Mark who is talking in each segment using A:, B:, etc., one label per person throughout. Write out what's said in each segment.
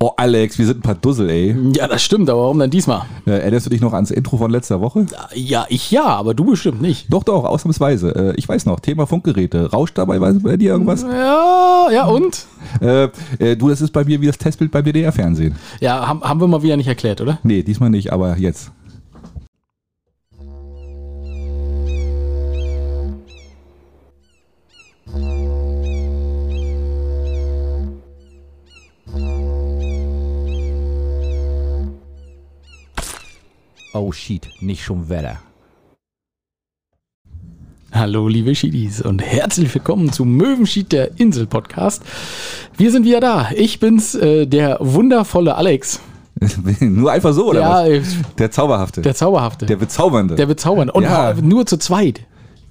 A: Oh, Alex, wir sind ein paar Dussel, ey.
B: Ja, das stimmt, aber warum denn diesmal?
A: Äh, erinnerst du dich noch ans Intro von letzter Woche?
B: Ja, ich ja, aber du bestimmt nicht.
A: Doch, doch, ausnahmsweise. Äh, ich weiß noch, Thema Funkgeräte. Rauscht dabei bei bei dir irgendwas?
B: Mhm. Ja, ja und?
A: Äh, äh, du, das ist bei mir wie das Testbild beim WDR-Fernsehen.
B: Ja, haben, haben wir mal wieder nicht erklärt, oder?
A: Nee, diesmal nicht, aber jetzt.
C: Oh shit, nicht schon Wetter.
B: Hallo, liebe Schiedis und herzlich willkommen zu Möwenschied, der Insel-Podcast. Wir sind wieder da. Ich bin's, äh, der wundervolle Alex.
A: Nur einfach so, oder
B: ja,
A: was?
B: äh,
A: Der Zauberhafte.
B: der Zauberhafte.
A: Der Bezaubernde.
B: Der Also bezaubernde. Und
A: Ja.
B: nur zu zweit.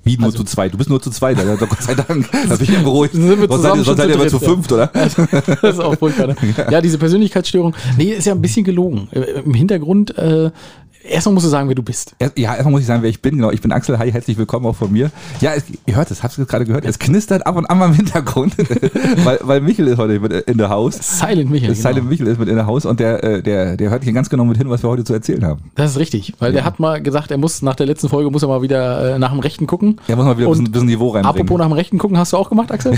A: wie nur zu zweit? Du bist nur zu zweit, Alter. Gott sei Dank. Da bin ich ja beruhigt.
B: Sind wir
A: sonst seid ihr,
B: zusammen schon
A: sonst seid ihr
B: zu
A: immer zu
B: dritt, ja.
A: fünft, oder?
B: Das ist auch furchtbar. Ne? Ja, diese Persönlichkeitsstörung. Nee, ist ja ein bisschen gelogen. Äh, Im Hintergrund, äh, erstmal musst du sagen, wer du bist.
A: Erst- Ja, erstmal muss ich sagen, wer ich bin. Genau, ich bin Axel. Hi, herzlich willkommen auch von mir. Ja, es, ihr hört es, habt ihr gerade gehört? Es knistert ab und an mal im Hintergrund, weil, weil Michel ist heute mit äh, in der Haus.
B: Silent Michael.
A: Silent Michel ist mit in der Haus und der, äh, der, der hört hier ganz genau mit hin, was wir heute zu erzählen haben.
B: genau. Das ist richtig, weil der hat mal gesagt, er muss nach der letzten Folge muss er mal wieder äh, nach dem Rechten gucken.
A: Ja, muss mal wieder ein bisschen,
B: Und
A: bisschen Niveau reinbringen.
B: apropos nach dem Rechten gucken, hast du auch gemacht, Axel?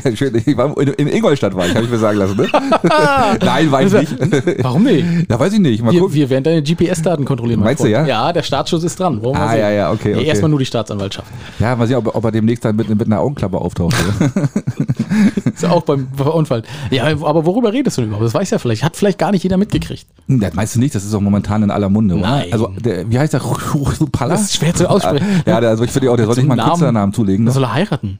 A: Ja, Schön, ich war in, in Ingolstadt war ich, habe ich mir sagen lassen. Ne? Nein, war ich nicht.
B: Warum nicht?
A: Ja, weiß ich nicht. Mal
B: Also- Wir,
A: gucken.
B: wir werden deine GPS-Daten kontrollieren. mein
A: Meinst du,
B: Freund.
A: ja?
B: Ja, der Staatsschutz ist dran. Wollen wir mal
A: Ah,
B: sehen.
A: ja, ja, okay,
B: Nee,
A: okay.
B: Erstmal nur die Staatsanwaltschaft.
A: Ja, mal sehen, ob, ob er demnächst dann mit, mit einer Augenklappe auftaucht. oder?
B: Ist auch beim Unfall. Ja, aber worüber redest du denn überhaupt? Das weiß ja vielleicht. Hat vielleicht gar nicht jeder mitgekriegt.
A: Hm, das meinst du nicht, das ist auch momentan in aller Munde. oder?
B: Nein.
A: Also, der, wie heißt der? Palas?
B: Das ist schwer zu aussprechen.
A: Ja, der, also ich finde auch, der sollte nicht mal einen
B: Namen.
A: Künstlernamen zulegen.
B: Da
A: Ne?
B: soll er heiraten.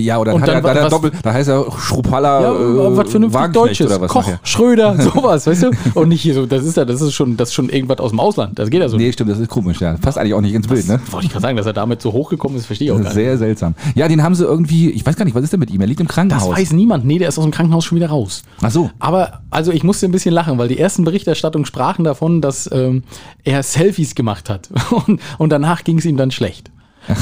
A: Ja, oder
B: Und
A: dann, hat
B: dann
A: er, dann, hat er
B: was-
A: doppelt, dann heißt er Schrupalla
B: Ja,
A: äh,
B: was vernünftig
A: Wagenknecht
B: Deutsches.
A: oder was
B: Koch,
A: nachher.
B: Schröder, sowas, weißt du? Und nicht hier so, das ist ja, das ist schon, das ist schon irgendwas aus dem Ausland. Das geht ja so.
A: Nee, stimmt, das ist komisch. Ja. Passt eigentlich auch nicht ins Bild, ne?
B: Wollte ich gerade sagen, dass er damit so hochgekommen ist, verstehe ich auch gar nicht.
A: Sehr seltsam. Ja, den haben sie irgendwie, ich weiß gar nicht, was ist denn mit ihm? Er liegt im
B: Das
A: Krankenhaus.
B: weiß niemand. Nee, der ist aus dem Krankenhaus schon wieder raus.
A: Ach so.
B: Aber, also ich musste ein bisschen lachen, weil die ersten Berichterstattungen sprachen davon, dass ähm, er Selfies gemacht hat. Und, und danach ging es ihm dann schlecht.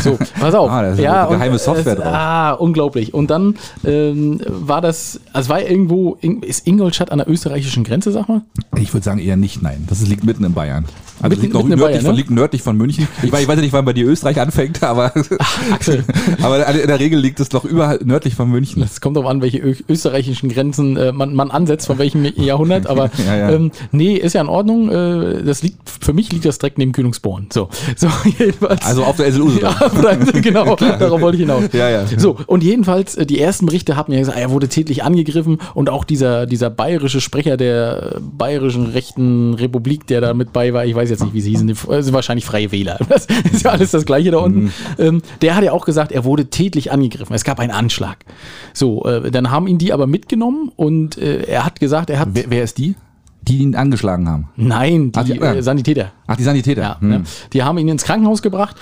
B: So, pass auf.
A: Ah, da ist eine geheime Software
B: es,
A: drauf.
B: Ah, unglaublich. Und dann ähm, war das, also war irgendwo, in- ist Ingolstadt an der österreichischen Grenze, sag mal?
A: Ich würde sagen eher nicht, nein. Das ist- liegt mitten in Bayern. Also
B: Mitten-
A: liegt, noch
B: mitten in
A: nördlich
B: Bayern,
A: von,
B: ne?
A: liegt nördlich von München. Ich, weiß- ich weiß ja nicht, wann bei dir Österreich anfängt, aber,
B: Axel.
A: aber in der Regel liegt es noch über, nördlich von München.
B: Es kommt darauf an, welche ö- österreichischen Grenzen äh, man, man ansetzt, von welchem Jahrhundert. Aber
A: Ja, ja.
B: Ähm, nee, ist ja in Ordnung. Äh, das liegt, für mich liegt das direkt neben Kühlungsborn. So, so jedenfalls.
A: Also auf der Insel Usedom.
B: Ja, oder- genau, darauf wollte ich hinaus.
A: Ja, ja.
B: So, und jedenfalls, äh, die ersten Berichte haben ja gesagt, er wurde tätlich angegriffen und auch dieser, dieser bayerische Sprecher der äh, bayerischen rechten Republik, der da mit bei war, ich weiß jetzt nicht, wie sie hießen, die- äh, sind wahrscheinlich Freie Wähler. Das ist ja alles das Gleiche da
A: Mhm.
B: unten. Ähm, der hat ja auch gesagt, er wurde tätlich angegriffen. Es gab einen Anschlag. So, äh, dann haben ihn die aber mitgenommen und äh, er hat gesagt, er hat.
A: Wer, wer ist die? Die, die ihn angeschlagen haben.
B: Nein,
A: Ach,
B: die
A: die ah. anderen.
B: äh, Sanitäter.
A: Ach, die Sanitäter.
B: Ja, ne? Die haben ihn ins Krankenhaus gebracht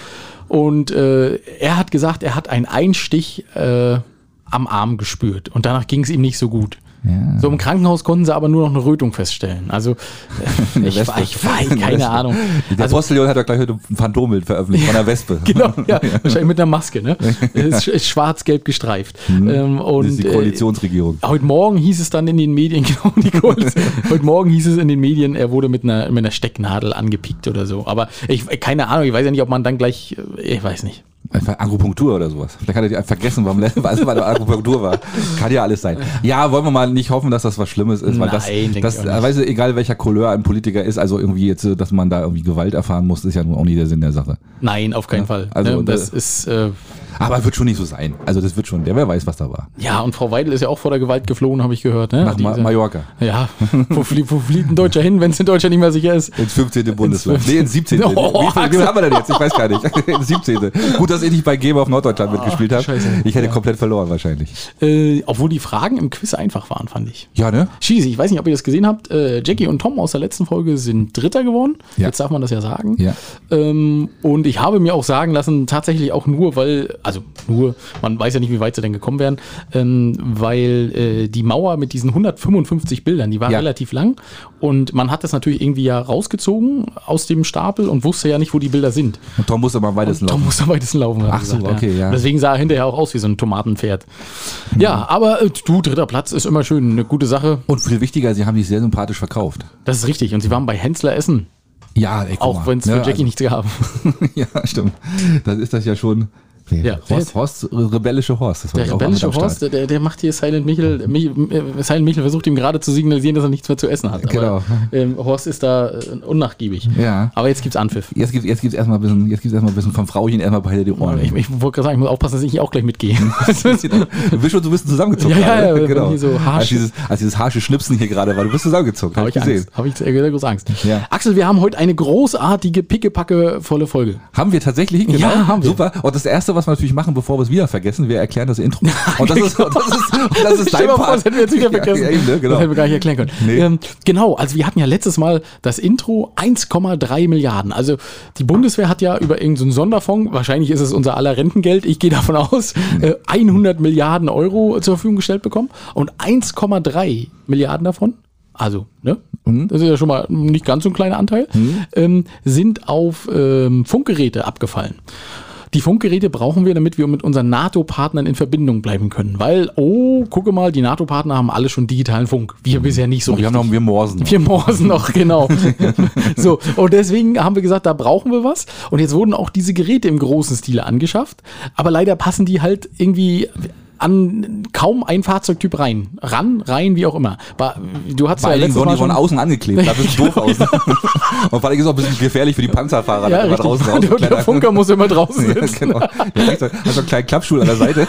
B: und äh, er hat gesagt, er hat einen Einstich äh, am Arm gespürt und danach ging es ihm nicht so gut.
A: Ja.
B: So im Krankenhaus konnten sie aber nur noch eine Rötung feststellen. Also äh, ich,
A: Wespe.
B: war- ich weiß, keine Ahnung.
A: Der
B: Also,
A: Postillon hat ja gleich heute ein Phantombild veröffentlicht von der Wespe.
B: genau, ja, wahrscheinlich mit einer Maske, ne? Ist, sch- ist schwarz-gelb gestreift. Ähm, und,
A: Hm. Das ist die
B: äh,
A: Koalitionsregierung.
B: Heute Morgen hieß es dann in den Medien, genau, Nicole, heute Morgen hieß es in den Medien, er wurde mit einer, mit einer Stecknadel angepickt oder so. Aber ich, keine Ahnung, ich weiß ja nicht, ob man dann gleich, äh, ich weiß nicht.
A: Einfach Akupunktur oder sowas. Vielleicht hat er die vergessen, warum letzten Mal bei der Akupunktur war. Kann ja alles sein. Ja, wollen wir mal nicht hoffen, dass das was Schlimmes ist, weil
B: Nein, denk
A: das,
B: ich
A: das
B: auch nicht.
A: weißt du, egal welcher Couleur ein Politiker ist, also irgendwie jetzt, dass man da irgendwie Gewalt erfahren muss, ist ja nun auch nicht der Sinn der Sache.
B: Nein, auf keinen Fall.
A: also,
B: ne, das
A: äh,
B: ist äh,
A: Aber wird schon nicht so sein. Also das wird schon, der wer weiß, was da war.
B: ja und Frau Weidel ist ja auch vor der Gewalt geflohen, habe ich gehört. Ne?
A: Nach Ma
B: Diese-
A: Mallorca.
B: ja, wo, flie wo fliegt ein Deutscher hin, wenn es in Deutschland nicht mehr sicher ist?
A: Ins 15. Bundesland.
B: 15..
A: Nee, ins 17. wie viel,
B: Oh,
A: wie
B: Axel.
A: viel haben wir denn jetzt? Ich weiß gar nicht. ins 17. Gut, dass ich nicht bei Game auf Norddeutschland mitgespielt habe.
B: Ah, scheiße.
A: Ich hätte komplett verloren wahrscheinlich.
B: Äh, obwohl die Fragen im Quiz einfach waren, fand ich.
A: Ja, ne?
B: Schieße, ich weiß nicht, ob ihr das gesehen habt. Äh, Jackie und Tom aus der letzten Folge sind Dritter geworden.
A: Ja.
B: Jetzt darf man das ja sagen.
A: Ja.
B: Ähm, und ich habe mir auch sagen lassen, tatsächlich auch nur, weil also nur, man weiß ja nicht, wie weit sie denn gekommen wären, ähm, weil äh, die Mauer mit diesen 155 Bildern, die war
A: Ja.
B: relativ lang und man hat das natürlich irgendwie ja rausgezogen aus dem Stapel und wusste ja nicht, wo die Bilder sind.
A: Und Tom muss aber am weitesten
B: Tom
A: laufen.
B: muss am weitesten laufen. hat er
A: Ach so, okay, ja. Mhm.
B: Und Deswegen sah er hinterher auch aus wie so ein Tomatenpferd. Ja, aber äh, du, dritter Platz ist immer schön, eine gute Sache.
A: Und viel wichtiger, sie haben sich sehr sympathisch verkauft.
B: Das ist richtig. Und sie waren bei Hensler Essen,
A: Ja, ey, guck
B: auch
A: mal.
B: wenn es
A: Ne,
B: für Jackie nichts gab.
A: also- Ja, stimmt. Dann ist das ja schon.
B: Ja.
A: Horst, Horst, rebellische Horst. Das war
B: Der
A: ich auch
B: rebellische
A: mit am
B: Horst,
A: Start.
B: der, der macht hier Silent Michel, Mich, äh, Silent Michel versucht ihm gerade zu signalisieren, dass er nichts mehr zu essen hat.
A: Genau.
B: ähm, Horst ist da äh, unnachgiebig.
A: Ja.
B: Aber jetzt gibt's Anpfiff.
A: Jetzt gibt es jetzt gibt's erstmal ein bisschen, jetzt gibt's erstmal ein bisschen vom Frauchen erstmal beide die Ohren.
B: Ich, ich wollte gerade sagen, ich muss aufpassen, dass ich auch gleich mitgehe.
A: Du bist schon so ein bisschen zusammengezogen.
B: Ja, ja,
A: gerade,
B: ja,
A: ne?
B: wenn
A: genau.
B: hier so harsch-
A: als, dieses, als dieses harsche Schnipsen hier gerade war, du bist zusammengezogen.
B: Habe
A: hab
B: ich Angst. Habe ich sehr große Angst.
A: Ja.
B: Axel, wir haben heute eine großartige, pickepackevolle Folge.
A: Haben wir tatsächlich
B: Ja, haben wir.
A: Super. Und das Erste, was wir natürlich machen, bevor wir es wieder vergessen, wir erklären das Intro. Und das ist, und das ist, und das ist
B: Genau. Stell
A: dein
B: dir mal vor, das
A: Part.
B: hätten wir jetzt wieder
A: Ja,
B: vergessen.
A: ja, eben, ne?
B: Das
A: genau.
B: hätten wir gar nicht erklären können.
A: Nee.
B: Ähm, genau, also wir hatten ja letztes Mal das Intro 1,3 Milliarden. Also die Bundeswehr hat ja über irgendeinen Sonderfonds, wahrscheinlich ist es unser aller Rentengeld, ich gehe davon aus,
A: Mhm.
B: äh, 100 Milliarden Euro zur Verfügung gestellt bekommen und 1,3 Milliarden davon. Also, ne?
A: Mhm.
B: Das ist ja schon mal nicht ganz so ein kleiner Anteil. Ähm, sind auf ähm, Funkgeräte abgefallen. Die Funkgeräte brauchen wir, damit wir mit unseren NATO-Partnern in Verbindung bleiben können. Weil, oh, gucke mal, die NATO-Partner haben alle schon digitalen Funk. Wir bisher nicht so
A: Mhm. Wir haben
B: richtig.
A: noch wir Morsen.
B: Wir morsen noch, genau. so, und deswegen haben wir gesagt, da brauchen wir was. Und jetzt wurden auch diese Geräte im großen Stile angeschafft. Aber leider passen die halt irgendwie an kaum ein Fahrzeugtyp rein. Ran, rein, wie auch immer. Ba- Du hast
A: Vor
B: ja
A: allen Dingen
B: letztes
A: wurden
B: Mal
A: die von
B: schon...
A: außen angeklebt. Da bist du doof aus. Und vor allem ist es auch ein bisschen gefährlich für die Panzerfahrer,
B: ja,
A: da
B: richtig.
A: draußen
B: Der, der Funker muss immer draußen
A: Ja,
B: sitzen,
A: genau. Der hat so, hat so einen kleinen Klappstuhl an der Seite.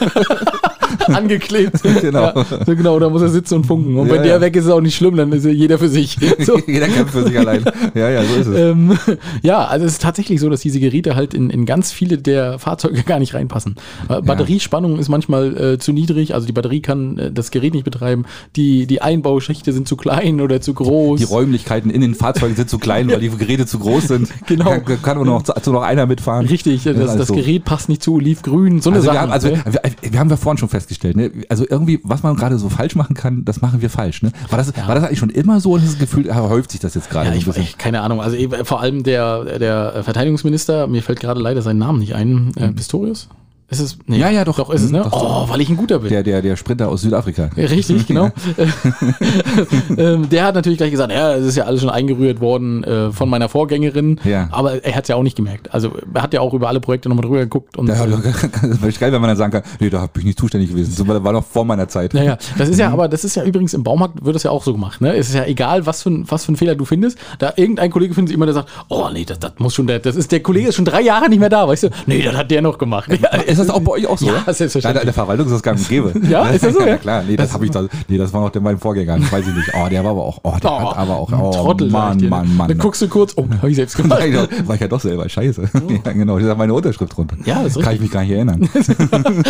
B: angeklebt.
A: Genau.
B: Ja, so genau, da muss er sitzen und funken. Und
A: Ja,
B: wenn der
A: ja.
B: weg ist, ist auch nicht schlimm, dann ist ja jeder für sich. So.
A: Jeder kämpft für sich allein. Ja, ja, so ist es.
B: ähm, ja, also es ist tatsächlich so, dass diese Geräte halt in, in ganz viele der Fahrzeuge gar nicht reinpassen. Äh, Batteriespannung ist manchmal äh, zu niedrig, also die Batterie kann äh, das Gerät nicht betreiben. Die, die Einbauschichte sind zu klein oder zu groß.
A: Die Räumlichkeiten in den Fahrzeugen sind zu klein, weil die Geräte zu groß sind.
B: Genau.
A: Kann, kann nur noch, dazu noch einer mitfahren.
B: Richtig, äh,
A: ist
B: das,
A: alles
B: das
A: so.
B: Gerät passt nicht zu, lief grün, so eine
A: Also
B: Sache. ne?
A: wir, haben, also wir, wir haben ja vorhin schon festgestellt, ne? also irgendwie, was man gerade so falsch machen kann, das machen wir falsch. Ne? War, das, war das eigentlich schon immer so und das Gefühl, ah, häuft sich das jetzt gerade
B: Ja,
A: so ein
B: ich,
A: bisschen?
B: ich, keine Ahnung. Also eh, vor allem der, der Verteidigungsminister, mir fällt gerade leider sein Name nicht ein, äh, Pistorius? Ist es? Nee.
A: Hm. Ja, ja, doch. Hm,
B: Doch ist es, ne?
A: Doch,
B: Oh, weil ich ein guter bin.
A: Der, der, der Sprinter aus Südafrika.
B: Ja, Richtig, genau. Ähm, der hat natürlich gleich gesagt, ja, es ist ja alles schon eingerührt worden äh, von meiner Vorgängerin,
A: Ja.
B: aber er hat es ja auch nicht gemerkt. Also er hat ja auch über alle Projekte nochmal drüber geguckt und
A: Ja, das wäre geil, wenn man dann sagen kann, nee, da bin ich nicht zuständig gewesen. Das war war noch vor meiner Zeit.
B: äh, Ja, ja, das ist
A: Mhm.
B: ja aber, das ist ja übrigens im Baumarkt wird das ja auch so gemacht. Ne? Es ist ja egal, was für, ein, was für ein Fehler du findest. Da irgendein Kollege findet immer, der sagt, oh nee, das, das muss schon, der, das ist, der Kollege ist schon drei Jahre nicht mehr da, weißt du? Nee, das hat der noch gemacht. Ja,
A: Ist das auch bei euch auch so?
B: Ja,
A: oder?
B: selbstverständlich.
A: Nein, in der Verwaltung ist das gang und gäbe.
B: Ja, ist das so, ja?
A: Ja, klar. Nee, das, hab ich da, nee, das war noch der, mein Vorgänger. Ich weiß ich nicht. Oh, der war aber auch, oh, der hat aber auch,
B: ein
A: oh,
B: Trottel, sag ich
A: Mann,
B: dir. ne?
A: Mann, Mann.
B: Dann guckst du kurz, oh, habe ich selbst gemacht.
A: Nein, doch, war ich ja doch selber, scheiße. Ja, genau, da ist meine Unterschrift drunter.
B: Oh. Ja, das ist
A: Kann
B: richtig.
A: ich mich gar nicht erinnern.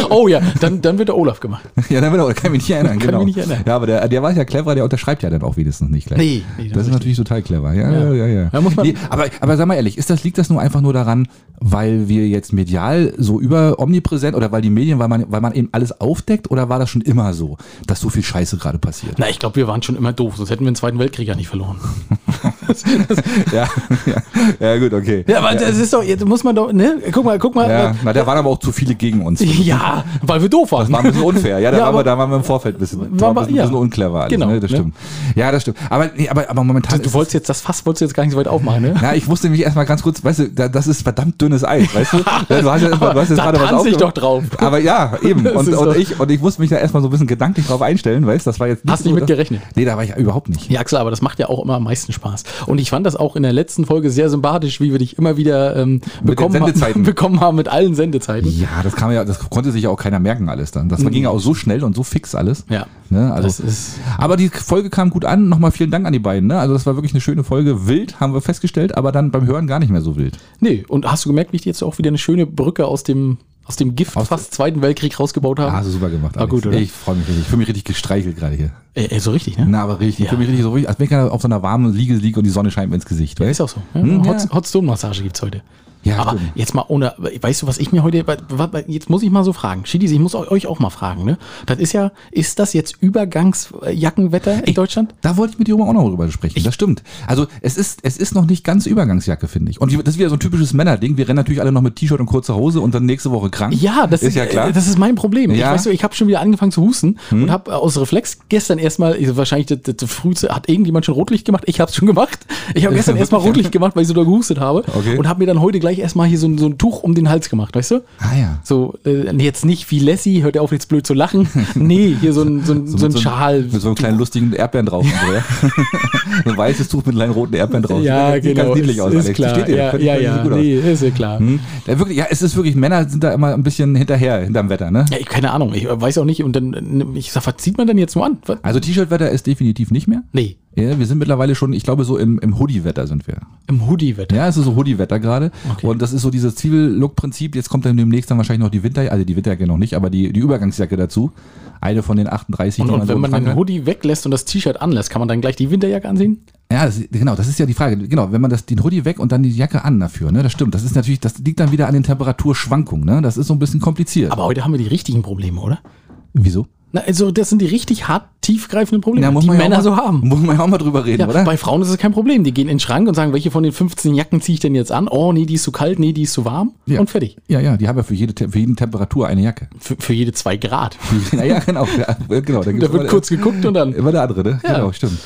B: Oh ja, dann, dann wird der Olaf gemacht.
A: ja, dann kann ich mich nicht erinnern,
B: Kann
A: genau.
B: mich nicht erinnern.
A: Ja, aber der, der war ja clever, der unterschreibt ja dann auch wenigstens nicht gleich.
B: Nee, nee, das
A: das,
B: ist
A: ist natürlich total clever. Ja, ja, ja. ja.
B: Da muss man-
A: aber, aber sag mal ehrlich, ist das, liegt das nur einfach nur daran, weil wir jetzt medial so über omnipräsent oder weil die Medien, weil man, weil man eben alles aufdeckt oder war das schon immer so, dass so viel Scheiße gerade passiert?
B: Na, ich glaube, wir waren schon immer doof, sonst hätten wir den Zweiten Weltkrieg ja nicht verloren.
A: ja, ja, ja, gut, okay.
B: Ja, aber das ist doch, jetzt muss man doch, ne? Guck mal, guck mal.
A: Ja, na, da waren aber auch zu viele gegen uns.
B: Ja, weil wir doof waren.
A: War ein bisschen unfair. Ja, da,
B: Ja,
A: waren,
B: aber-
A: wir, da waren wir im Vorfeld ein bisschen,
B: War-
A: ein bisschen,
B: ja.
A: bisschen unclever. Alles,
B: Genau,
A: Ne? Das
B: ne?
A: stimmt. Ja, das stimmt. Aber, nee, aber, aber momentan.
B: Du
A: ist-
B: wolltest jetzt das Fass wolltest du jetzt gar nicht so weit aufmachen, ne?
A: ja, ich wusste nämlich erstmal ganz kurz, weißt du, da, das ist verdammt dünnes Eis, weißt du? Ja, Du hast, ja, du hast jetzt
B: da
A: gerade was
B: tanze ich
A: aufgemacht.
B: doch drauf.
A: Aber ja, eben.
B: Das
A: Und,
B: ist doch-
A: und, ich, und ich musste mich da erstmal so ein bisschen gedanklich drauf einstellen, weißt du? Das war jetzt
B: Hast nicht
A: so,
B: mit
A: dass-
B: gerechnet?
A: Nee, da war ich überhaupt nicht.
B: Ja, Axel, aber das macht ja auch immer am meisten Spaß. Und ich fand das auch in der letzten Folge sehr sympathisch, wie wir dich immer wieder ähm, bekommen,
A: Sendezeiten.
B: haben, bekommen haben mit allen Sendezeiten.
A: Ja, das kam ja, das konnte sich ja auch keiner merken alles dann. Das ging ja auch so schnell und so fix alles.
B: Mhm. Ja.
A: Ne, also,
B: Das ist-
A: aber die Folge kam gut an. Nochmal vielen Dank an die beiden. Ne? Also das war wirklich eine schöne Folge. Wild haben wir festgestellt, aber dann beim Hören gar nicht mehr so wild.
B: Nee, und hast du gemerkt, wie ich dir jetzt auch wieder eine schöne Brücke aus dem, aus dem Gift
A: Aus-
B: fast Zweiten Weltkrieg rausgebaut habe?
A: Ah, hast du super gemacht.
B: Ah,
A: Alex.
B: gut, oder?
A: Ich freue mich richtig. Ich fühle mich richtig gestreichelt gerade hier.
B: Äh, äh, so richtig, ne?
A: Na, aber richtig. Ich fühle mich richtig so richtig, als wenn ich gerade auf so einer warmen Liege liege und die Sonne scheint mir ins Gesicht.
B: Ist
A: Weißt?
B: auch so. Ja,
A: Hm,
B: Hot,
A: ja.
B: Hot Stone Massage gibt's heute.
A: Ja,
B: aber
A: stimmt.
B: jetzt mal ohne, weißt du, was ich mir heute, wa- wa- jetzt muss ich mal so fragen. Schiedis, ich muss eu- euch auch mal fragen, ne? Das ist ja, ist das jetzt Übergangsjackenwetter in Deutschland?
A: Da wollte ich mit dir auch noch drüber sprechen. das stimmt. Also es ist, es ist noch nicht ganz Übergangsjacke, finde ich. Und das ist wieder so ein typisches Männerding. Wir rennen natürlich alle noch mit T-Shirt und kurzer Hose und dann nächste Woche krank.
B: Ja, das
A: ist ja klar.
B: Das ist mein Problem. Ich
A: Ja. Hm.
B: weiß so, ich habe schon wieder angefangen zu husten und habe aus Reflex gestern erstmal also wahrscheinlich das, das, das frühste hat irgendjemand schon Rotlicht gemacht. Ich habe es schon gemacht. Ich habe gestern erstmal
A: wirklich?
B: Rotlicht gemacht, weil ich so doll gehustet habe
A: Okay.
B: und habe mir dann heute gleich erstmal hier so, ein- so ein Tuch um den Hals gemacht, weißt du?
A: ah ja.
B: So äh, jetzt nicht wie Lassie, hört ihr auf jetzt blöd zu lachen. Nee, hier so ein so ein, so, ein
A: mit einem-
B: Schal.
A: Mit so einem kleinen lustigen Erdbeeren drauf. und So, ja? so ein weißes Tuch mit kleinen roten Erdbeeren drauf.
B: ja,
A: Sieht
B: genau.
A: Ganz niedlich
B: ist,
A: aus,
B: ist
A: Alex.
B: klar.
A: Versteht ihr?
B: Ja,
A: Fand ich-
B: ja,
A: fand ich
B: ja.
A: gut aus. Hm?
B: Nee, ist ja klar.
A: Ja, wirklich, ja, es ist wirklich, Männer sind da immer ein bisschen hinterher, hinterm Wetter, ne?
B: Ja, ich, keine Ahnung, ich äh, weiß auch nicht. Und dann, äh, ich sag, was zieht man denn jetzt nur an? Was?
A: Also T-Shirt-Wetter ist definitiv nicht mehr.
B: Nee,
A: Ja, wir sind mittlerweile schon, ich glaube, so im, im Hoodie-Wetter sind wir.
B: im Hoodie-Wetter.
A: Ja, es ist so Hoodie-Wetter gerade. Und das ist so dieses Zwiebel-Look-Prinzip. Jetzt kommt dann demnächst dann wahrscheinlich noch die Winter, also die Winterjacke noch nicht, aber die, die Übergangsjacke dazu. Eine von den 38,
B: Und,
A: die
B: und
A: so
B: wenn man
A: im Schrank
B: den
A: hat.
B: Hoodie weglässt und das T-Shirt anlässt, kann man dann gleich die Winterjacke anziehen?
A: Ja, das, genau, das ist ja die Frage. Genau, wenn man das, den Hoodie weg und dann die Jacke an dafür, ne? Das stimmt. Das ist natürlich, das liegt dann wieder an den Temperaturschwankungen, ne? Das ist so ein bisschen kompliziert.
B: Aber heute haben wir die richtigen Probleme, oder?
A: wieso?
B: Na, also das sind die richtig hart tiefgreifenden Probleme,
A: Na, muss
B: die
A: man ja auch
B: Männer
A: mal,
B: so haben.
A: Muss man ja auch mal drüber reden,
B: Ja,
A: oder?
B: bei Frauen ist es kein Problem. Die gehen in den Schrank und sagen, welche von den 15 Jacken ziehe ich denn jetzt an? Oh, nee, die ist zu kalt, nee, die ist zu warm.
A: Ja.
B: Und fertig.
A: Ja, ja, die haben ja für jede, Te- für jeden Temperatur eine Jacke.
B: Für, für jede zwei Grad.
A: ja, ja, genau. Ja, genau da gibt's
B: Da wird
A: immer-
B: kurz geguckt und dann.
A: Immer der andere, ne? Genau, stimmt.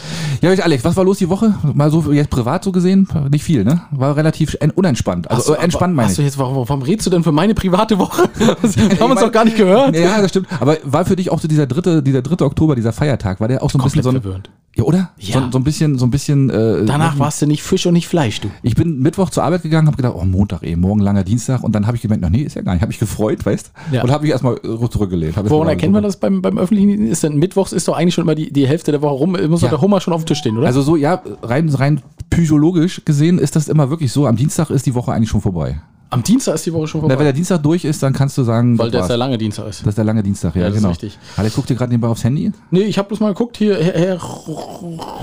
A: Ja, Mensch, Alex, was war los die Woche? Mal so jetzt privat so gesehen? Nicht viel, ne? War relativ en- unentspannt.
B: Ach so,
A: Also äh, entspannt
B: aber-
A: meine
B: ach so,
A: ich.
B: jetzt, warum, warum redest du denn für meine private Woche? Wir haben uns
A: mein-
B: doch gar nicht gehört.
A: Ja, das stimmt. Aber war für dich auch so dieser dritte, dieser dritte Oktober, dieser Feiertag, war der auch so ein
B: Komplett
A: bisschen so ein,
B: verwirrend.
A: ja, oder?
B: Ja.
A: So, ein- so ein bisschen, so ein bisschen. Äh,
B: Danach warst du nicht Fisch und nicht Fleisch, du.
A: Ich bin Mittwoch zur Arbeit gegangen, habe gedacht, oh Montag eh, morgen langer Dienstag. Und dann habe ich gemerkt, na nee, ist ja gar nicht. Habe ich gefreut, weißt?
B: Ja.
A: Und habe mich erstmal äh, zurückgelehnt. Hab
B: Woran
A: erstmal-
B: erkennt man das beim, beim öffentlichen Dienst? Ist denn mittwochs ist doch eigentlich schon immer die, die Hälfte der Woche rum, muss doch
A: Ja.
B: der Hummer schon auf dem Tisch stehen, oder?
A: Also so, ja, rein, rein psychologisch gesehen ist das immer wirklich so. Am Dienstag ist die Woche eigentlich schon vorbei.
B: Am Dienstag ist die Woche schon
A: Na, wenn
B: vorbei.
A: der Dienstag durch ist, dann kannst du sagen,
B: Weil
A: das
B: das
A: war's.
B: der lange Dienstag ist.
A: Das ist der lange Dienstag, ja,
B: Ja, das ist
A: genau.
B: richtig.
A: Alex, guck dir gerade nebenbei aufs Handy.
B: Nee, ich habe bloß mal geguckt, hier, Herr, Herr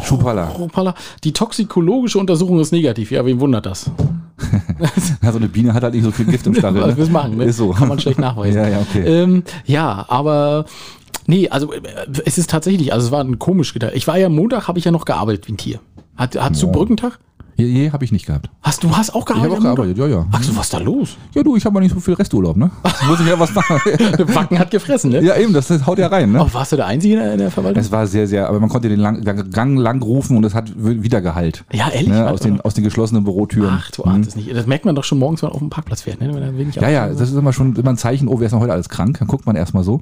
A: Schupala.
B: Rupala, die toxikologische Untersuchung ist negativ. Ja, wen wundert das?
A: Also eine Biene hat halt nicht so viel Gift im Stachel.
B: Was willst du machen, ne?
A: Ist so.
B: Kann man schlecht nachweisen.
A: Ja, ja, okay.
B: Ähm, ja, aber nee, also äh, es ist tatsächlich, also es war ein komisch gedacht. Ich war ja Montag, habe ich ja noch gearbeitet wie ein Tier. Hat, hast du Brückentag?
A: Je, je habe ich nicht gehabt.
B: Hast du hast auch
A: Ich
B: gearbeitet?
A: habe auch
B: am Ah, Montag?
A: gearbeitet, ja, ja.
B: Ach so, was ist da los?
A: Ja, du, ich habe mal nicht so viel Resturlaub, ne? Muss ich ja was machen.
B: Wacken hat gefressen, ne?
A: ja, eben, das, das haut ja rein, ne?
B: Aber warst du der Einzige in der- in der Verwaltung?
A: Es war sehr, sehr, aber man konnte den lang, Gang- Gang lang rufen und es hat w- wieder Gehalt.
B: Ja, ehrlich?
A: Ne?
B: Warte,
A: Aus, den,
B: warte.
A: aus den geschlossenen Bürotüren.
B: Ach, du ahnst es nicht. Das merkt man doch schon morgens, wenn man auf dem Parkplatz fährt, ne? Wenn er wenig
A: Ja, ja, das ist immer schon immer ein Zeichen, oh, wer ist denn heute alles krank? Dann guckt man erstmal so.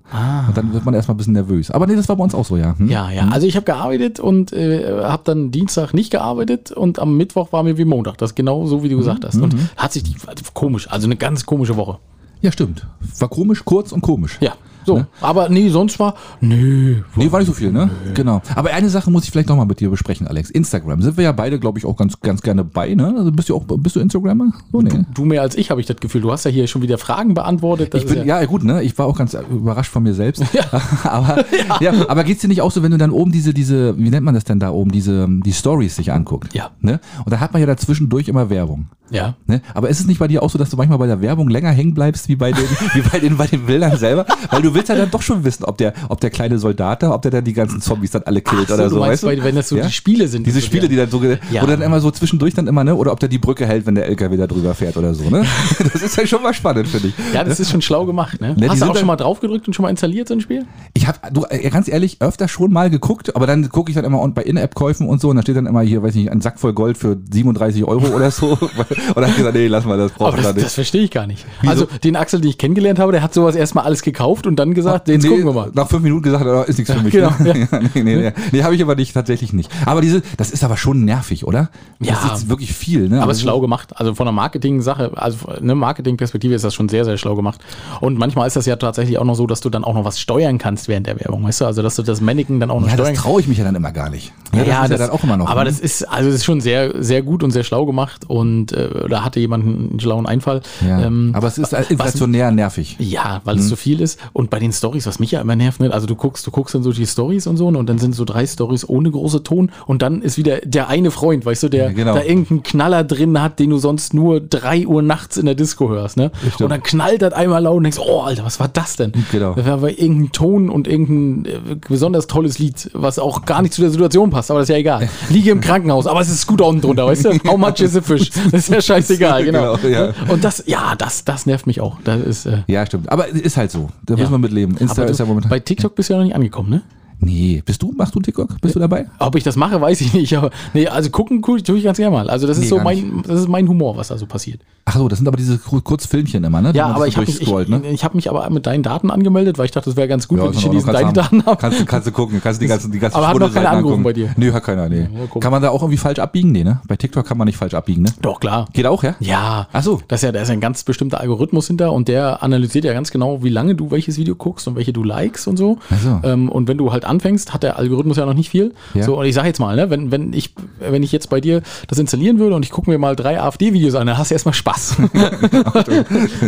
A: Und dann wird man erstmal ein bisschen nervös. Aber nee, das war bei uns auch so, ja. Hm?
B: Ah. Ja, ja. Also ich habe gearbeitet und äh, habe dann Dienstag nicht gearbeitet und am Mittwoch war mir wie Montag. Das ist genau so,
A: Mhm.
B: wie du gesagt hast. Und hat sich die also komisch, also eine ganz komische Woche.
A: Ja, stimmt. War komisch, kurz und komisch.
B: Ja, so.
A: Ne?
B: Aber nee, sonst war nee.
A: Nee, war nicht so viel, ne? Genau. Aber eine Sache muss ich vielleicht nochmal mit dir besprechen, Alex. Instagram. Sind wir ja beide, glaube ich, auch ganz, ganz gerne bei, ne? Also bist du auch, bist du Instagrammer? So, nee.
B: Du mehr als ich habe ich das Gefühl. Du hast ja hier schon wieder Fragen beantwortet. Das
A: Ich bin,
B: ist
A: ja, gut, ne? Ich war auch ganz überrascht von mir selbst. aber, ja. aber geht's dir nicht auch so, wenn du dann oben diese, diese, wie nennt man das denn da oben, diese, die Stories sich anguckt?
B: Ja.
A: Ne? Und da hat man ja dazwischendurch immer Werbung.
B: ja.
A: Ne? Aber ist es nicht bei dir auch so, dass du manchmal bei der Werbung länger hängen bleibst wie bei den, wie bei den, bei den Bildern selber? Weil du willst ja dann doch schon wissen, ob der, ob der kleine Soldat da, ob der dann die ganzen Zombies dann alle killt
B: Ach so,
A: oder so.
B: du meinst,
A: weißt
B: weil- wenn das so die Spiele sind, die
A: Diese
B: so
A: Spiele, die dann so, ge-
B: Ja.
A: oder dann immer so zwischendurch dann immer, ne? Oder ob der die Brücke hält, wenn der LKW da drüber fährt oder so, ne? Das ist ja schon mal spannend, finde ich.
B: Ja, das ist schon schlau gemacht, ne?
A: Ne, die
B: Hast du
A: sind
B: auch
A: dann-
B: schon mal draufgedrückt und schon mal installiert so ein Spiel?
A: Ich habe, du, äh, ganz ehrlich, öfter schon mal geguckt, aber dann gucke ich dann immer und bei In-App-Käufen und so und da steht dann immer hier, weiß nicht, ein Sack voll Gold für 37 Euro oder so. Und dann hab ich gesagt, nee, lass mal, das brauchen
B: Aber
A: wir da
B: das,
A: nicht.
B: das verstehe ich gar nicht. Also den Axel, den ich kennengelernt habe, der hat sowas erstmal alles gekauft und dann gesagt, jetzt
A: Nee,
B: gucken wir mal.
A: Nach fünf Minuten gesagt, oh, ist nichts für mich.
B: Genau,
A: ne? ja. nee, nee, nee, nee habe ich aber nicht, tatsächlich nicht. Aber diese, das ist aber schon nervig, oder? Das
B: Ja.
A: ist wirklich viel, ne?
B: Aber es ist schlau gemacht. Also von der Marketing-Sache, also eine Marketing-Perspektive ist das schon sehr, sehr schlau gemacht. Und manchmal ist das ja tatsächlich auch noch so, dass du dann auch noch was steuern kannst während der Werbung, weißt du? Also dass du das Mannequin dann auch noch
A: Ja,
B: steuern
A: das
B: kannst.
A: traue ich mich ja dann immer gar nicht.
B: Ja,
A: das ist ja dann auch immer noch.
B: Aber
A: ne?
B: das ist, also das ist schon sehr, sehr gut und sehr schlau gemacht. Und äh, äh, oder hatte jemanden einen schlauen Einfall.
A: Ja.
B: Ähm,
A: Aber es ist
B: was-
A: inflationär nervig.
B: ja, weil
A: Mhm.
B: es zu viel ist. Und bei den Stories, was mich ja immer nervt, ne? also du guckst, du guckst dann so die Stories und so, ne? und dann sind so drei Stories ohne große Ton und dann ist wieder der eine Freund, weißt du, der
A: Ja, genau.
B: da irgendeinen Knaller drin hat, den du sonst nur drei Uhr nachts in der Disco hörst, ne?
A: Stimmt.
B: Und dann knallt das einmal laut und denkst, oh Alter, was war das denn?
A: Genau.
B: Das war bei irgendein Ton und irgendein äh, besonders tolles Lied, was auch gar nicht zu der Situation passt, aber das ist ja egal. Liege im Krankenhaus, aber es ist gut unten drunter, weißt du? How much is a fish? Das ist ja scheißegal, genau.
A: Genau, ja.
B: Und das, ja, das, das nervt mich auch. Das ist, äh,
A: Ja, stimmt. Aber ist halt so. Da
B: Ja.
A: müssen wir mit leben. Insta
B: aber du,
A: ist ja momentan.
B: bei TikTok bist du ja noch nicht angekommen, ne?
A: nee, bist du? Machst du TikTok? Bist du dabei?
B: Ob ich das mache, weiß ich nicht. Aber nee, also gucken cool, tue ich ganz gerne mal. Also das ist
A: Nee,
B: so
A: gar
B: mein, das ist mein Humor, was da so passiert.
A: Ach so, das sind aber diese Kur- Kurzfilmchen immer, ne? Die
B: Ja,
A: man
B: aber
A: so
B: ich habe mich, ich,
A: durchscrollt, ne?
B: ich hab mich aber mit deinen Daten angemeldet, weil ich dachte, das wäre ganz gut, wenn die
A: ist in
B: Chinesen deine
A: Ordnung.
B: Daten haben.
A: Kannst, du- kannst du gucken, kannst du die ganzen, die ganzen
B: Aber hat noch
A: Schwurbelseiten
B: keiner angerufen bei dir?
A: Nee, hat keiner, nee.
B: mal gucken.
A: kann man da auch irgendwie falsch abbiegen? Nee, ne? Bei TikTok kann man nicht falsch abbiegen, ne?
B: Doch klar.
A: Geht auch, ja?
B: Ja.
A: Ach so.
B: Das ist ja, da ist ja ein ganz bestimmter Algorithmus hinter und der analysiert ja ganz genau, wie lange du welches Video guckst und welche du likest und so.
A: Ach so.
B: Ähm, und wenn du halt anfängst, hat der Algorithmus ja noch nicht viel.
A: Ja.
B: So, und ich sage jetzt mal, ne, wenn, wenn, ich, wenn ich jetzt bei dir das installieren würde und ich gucke mir mal drei AfD-Videos an, dann hast du erstmal Spaß.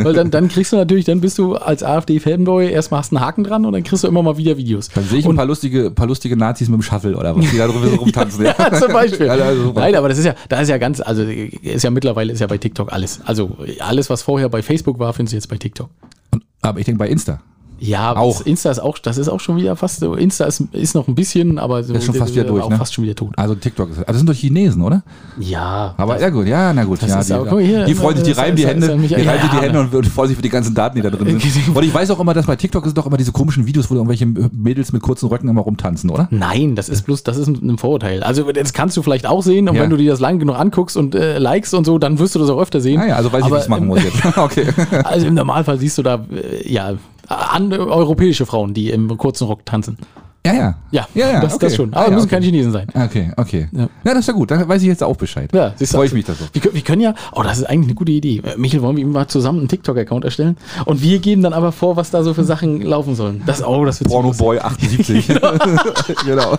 B: Weil dann, dann kriegst du natürlich, dann bist du als AfD-Fanboy erstmal hast einen Haken dran und dann kriegst du immer mal wieder Videos.
A: Dann sehe ich ein paar lustige, paar lustige Nazis mit dem Shuffle oder was, die da drüber so rumtanzen. ja.
B: Ja, zum Beispiel.
A: Ja, also super.
B: Nein, aber das ist ja, da ist ja ganz, also ist ja mittlerweile ist ja bei TikTok alles. Also alles, was vorher bei Facebook war, findest du jetzt bei TikTok.
A: Aber ich denke bei Insta.
B: Ja,
A: Auch.
B: das Insta ist auch, das ist auch schon wieder fast so. Insta ist, ist noch ein bisschen, aber so, äh,
A: Ist schon fast wieder durch,
B: auch
A: ne?
B: fast schon wieder tot.
A: Also TikTok ist halt. Aber das sind doch Chinesen, oder?
B: Ja.
A: Aber ja gut, ja, na gut. Ja,
B: ist
A: die,
B: aber- guck mal hier,
A: die freuen sich, die
B: ist-
A: reiben die
B: ist-
A: Hände,
B: ist- ist-
A: die reiben sich die
B: ja.
A: Hände und, und freuen sich für die ganzen Daten, die da drin sind. Und ich weiß auch immer, dass bei TikTok ist doch immer diese komischen Videos, wo irgendwelche Mädels mit kurzen Röcken immer rumtanzen, oder?
B: Nein, das ist bloß, das ist ein ein Vorurteil. Also das kannst du vielleicht auch sehen und
A: Ja.
B: wenn du dir das lang genug anguckst und äh, likest und so, dann wirst du das auch öfter sehen.
A: Naja, also weiß ich, wie
B: Aber,
A: ich es machen muss jetzt. okay.
B: ähm, Also im Normalfall siehst du da äh, ja an, äh, europäische Frauen, die im kurzen Rock tanzen.
A: Ja, ja.
B: Ja,
A: ja, ja
B: das, das
A: okay.
B: schon.
A: Ah,
B: Aber
A: ja,
B: müssen
A: okay.
B: keine Chinesen sein.
A: Okay, okay. Ja.
B: Ja.
A: das ist ja gut. Dann weiß ich jetzt auch Bescheid.
B: Ja, siehst du. also
A: Freue ich mich da so.
B: Wir, können- wir können ja, oh, das ist eigentlich eine gute Idee. Äh, Michel, wollen wir ihm mal zusammen einen TikTok-Account erstellen? Und wir geben dann aber vor, was da so für Sachen laufen sollen. Das, oh, das wird
A: Porno
B: so
A: Boy 78. genau.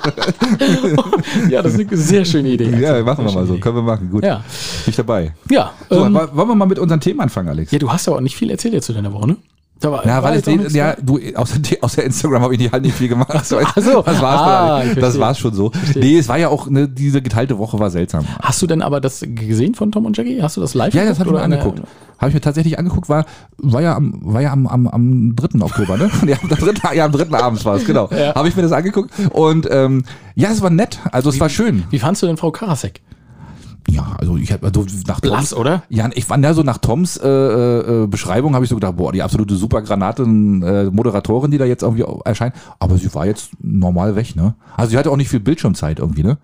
B: Ja, das ist eine sehr schöne Idee.
A: Ja, machen wir mal so. Können wir machen. Gut.
B: Ja.
A: Bin ich dabei.
B: Ja,
A: So,
B: ähm,
A: wa- wollen wir mal mit unseren Themen anfangen, Alex?
B: ja, du hast aber auch nicht viel erzählt jetzt zu deiner Woche, ne? Da war,
A: Ja,
B: war
A: weil ich
B: jetzt auch
A: den,
B: nichts ne?
A: ja, du, außer, außer Instagram habe ich nicht halt nicht viel gemacht. Ach so,
B: ach so.
A: Das war's,
B: Ah,
A: ah,
B: ich
A: das
B: verstehe.
A: war's schon so. Nee, es war ja auch, ne, diese geteilte Woche war seltsam.
B: Hast du denn aber das gesehen von Tom und Jackie? Hast du das live
A: Ja, das habe ich mir
B: oder in der-
A: angeguckt. Habe ich mir tatsächlich angeguckt, war, war ja am, war ja am, am, am 3. Oktober, ne? Ja, am 3. Ja, am 3. abends war es, genau. Habe ich mir das angeguckt und ähm, ja, es war nett, also es war schön.
B: Wie fandst du denn Frau Karasek?
A: Ja, also ich habe also nach
B: Blass, oder?
A: Ja, ich fand ja so nach Toms äh, äh, Beschreibung habe ich so gedacht, boah, die absolute Supergranate äh, Moderatorin, die da jetzt irgendwie au- erscheint, aber sie war jetzt normal weg, ne? Also sie hatte auch nicht viel Bildschirmzeit irgendwie, ne?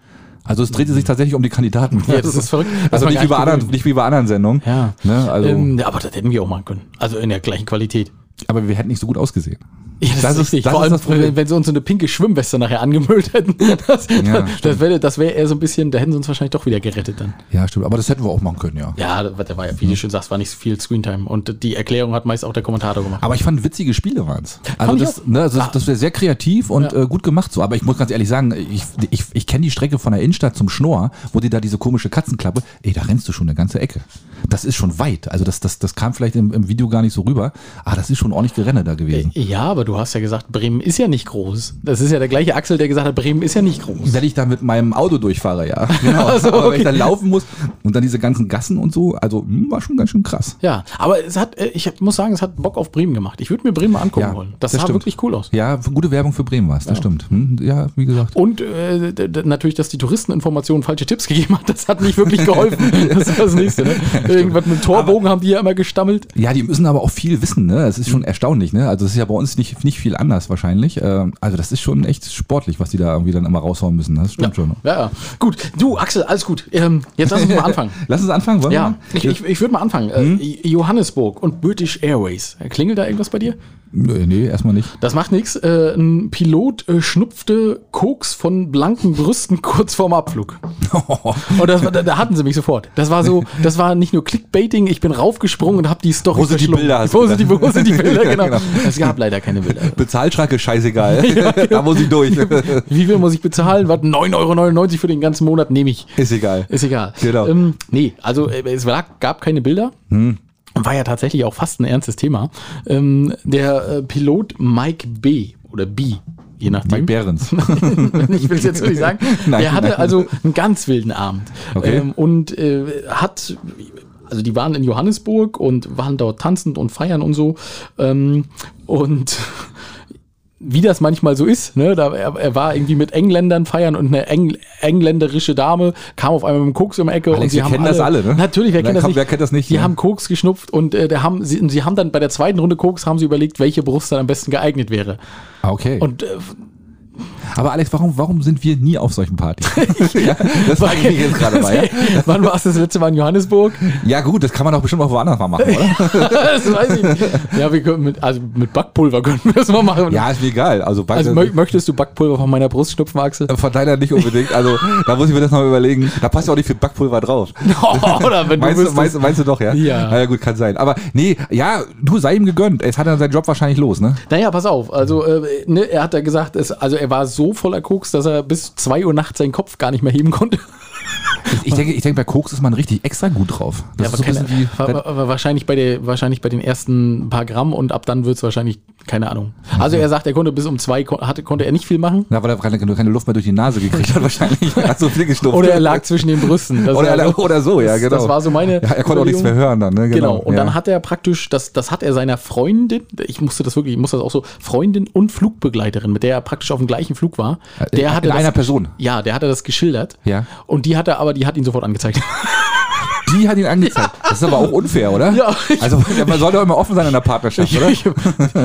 A: Also es drehte sich tatsächlich um die Kandidaten.
B: Mhm. Ja, das ist verrückt. Das
A: Also
B: war
A: nicht
B: gar
A: wie, bei
B: nicht
A: anderen,
B: gewöhnt.
A: nicht wie bei anderen Sendungen.
B: Ja.
A: Ne, also,
B: Ähm, ja, aber das hätten wir auch machen können. Also in der gleichen Qualität.
A: aber wir hätten nicht so gut ausgesehen.
B: Ja, das, ist richtig.
A: das
B: Vor
A: ist
B: allem,
A: das Problem.
B: wenn, wenn sie uns so eine pinke Schwimmweste nachher angemüllt hätten, das, das wäre das wär eher so ein bisschen, da hätten sie uns wahrscheinlich doch wieder gerettet dann.
A: Ja, stimmt. Aber das hätten wir auch machen können, ja.
B: Ja, da da war ja, wie du schon sagst, war nicht so viel Screentime. Und die Erklärung hat meist auch der Kommentator gemacht.
A: Aber ich fand witzige Spiele waren's. Also
B: Fand ich Ah.
A: das, ne, also das, das wäre sehr kreativ und äh, gut gemacht so. Aber ich muss ganz ehrlich sagen, ich, ich, ich kenne die Strecke von der Innenstadt zum Schnorr, wo die da diese komische Katzenklappe, ey, da rennst du schon eine ganze Ecke. Das ist schon weit. Also das, das, das kam vielleicht im, im Video gar nicht so rüber. Ah, das ist schon ordentlich Gerenne da gewesen.
B: Ja, aber du hast ja gesagt, Bremen ist ja nicht groß. Das ist ja der gleiche Axel, der gesagt hat, Bremen ist ja nicht groß.
A: Wenn ich da mit meinem Auto durchfahre, ja. Genau.
B: so,
A: Aber wenn ich
B: Also, okay.
A: da laufen muss und dann diese ganzen Gassen und so, also hm, war schon ganz schön krass.
B: Ja, aber es hat, äh, ich hab- muss sagen, es hat Bock auf Bremen gemacht. Ich würde mir Bremen mal angucken
A: Ja,
B: wollen. Das,
A: das
B: sah
A: stimmt.
B: wirklich cool aus.
A: Ja, gute Werbung für Bremen war's. das stimmt. Hm, ja, wie gesagt.
B: Und äh, d- d- natürlich, dass die Touristeninformation falsche Tipps gegeben hat, das hat nicht wirklich geholfen. Das ist das Nächste. Ne? Irgendwas mit dem Torbogen haben die ja immer gestammelt.
A: Ja, die müssen aber auch viel wissen, ne? Das ist schon
B: Mhm.
A: erstaunlich, ne? Also das ist ja bei uns nicht, nicht viel anders wahrscheinlich. Ähm, also das ist schon echt sportlich, was die da irgendwie dann immer raushauen müssen. ne? Das stimmt schon.
B: Ja, ja. Gut, du, Axel, alles gut. Ähm, jetzt lass uns mal anfangen.
A: Lass uns anfangen, wollen
B: Ja,
A: wir?
B: ich, ich, ich würde mal anfangen. Äh, Johannesburg und British Airways. Klingelt da irgendwas bei dir?
A: Nö, Nee, erstmal nicht.
B: Das macht nichts. Äh, ein Pilot äh, schnupfte Koks von blanken Brüsten kurz vorm Abflug. Und das, war- da, da hatten sie mich sofort. Das war so, das war nicht nur Clickbaiting, ich bin raufgesprungen und habe die Story
A: Wo sind die
B: verschlungen.
A: Bilder, hast du
B: Wo sind die, wo sind die Bilder, genau.
A: Genau.
B: Es gab leider keine will. Alter.
A: Bezahlschranke, scheißegal. da muss ich durch.
B: Wie viel muss ich bezahlen? Was? 9,99 Euro für den ganzen Monat nehme ich.
A: Ist egal.
B: Ist egal.
A: Genau. Hm.
B: Ähm, nee, also äh, es war, gab keine Bilder. War ja tatsächlich auch fast ein ernstes Thema. Ähm, der äh, Pilot Mike B. oder B. Je nachdem.
A: Mike Behrens.
B: ich will es jetzt nicht sagen.
A: Nein,
B: der hatte
A: nein.
B: also einen ganz wilden Abend.
A: Okay.
B: Ähm, und äh, hat, also die waren in Johannesburg und waren dort tanzend und feiern und so. Ähm, und wie das manchmal so ist, ne? da, er, er war irgendwie mit Engländern feiern und eine Engl engländerische Dame kam auf einmal mit dem Koks um die Ecke. und
A: Alex,
B: sie
A: wir
B: haben
A: kennen das alle, ne?
B: Natürlich, wer
A: Wer
B: kennt, das
A: kann-
B: nicht?
A: wer kennt das nicht,
B: Die
A: ne?
B: haben Koks geschnupft und äh, da haben, sie, sie haben dann bei der zweiten Runde Koks haben sie überlegt, welche Brust dann am besten geeignet wäre.
A: Ah, Okay.
B: Und äh,
A: Aber Alex, warum, warum sind wir nie auf solchen Partys? ja, das frage ich mich jetzt gerade mal. Ja?
B: wann war es das letzte Mal in Johannesburg?
A: ja gut, das kann man doch bestimmt auch woanders mal machen, oder?
B: das weiß ich nicht. Ja, wir können mit, also mit Backpulver können wir das mal machen.
A: ja, ist mir egal. Also,
B: Also
A: beide,
B: mö möchtest du Backpulver von meiner Brust schnupfen, Axel?
A: von deiner Äh, nicht unbedingt. Also da muss ich mir das noch überlegen. Da passt ja auch nicht viel Backpulver drauf.
B: Oder wenn
A: Meinst du,
B: wüsstest-
A: meinst, du- meinst du doch, ja?
B: Ja.
A: Na ja, gut, kann sein. Aber nee, ja, du sei ihm gegönnt. Es hat er seinen Job wahrscheinlich los, ne?
B: Naja, pass auf. Also, äh, ne, er hat da gesagt, es, also er war so voller Koks, dass er bis 2 Uhr nachts seinen Kopf gar nicht mehr heben konnte.
A: Ich denke, ich denke, bei Koks ist man richtig extra gut drauf. Das ist so ein bisschen wie,
B: wa- wa- wa- wahrscheinlich, bei der, wahrscheinlich bei den ersten paar Gramm und ab dann wird es wahrscheinlich, keine Ahnung. Also er sagt, er konnte bis um 2 hatte, konnte er nicht viel machen.
A: na, weil er keine, keine Luft mehr durch die Nase gekriegt hat, wahrscheinlich. Er hat so viel geschnupft.
B: Oder er lag zwischen den Brüsten. Das
A: Oder,
B: war
A: er-
B: so-
A: oder so, ja,
B: das-
A: genau.
B: Das war so meine.
A: ja, er konnte auch nichts mehr
B: Überlegung.
A: hören dann, ne?
B: Genau. Und
A: ja.
B: dann hat er praktisch, das, das hat er seiner Freundin, ich musste das wirklich, ich musste das auch so, Freundin und Flugbegleiterin, mit der er praktisch auf dem gleichen Flug war. Der
A: in
B: hatte
A: einer
B: das,
A: Person?
B: Ja, der hatte das geschildert.
A: Ja.
B: Und die hat er aber, die hat ihn sofort angezeigt.
A: Die hat ihn angezeigt. Das ist aber auch unfair, oder?
B: Ja.
A: Also man soll doch immer offen sein in der Partnerschaft, oder?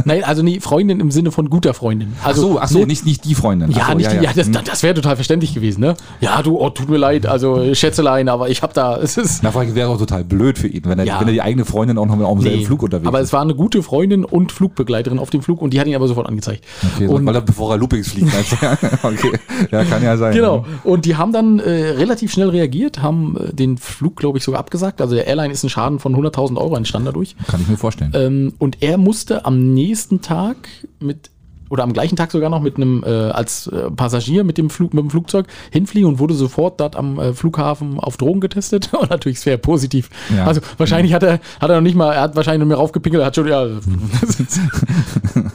B: Nein, also nee, Freundin im Sinne von guter Freundin.
A: Ach so, ach so,
B: ne,
A: nicht, nicht die Freundin.
B: Ja,
A: ach so, Hm.
B: nicht, ja, das, das wäre total verständlich gewesen, ne? Ja, du, oh, tut mir leid, also Schätzelein, aber ich hab da, es ist.
A: Na, vor allem wäre auch total blöd für ihn, wenn er,
B: Ja.
A: wenn er die eigene Freundin auch noch mit auf demselben
B: Nee,
A: Flug unterwegs
B: aber
A: ist.
B: es war eine gute Freundin und Flugbegleiterin auf dem Flug und die hat ihn aber sofort angezeigt.
A: Okay, so,
B: und
A: weil er bevor er Loopings fliegt. Also, okay, ja, kann ja sein. ne?
B: Genau. Und die haben dann äh, relativ schnell reagiert, haben äh, den Flug, glaube ich, sogar abgesagt. Also der Airline ist ein Schaden von 100.000 Euro entstanden dadurch.
A: Kann ich mir vorstellen.
B: Ähm, und er musste am nächsten Tag mit oder am gleichen Tag sogar noch mit einem äh, als äh, Passagier mit dem Flug mit dem Flugzeug hinfliegen und wurde sofort dort am äh, Flughafen auf Drogen getestet und natürlich sehr positiv.
A: Ja.
B: Also wahrscheinlich hat er hat er noch nicht mal er hat wahrscheinlich nur mehr raufgepinkelt, hat schon ja.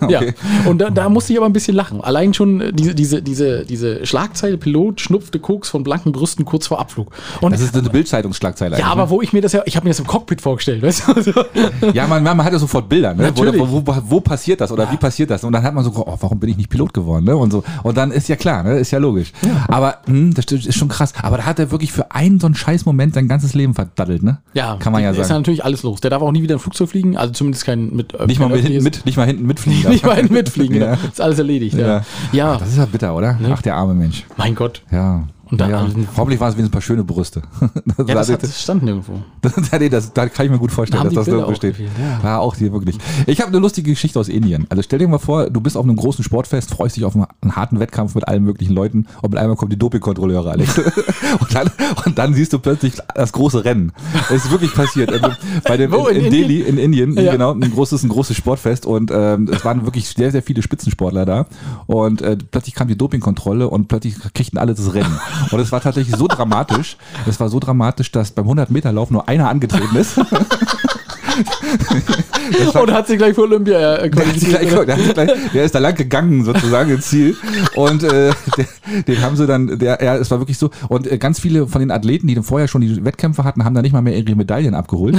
B: ja. Und da, da musste ich aber ein bisschen lachen. Allein schon äh, diese diese diese diese Schlagzeile Pilot schnupfte Koks von blanken Brüsten kurz vor Abflug. Und
A: das ist also eine Bildzeitungsschlagzeile.
B: ja,
A: eigentlich,
B: aber wo ich mir das ja, ich habe mir das im Cockpit vorgestellt, weißt du? Also,
A: ne? ja man, man hat ja sofort Bilder. Ne? Wo,
B: Natürlich.
A: wo, wo, wo passiert das oder wie passiert das? Und dann hat man so, oh, warum bin ich nicht Pilot geworden? Ne? Und so. Und dann ist ja klar, ne? ist ja logisch. Aber hm, das stimmt, ist schon krass. Aber da hat er wirklich für einen so einen scheiß Moment sein ganzes Leben verdaddelt. Ne? kann man ja
B: Ist ja
A: sagen.
B: natürlich alles los. Der darf auch nie wieder ein Flugzeug fliegen, also zumindest kein mit. äh,
A: Nicht mal,
B: kein
A: mit,
B: öffentliches-
A: mit, nicht mal hinten mitfliegen.
B: Nicht mal ein mitfliegen.
A: Ja.
B: genau. Ne? Ist alles erledigt. Ja,
A: Ja.
B: ja.
A: Das ist ja bitter, oder? Ach, der arme Mensch.
B: mein Gott.
A: Ja.
B: Und dann-
A: ja. Hoffentlich waren es wenigstens ein paar schöne Brüste.
B: Ja, das,
A: hat-
B: hat, das stand nirgendwo.
A: Das, nee, das, da kann ich mir gut vorstellen,
B: Da haben
A: dass
B: die
A: das
B: Bilder
A: nirgendwo
B: auch
A: steht.
B: gefehlt,
A: Ja. auch hier wirklich. Ich habe eine lustige Geschichte aus Indien. Also stell dir mal vor, du bist auf einem großen Sportfest, freust dich auf einen, einen harten Wettkampf mit allen möglichen Leuten und mit einmal kommen die Dopingkontrolleure, Alex. und, dann, und dann siehst du plötzlich das große Rennen. Es ist wirklich passiert. Also Bei dem,
B: Wo,
A: in,
B: in
A: in
B: Indien?
A: Delhi, in Indien,
B: Ja.
A: genau, ein großes, ein großes Sportfest und ähm, es waren wirklich sehr, sehr viele Spitzensportler da und äh, plötzlich kam die Dopingkontrolle und plötzlich kriegten alle das Rennen. Und es war tatsächlich so dramatisch, es war so dramatisch, dass beim 100-Meter-Lauf nur einer angetreten ist.
B: Und hat sich gleich für Olympia äh,
A: Der, hat sich gleich,
B: qualifiziert.
A: der, hat sich gleich, der ist da lang gegangen, sozusagen, ins Ziel. Und äh, der, den haben sie dann, der, ja, es war wirklich so. Und äh, ganz viele von den Athleten, die dann vorher schon die Wettkämpfe hatten, haben da nicht mal mehr ihre Medaillen abgeholt.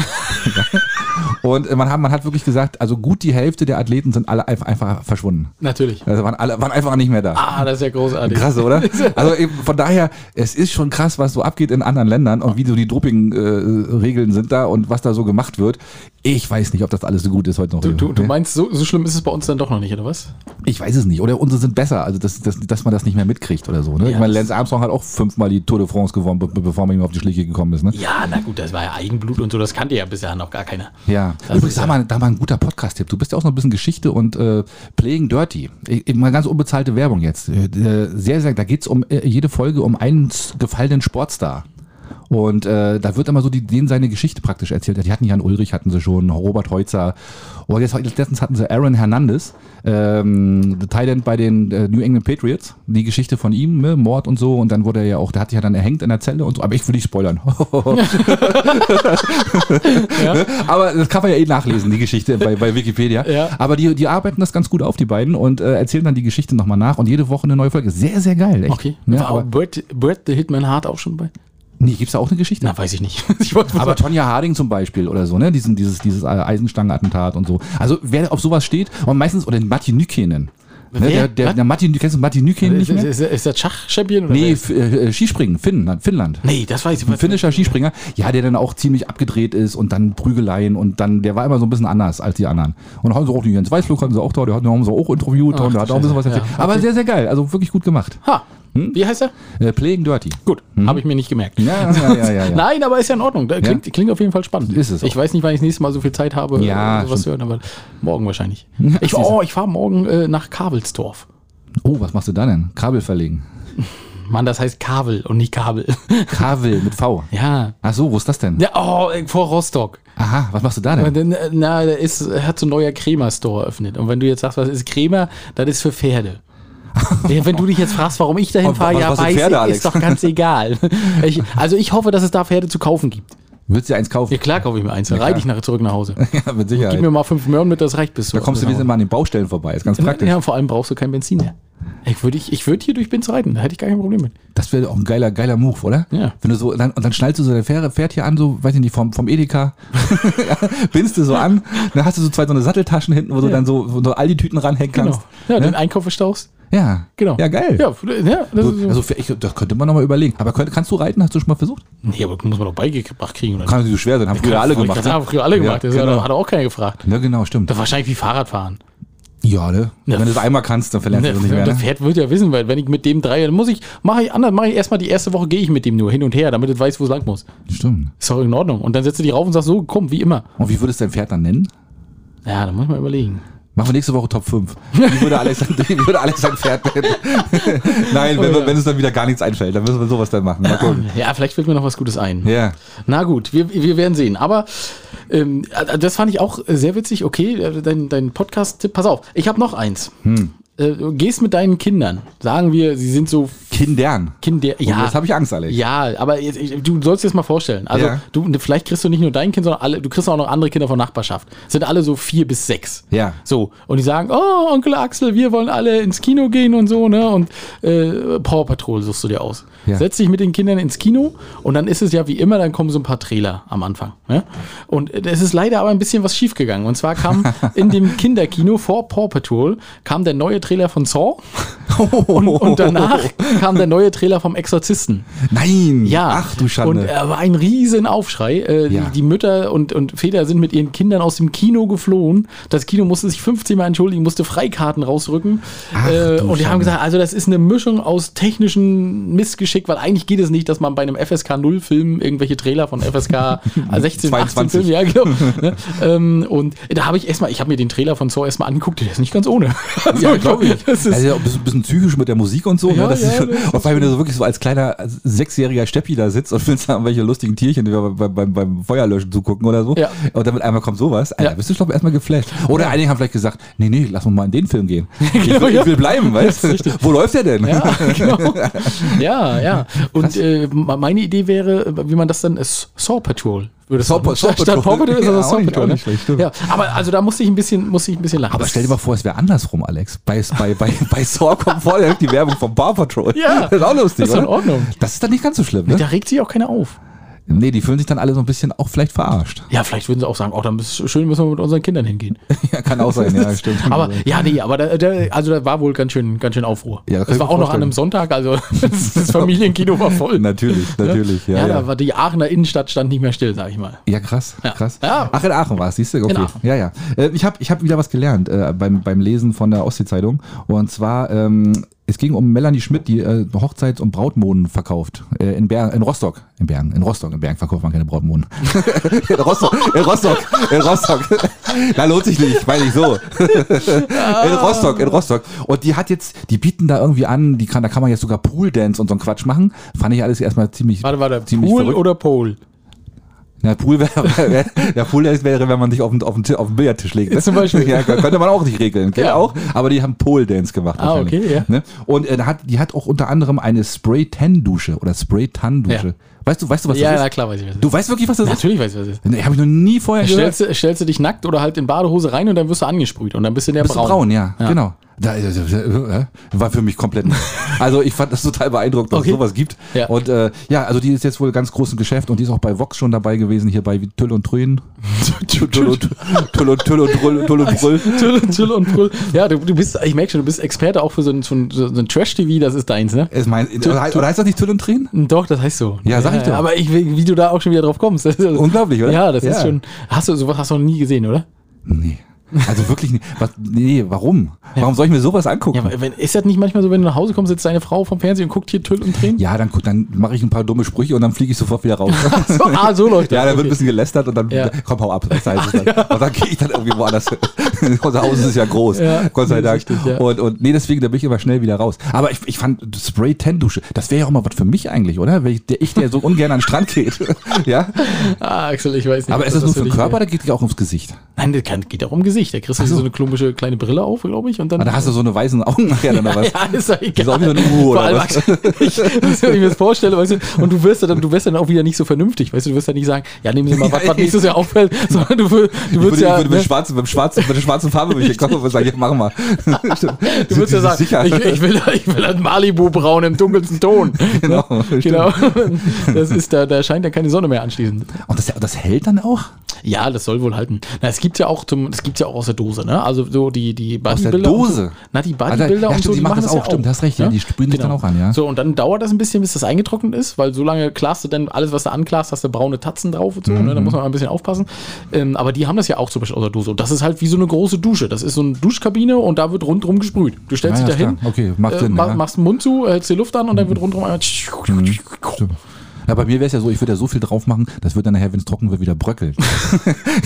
A: Und äh, man, hat, man hat wirklich gesagt, also gut die Hälfte der Athleten sind alle einfach, einfach verschwunden.
B: Natürlich.
A: Also waren, alle, waren einfach nicht mehr da.
B: Ah, das ist ja großartig.
A: Krass, oder? Also eben von daher, es ist schon krass, was so abgeht in anderen Ländern und wie so die Doping-Regeln sind da und was da so gemacht wird. Ich weiß nicht, ob das alles so gut ist heute noch.
B: Du, du, du meinst, so, so schlimm ist es bei uns dann doch noch nicht, oder was?
A: Ich weiß es nicht. Oder unsere sind besser, also dass, dass, dass man das nicht mehr mitkriegt oder so. Ne?
B: Ja,
A: ich meine,
B: das-
A: Lance Armstrong hat auch fünfmal die Tour de France gewonnen, be be- bevor man ihm auf die Schliche gekommen ist. Ne?
B: Ja, na gut, das war ja Eigenblut und so, das kannte ja bisher noch gar keiner.
A: Ja.
B: Das
A: Übrigens,
B: ist
A: sag
B: ja-
A: mal, da mal ein guter Podcast-Tipp. Du bist ja auch so ein bisschen Geschichte und äh, Playing Dirty. Ich, ich- mal ganz unbezahlte Werbung jetzt. Äh, Äh, sehr, sehr, da geht's um äh, jede Folge um einen s- gefallenen Sportstar. Und äh, da wird immer so die, denen seine Geschichte praktisch erzählt. Die hatten Jan Ulrich, hatten sie schon, Robert Heutzer. Oder jetzt, letztens hatten sie Aaron Hernandez, ähm, the Thailand bei den äh, New England Patriots. Die Geschichte von ihm, ne? Mord und so. Und dann wurde er ja auch, der hat sich ja dann erhängt in der Zelle und so. Aber ich will nicht spoilern. Aber das kann man ja eh nachlesen, die Geschichte bei, bei Wikipedia.
B: Ja.
A: Aber die, die arbeiten das ganz gut auf, die beiden, und äh, erzählen dann die Geschichte nochmal nach. Und jede Woche eine neue Folge. Sehr, sehr geil. Echt.
B: Okay.
A: Ne,
B: War auch
A: aber,
B: Brett, Brett the Hitman Hart auch schon bei?
A: nee, gibt's da auch eine Geschichte?
B: weiß ich nicht. ich wollte nur
A: Aber
B: sagen,
A: Tonja Harding zum Beispiel oder so, ne? Diesen, dieses, dieses Eisenstangenattentat und so. Also wer auf sowas steht und meistens, oder den Matti Nykenen. Ne?
B: Wer?
A: Der, der,
B: Was?
A: der Matti, kennst du Matti Nykenen nicht
B: ist,
A: mehr?
B: ist, ist das Schachchampion? oder
A: Nee,
B: wer?
A: F- äh, Skispringen, Finnland. Finnland.
B: nee, das weiß ich.
A: Ein finnischer Skispringer, ja, der dann auch ziemlich abgedreht ist und dann Prügeleien und dann, der war immer so ein bisschen anders als die anderen. Und haben sie auch die Jens Weißflug hatten sie auch da, der hat haben sie auch interviewt
B: Ach,
A: und da
B: du
A: hat auch ein bisschen was
B: Scheiße,
A: erzählt.
B: ja,
A: Aber sehr, sehr geil, also wirklich gut gemacht.
B: Ha. Wie heißt er?
A: Äh, Playing Dirty.
B: Gut, habe ich mir nicht gemerkt.
A: Hm? Ja, ja, ja, ja, ja.
B: Nein, aber ist ja in Ordnung. Da Klingt, klingt auf jeden Fall spannend.
A: Ist es
B: Ich weiß nicht, wann ich das nächste Mal so viel Zeit habe,
A: Ja,
B: äh, sowas zu hören, aber morgen wahrscheinlich. Ich, fahr- oh, ich fahre morgen äh, nach Kabelsdorf.
A: Oh, was machst du da denn? Kabel verlegen.
B: Mann, das heißt Kabel und nicht Kabel.
A: Kabel mit V.
B: ja.
A: Ach so, wo ist das denn?
B: Ja, oh, äh, vor Rostock.
A: Aha, was machst du da
B: Und
A: denn?
B: dann, äh, Na, da ist, hat so ein neuer Cremer-Store eröffnet. Und wenn du jetzt sagst, was ist Cremer, das ist für Pferde. Ja, wenn du dich jetzt fragst, warum ich dahin
A: Und
B: fahre,
A: was-
B: ja,
A: was sind
B: weiß
A: Pferde,
B: ich,
A: Alex?
B: ist doch ganz egal. Ich, also ich hoffe, dass es da Pferde zu kaufen gibt.
A: Würdest du dir eins kaufen?
B: Ja, klar kaufe ich mir eins. Dann reite ich nachher zurück nach Hause.
A: Ja, mit Sicherheit.
B: Gib mir mal fünf Möhren mit, das reicht bis
A: da kommst du wesentlich mal an den Baustellen vorbei. Ist ganz praktisch.
B: Ja, vor allem brauchst du kein Benzin mehr. Ich würde ich, ich würd hier durch Binz reiten, da hätte ich gar kein Problem mit.
A: Das wäre auch ein geiler, geiler Move, oder?
B: Ja.
A: Wenn du so, dann, und dann schnallst du so dein Pferd Pferd hier an, so, weiß ich nicht, vom, vom Edeka, bindst du so an, dann hast du so zwei so eine Satteltaschen hinten, wo du dann so, wo du all die Tüten ranhängen kannst.
B: Genau. Ja, den
A: ne?
B: Einkauf verstaust.
A: ja.
B: Genau.
A: Ja, geil.
B: Ja, f- ja das ist
A: So,
B: so.
A: also, ich, das könnte man nochmal überlegen. Aber könnt, kannst du reiten? Hast du schon mal versucht?
B: Nee, aber muss man doch beigebracht kriegen. Oder?
A: Kann nicht so schwer sein, haben früher alle gemacht. ne?
B: Das haben früher alle gemacht.
A: Ja,
B: das
A: genau.
B: hat auch keiner gefragt.
A: Ja, genau, stimmt.
B: Das ist wahrscheinlich wie Fahrradfahren.
A: Ja, ne?
B: Ja.
A: Wenn du es einmal kannst, dann verlernst du es nicht mehr.
B: das
A: Ne?
B: Pferd wird ja wissen, weil wenn ich mit dem drei, dann muss ich, mache ich anders, mache ich erstmal die erste Woche, gehe ich mit dem nur hin und her, damit es weiß, wo es lang muss.
A: Stimmt.
B: Ist doch in Ordnung. Und dann setzt du die rauf und sagst, so, komm, wie immer.
A: Und wie würdest du dein Pferd dann nennen?
B: Ja, da muss man überlegen.
A: Machen wir nächste Woche Top 5. Wie würde Alex, wie würde Alex sein Pferd nennen? Nein,
B: Oh
A: wenn, wir- wenn es dann wieder gar nichts einfällt, dann müssen wir sowas dann machen. Mal gucken.
B: Ja, vielleicht fällt mir noch was Gutes ein.
A: Ja.
B: Na gut, wir, wir werden sehen. Aber ähm, das fand ich auch sehr witzig. Okay, äh, dein, dein Podcast-Tipp. Pass auf, ich habe noch eins.
A: Hm.
B: Äh, du gehst mit deinen Kindern. Sagen wir, sie sind so
A: Kindern.
B: Kinder.
A: Und jetzt habe ich Angst, Alex.
B: Ja, aber jetzt, ich- du sollst dir das mal vorstellen. Also,
A: Ja.
B: du, vielleicht kriegst du nicht nur dein Kind, sondern alle, du kriegst auch noch andere Kinder von Nachbarschaft. Sind alle so vier bis sechs.
A: Ja.
B: So. Und die sagen, oh, Onkel Axel, wir wollen alle ins Kino gehen und so, ne? Und äh, Power Patrol suchst du dir aus.
A: Ja.
B: Setz dich mit den Kindern ins Kino und dann ist es ja wie immer, dann kommen so ein paar Trailer am Anfang. Ne? Und äh, es ist leider aber ein bisschen was schiefgegangen. Und zwar kam in dem Kinderkino vor Paw Patrol kam der neue Trailer von Saw und, und danach kam der neue Trailer vom Exorzisten.
A: Nein.
B: Ja.
A: Ach du
B: Und äh,
A: Schande.
B: er war ein riesen Aufschrei. Äh,
A: Ja.
B: die, die Mütter und, und Väter sind mit ihren Kindern aus dem Kino geflohen. Das Kino musste sich 15 Mal entschuldigen, musste Freikarten rausrücken.
A: Ach,
B: äh,
A: du
B: und die haben
A: Schande.
B: gesagt, also das ist eine Mischung aus technischem Missgeschick, weil eigentlich geht es nicht, dass man bei einem FSK 0 Film irgendwelche Trailer von FSK 16, 18
A: 22.
B: Filmen, ja genau. ne? ähm, und da habe ich erstmal, ich habe mir den Trailer von Saw erstmal angeguckt, der ist nicht ganz ohne. Also,
A: glaub
B: Das ist,
A: also ja, ein bisschen, bisschen psychisch mit der Musik und so.
B: Ja,
A: ne? das
B: ja,
A: ist schon,
B: das ist
A: und vor allem, wenn du so wirklich so als kleiner als sechsjähriger Steppi da sitzt und willst da welche lustigen Tierchen die wir beim, beim, beim Feuerlöschen zugucken oder so.
B: Ja.
A: Und damit einmal kommt sowas. Alter,
B: Ja.
A: bist du, glaube ich, erstmal geflasht. Oder einige haben vielleicht gesagt, nee, nee, lass uns mal in den Film gehen. Ich
B: Genau,
A: will,
B: ja.
A: ich will bleiben, weißt du? Wo läuft der denn?
B: Ja, genau. ja, ja. Und äh, ma- meine Idee wäre, wie man das dann ist, Saw Patrol. Würde
A: Saw Pa- Saw
B: statt statt Paw
A: Patrol.
B: Patrol ist
A: Ja,
B: das
A: auch
B: Saw
A: nicht-
B: Patrol.
A: auch
B: Ne?
A: nicht schlecht, stimmt.
B: ja, aber also da musste ich ein bisschen, musste ich ein bisschen lachen.
A: Aber stell dir mal vor, es wäre andersrum, Alex. Bei, bei, bei, bei Saw kommt vorher direkt die Werbung vom Bar Patrol.
B: Ja.
A: Das ist auch lustig,
B: Das ist
A: oder?
B: in Ordnung.
A: Das ist dann nicht ganz so schlimm, ne?
B: da regt sich auch keiner auf.
A: Nee, die fühlen sich dann alle so ein bisschen auch vielleicht verarscht.
B: Ja, vielleicht würden sie auch sagen, oh, dann müssen, schön müssen wir mit unseren Kindern hingehen.
A: Ja, kann auch sein, ja, stimmt.
B: Aber ja, nee, aber da, da, also da war wohl ganz schön, ganz schön Aufruhr.
A: Ja, das kann
B: das
A: ich
B: war
A: mir
B: auch noch an
A: vorstellen.
B: einem Sonntag, also das Familienkino war voll.
A: natürlich, natürlich, ja.
B: ja,
A: Ja,
B: da war die Aachener Innenstadt stand nicht mehr still, sag ich mal.
A: Ja, krass, krass.
B: Ja.
A: Ach, in Aachen war es, siehst du? Okay.
B: Aachen.
A: Ja, ja. Äh, Ich habe ich hab wieder was gelernt äh, beim, beim Lesen von der Ostsee-Zeitung. Und zwar ähm, Es ging um Melanie Schmidt, die äh, Hochzeits- und Brautmoden verkauft. Äh, in, Ber in Rostock. In Bergen. In Rostock. In Bergen verkauft man keine Brautmoden. in Rostock. In Rostock. In Rostock. da lohnt sich nicht, meine ich so. in Rostock. In Rostock. Und die hat jetzt, die bieten da irgendwie an, die kann, da kann man jetzt sogar Pooldance und so einen Quatsch machen. Fand ich alles erstmal ziemlich.
B: Warte, warte,
A: ziemlich
B: Pool
A: verrückt.
B: oder Pole?
A: Na, Pool wäre, wär, der Pool wäre, wenn man sich auf den, auf den, Ti- auf den Billardtisch legt. Ne?
B: Zum Beispiel.
A: Ja, könnte man auch nicht regeln. Geht
B: Ja.
A: auch. Aber die haben Pole-Dance gemacht.
B: Ah,
A: wahrscheinlich,
B: okay, ja.
A: Ne? Und äh, da hat, die hat auch unter anderem eine Spray-Tan-Dusche oder Spray-Tan-Dusche.
B: Ja.
A: Weißt du, weißt du, was
B: Ja,
A: das
B: na
A: ist?
B: klar weiß ich was.
A: Du weißt wirklich, was das ist?
B: Natürlich weiß ich was. es Ist.
A: Nee, habe ich noch nie vorher gehört.
B: Stellst, du- stellst du dich nackt oder halt in Badehose rein und dann wirst du angesprüht und dann bist du der
A: Bist du
B: braun.
A: braun, ja, genau. Da, äh, äh, äh, war für mich komplett. Also ich fand das total beeindruckend, dass
B: Okay.
A: es sowas gibt.
B: Ja.
A: Und äh, ja, also die ist jetzt wohl ganz groß im Geschäft und die ist auch bei Vox schon dabei gewesen, hier bei Tüll und Trönen. Tüll und Also- Tüll und Tüll und Brüll- Tüll und Brüll.
B: Tüll, Tüll und Pull. Ja, du, du bist, ich merke schon, du bist Experte auch für so ein, so ein, so ein Trash-TV, das ist deins, ne?
A: Es mein, oder, heißt- oder heißt das nicht Tüll und Tränen?
B: Hm, Doch, das heißt so.
A: Ja, sag ich doch.
B: Aber ich, wie du da auch schon wieder drauf kommst. Das ist,
A: Unglaublich, oder?
B: Ja, das ist
A: Ja.
B: schon. Hast du sowas hast du noch nie gesehen, oder?
A: Nee. Also wirklich nicht. Was, nee, warum? Warum soll ich mir sowas angucken?
B: Ja, aber wenn, ist das nicht manchmal so, wenn du nach Hause kommst, sitzt deine Frau vom Fernsehen und guckt hier Tüll und Tränen?
A: Ja, dann, guck- dann mache ich ein paar dumme Sprüche und dann fliege ich sofort wieder raus.
B: So, ah, so läuft das.
A: Ja, da wird ein
B: okay.
A: bisschen gelästert und dann,
B: Ja.
A: komm, hau ab. Das heißt es dann. Und dann gehe ich dann irgendwie woanders hin. Unser Haus ist ja groß,
B: Ja,
A: Gott sei
B: das
A: Dank.
B: ist richtig, ja.
A: und, und nee, deswegen, da bin ich immer schnell wieder raus. Aber ich, ich fand Spray-Tan-Dusche, das wäre ja auch mal was für mich eigentlich, oder? Weil ich, der, ich, der so ungern an den Strand geht. ja?
B: Ah, Axel, ich weiß nicht.
A: Aber
B: ob
A: ist das
B: das
A: nur
B: was
A: für den
B: dich
A: Körper
B: wäre.
A: oder geht die auch ums Gesicht?
B: Nein, das kann, geht auch um Gesicht. Da kriegst du so. Ah, eine komische kleine Brille auf, glaube ich. Und dann.
A: Ah, Da hast du so eine weißen Augen nachher dann oder was?
B: ja, ist doch egal.
A: Ist auch wieder eine Uhr,
B: Vor
A: oder
B: allem,
A: was?
B: Axel, ich, das, wenn ich mir das vorstelle, weißt du, und du wirst ja dann, du wirst dann auch wieder nicht so vernünftig, weißt du, du wirst ja nicht sagen, ja, nehmen Sie mal was, was nicht so sehr auffällt, sondern du, wür- du
A: Ich
B: würdest
A: würde,
B: ja,
A: ich würde mit,
B: ne,
A: schwarzen, mit, schwarzen, mit der schwarzen Farbe mich kommen und sagen, ja, mach mal.
B: du würdest ja sagen,
A: sicher.
B: ich, ich will, ich will ein Malibu-Braun im dunkelsten Ton.
A: Genau, stimmt.
B: genau. Das ist, da, da scheint ja keine Sonne mehr anschließend.
A: Und das, das hält dann auch?
B: Ja, das soll wohl halten. Na, es gibt ja auch zum, es gibt ja auch aus der Dose, ne? Also so die die Bodybuilder. und
A: Dose?
B: So, na, die
A: Ah, da-
B: Bodybuilder
A: ja,
B: und so,
A: stimmt, die machen das auch, stimmt, hast recht, ja, die sprühen das dann auch an, ja.
B: ne? Genau. So und dann dauert das ein bisschen, bis das eingetrocknet ist, weil so lange klarst du dann alles, was du anklarst, hast du braune Tatzen drauf und so, ne?
A: Mhm.
B: Da muss man mal ein bisschen aufpassen. Ähm, aber die haben das ja auch zum Beispiel aus der Dose. Und das ist halt wie so eine große Dusche. Das ist so eine Duschkabine und da wird rundrum gesprüht. Du stellst
A: Ja,
B: dich
A: ja,
B: dahin,
A: klar. Okay, macht
B: äh,
A: Sinn,
B: ma
A: ja. Mhm.
B: machst den Mund zu, hältst die Luft an und dann wird rundrum einmal.
A: Na, bei mir wäre es ja so, ich würde ja so viel drauf machen, das wird dann nachher, wenn es trocken wird, wieder bröckeln.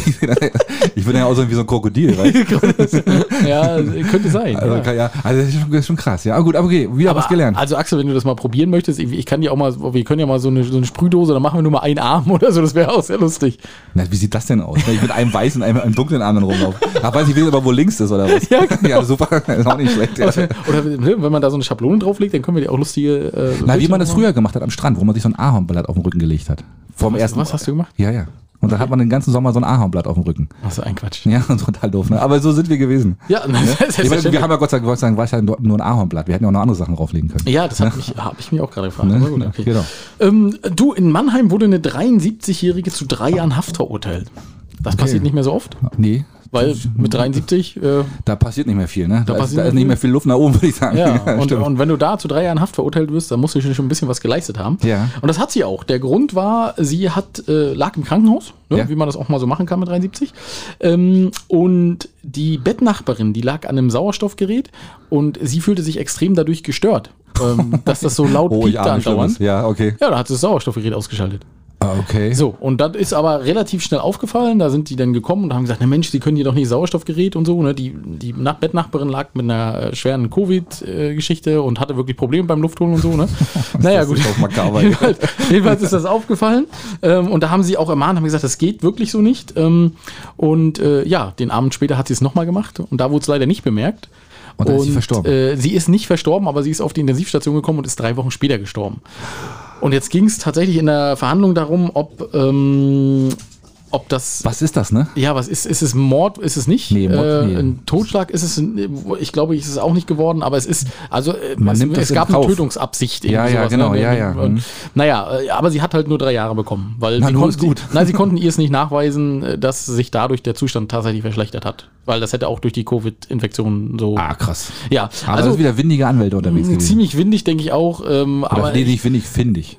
A: ich würde dann, ich würde dann ja aussehen wie so ein Krokodil, weißt du?
B: Ja, könnte sein.
A: Also,
B: ja.
A: kann- ja, also das, ist schon, das ist schon krass, ja. Ah, gut, aber okay, wieder
B: Aber
A: was gelernt.
B: Also Axel, wenn du das mal probieren möchtest, ich, ich kann dir auch mal, wir können ja mal so eine, so eine Sprühdose, dann machen wir nur mal einen Arm oder so, das wäre auch sehr lustig.
A: Na, wie sieht das denn aus? Wenn ich mit einem weißen, einem, einem dunklen Arm dann rumlaufe. Ach, weiß ich will aber, wo links ist oder was?
B: Ja, genau.
A: super, ist auch nicht schlecht. Ja.
B: Oder ne, wenn man da so eine Schablone drauflegt, dann können wir dir auch lustige. Äh, so
A: Na, wie
B: Bildchen
A: man das
B: machen.
A: früher gemacht hat am Strand, wo man sich so ein Ahornblatt auf den Rücken gelegt hat. Vom ersten
B: was hast du gemacht?
A: Ja, ja. Und dann hat man den ganzen Sommer so ein Ahornblatt auf dem Rücken.
B: Ach so, ein Quatsch.
A: Ja, und total doof, ne? Aber so sind wir gewesen.
B: Ja,
A: Ich meine,
B: selbstverständlich.
A: Ne? wir haben ja Gott sei Dank, Gott sei Dank war es ja nur nur ein Ahornblatt. Wir hätten ja auch noch andere Sachen drauflegen können.
B: ja, das habe ich, hab ich mir auch gerade gefragt. Aber gut, okay.
A: Genau.
B: ähm, du, in Mannheim wurde eine 73-Jährige zu drei Jahren Haft verurteilt. Das passiert nicht mehr so oft,
A: Nee,
B: weil mit 73 äh,
A: da passiert nicht mehr viel, ne? Da, ist,
B: passiert
A: da ist
B: nicht
A: nicht mehr viel Luft nach oben, würde ich sagen.
B: Ja, und,
A: stimmt.
B: und wenn du da zu drei Jahren Haft verurteilt wirst, dann musst du schon schon ein bisschen was geleistet haben.
A: Ja.
B: Und das hat sie auch. Der Grund war, sie hat, äh, lag im Krankenhaus, ne,
A: Ja.
B: wie man das auch mal so machen kann mit 73. Ähm, und die Bettnachbarin, die lag an einem Sauerstoffgerät und sie fühlte sich extrem dadurch gestört, ähm, dass das so laut
A: oh,
B: piepte
A: ja,
B: andauernd.
A: stimmt. Ja, okay.
B: Ja, da hat sie das Sauerstoffgerät ausgeschaltet.
A: Ah, Okay.
B: Äh, So, und das ist aber relativ schnell aufgefallen. Da sind die dann gekommen und haben gesagt, na Mensch, die können hier doch nicht Sauerstoffgerät und so. Ne? Die, die Nach Bettnachbarin lag mit einer äh, schweren Covid-Geschichte äh, und hatte wirklich Probleme beim Luftholen und so. Ne? naja,
A: das
B: gut.
A: ist auch makaber, ja.
B: jedenfalls, jedenfalls ist das aufgefallen. Ähm, und da haben sie auch ermahnt, haben gesagt, das geht wirklich so nicht. Ähm, und äh, ja, den Abend später hat sie es nochmal gemacht und da wurde es leider nicht bemerkt.
A: Und dann ist sie verstorben.
B: Äh, sie ist nicht verstorben, aber sie ist auf die Intensivstation gekommen und ist drei Wochen später gestorben. Und jetzt ging es tatsächlich in der Verhandlung darum, ob, ähm, ob das.
A: Was ist das, ne?
B: Ja, was ist, ist es Mord, ist es nicht?
A: Nee, Mord,
B: äh,
A: nee.
B: Ein Totschlag ist es, ich glaube, ist es auch nicht geworden, aber es ist, also äh,
A: Man
B: es,
A: nimmt das
B: es
A: in
B: gab eine
A: Kauf.
B: Tötungsabsicht. irgendwie ne?
A: Ja, ja, genau, ja, ja.
B: Und, Naja, äh, aber sie hat halt nur drei Jahre bekommen, weil
A: Na,
B: sie,
A: nun
B: konnten-
A: ist gut.
B: nein, sie konnten ihr es nicht nachweisen, äh, dass sich dadurch der Zustand tatsächlich verschlechtert hat, weil das hätte auch durch die Covid-Infektion so.
A: Ah, krass.
B: Ja, Also,
A: Aber also, das ist wieder windige Anwälte unterwegs gewesen.
B: ziemlich windig, denke ich auch, ähm,
A: Oder
B: aber
A: nee, nicht windig, findig.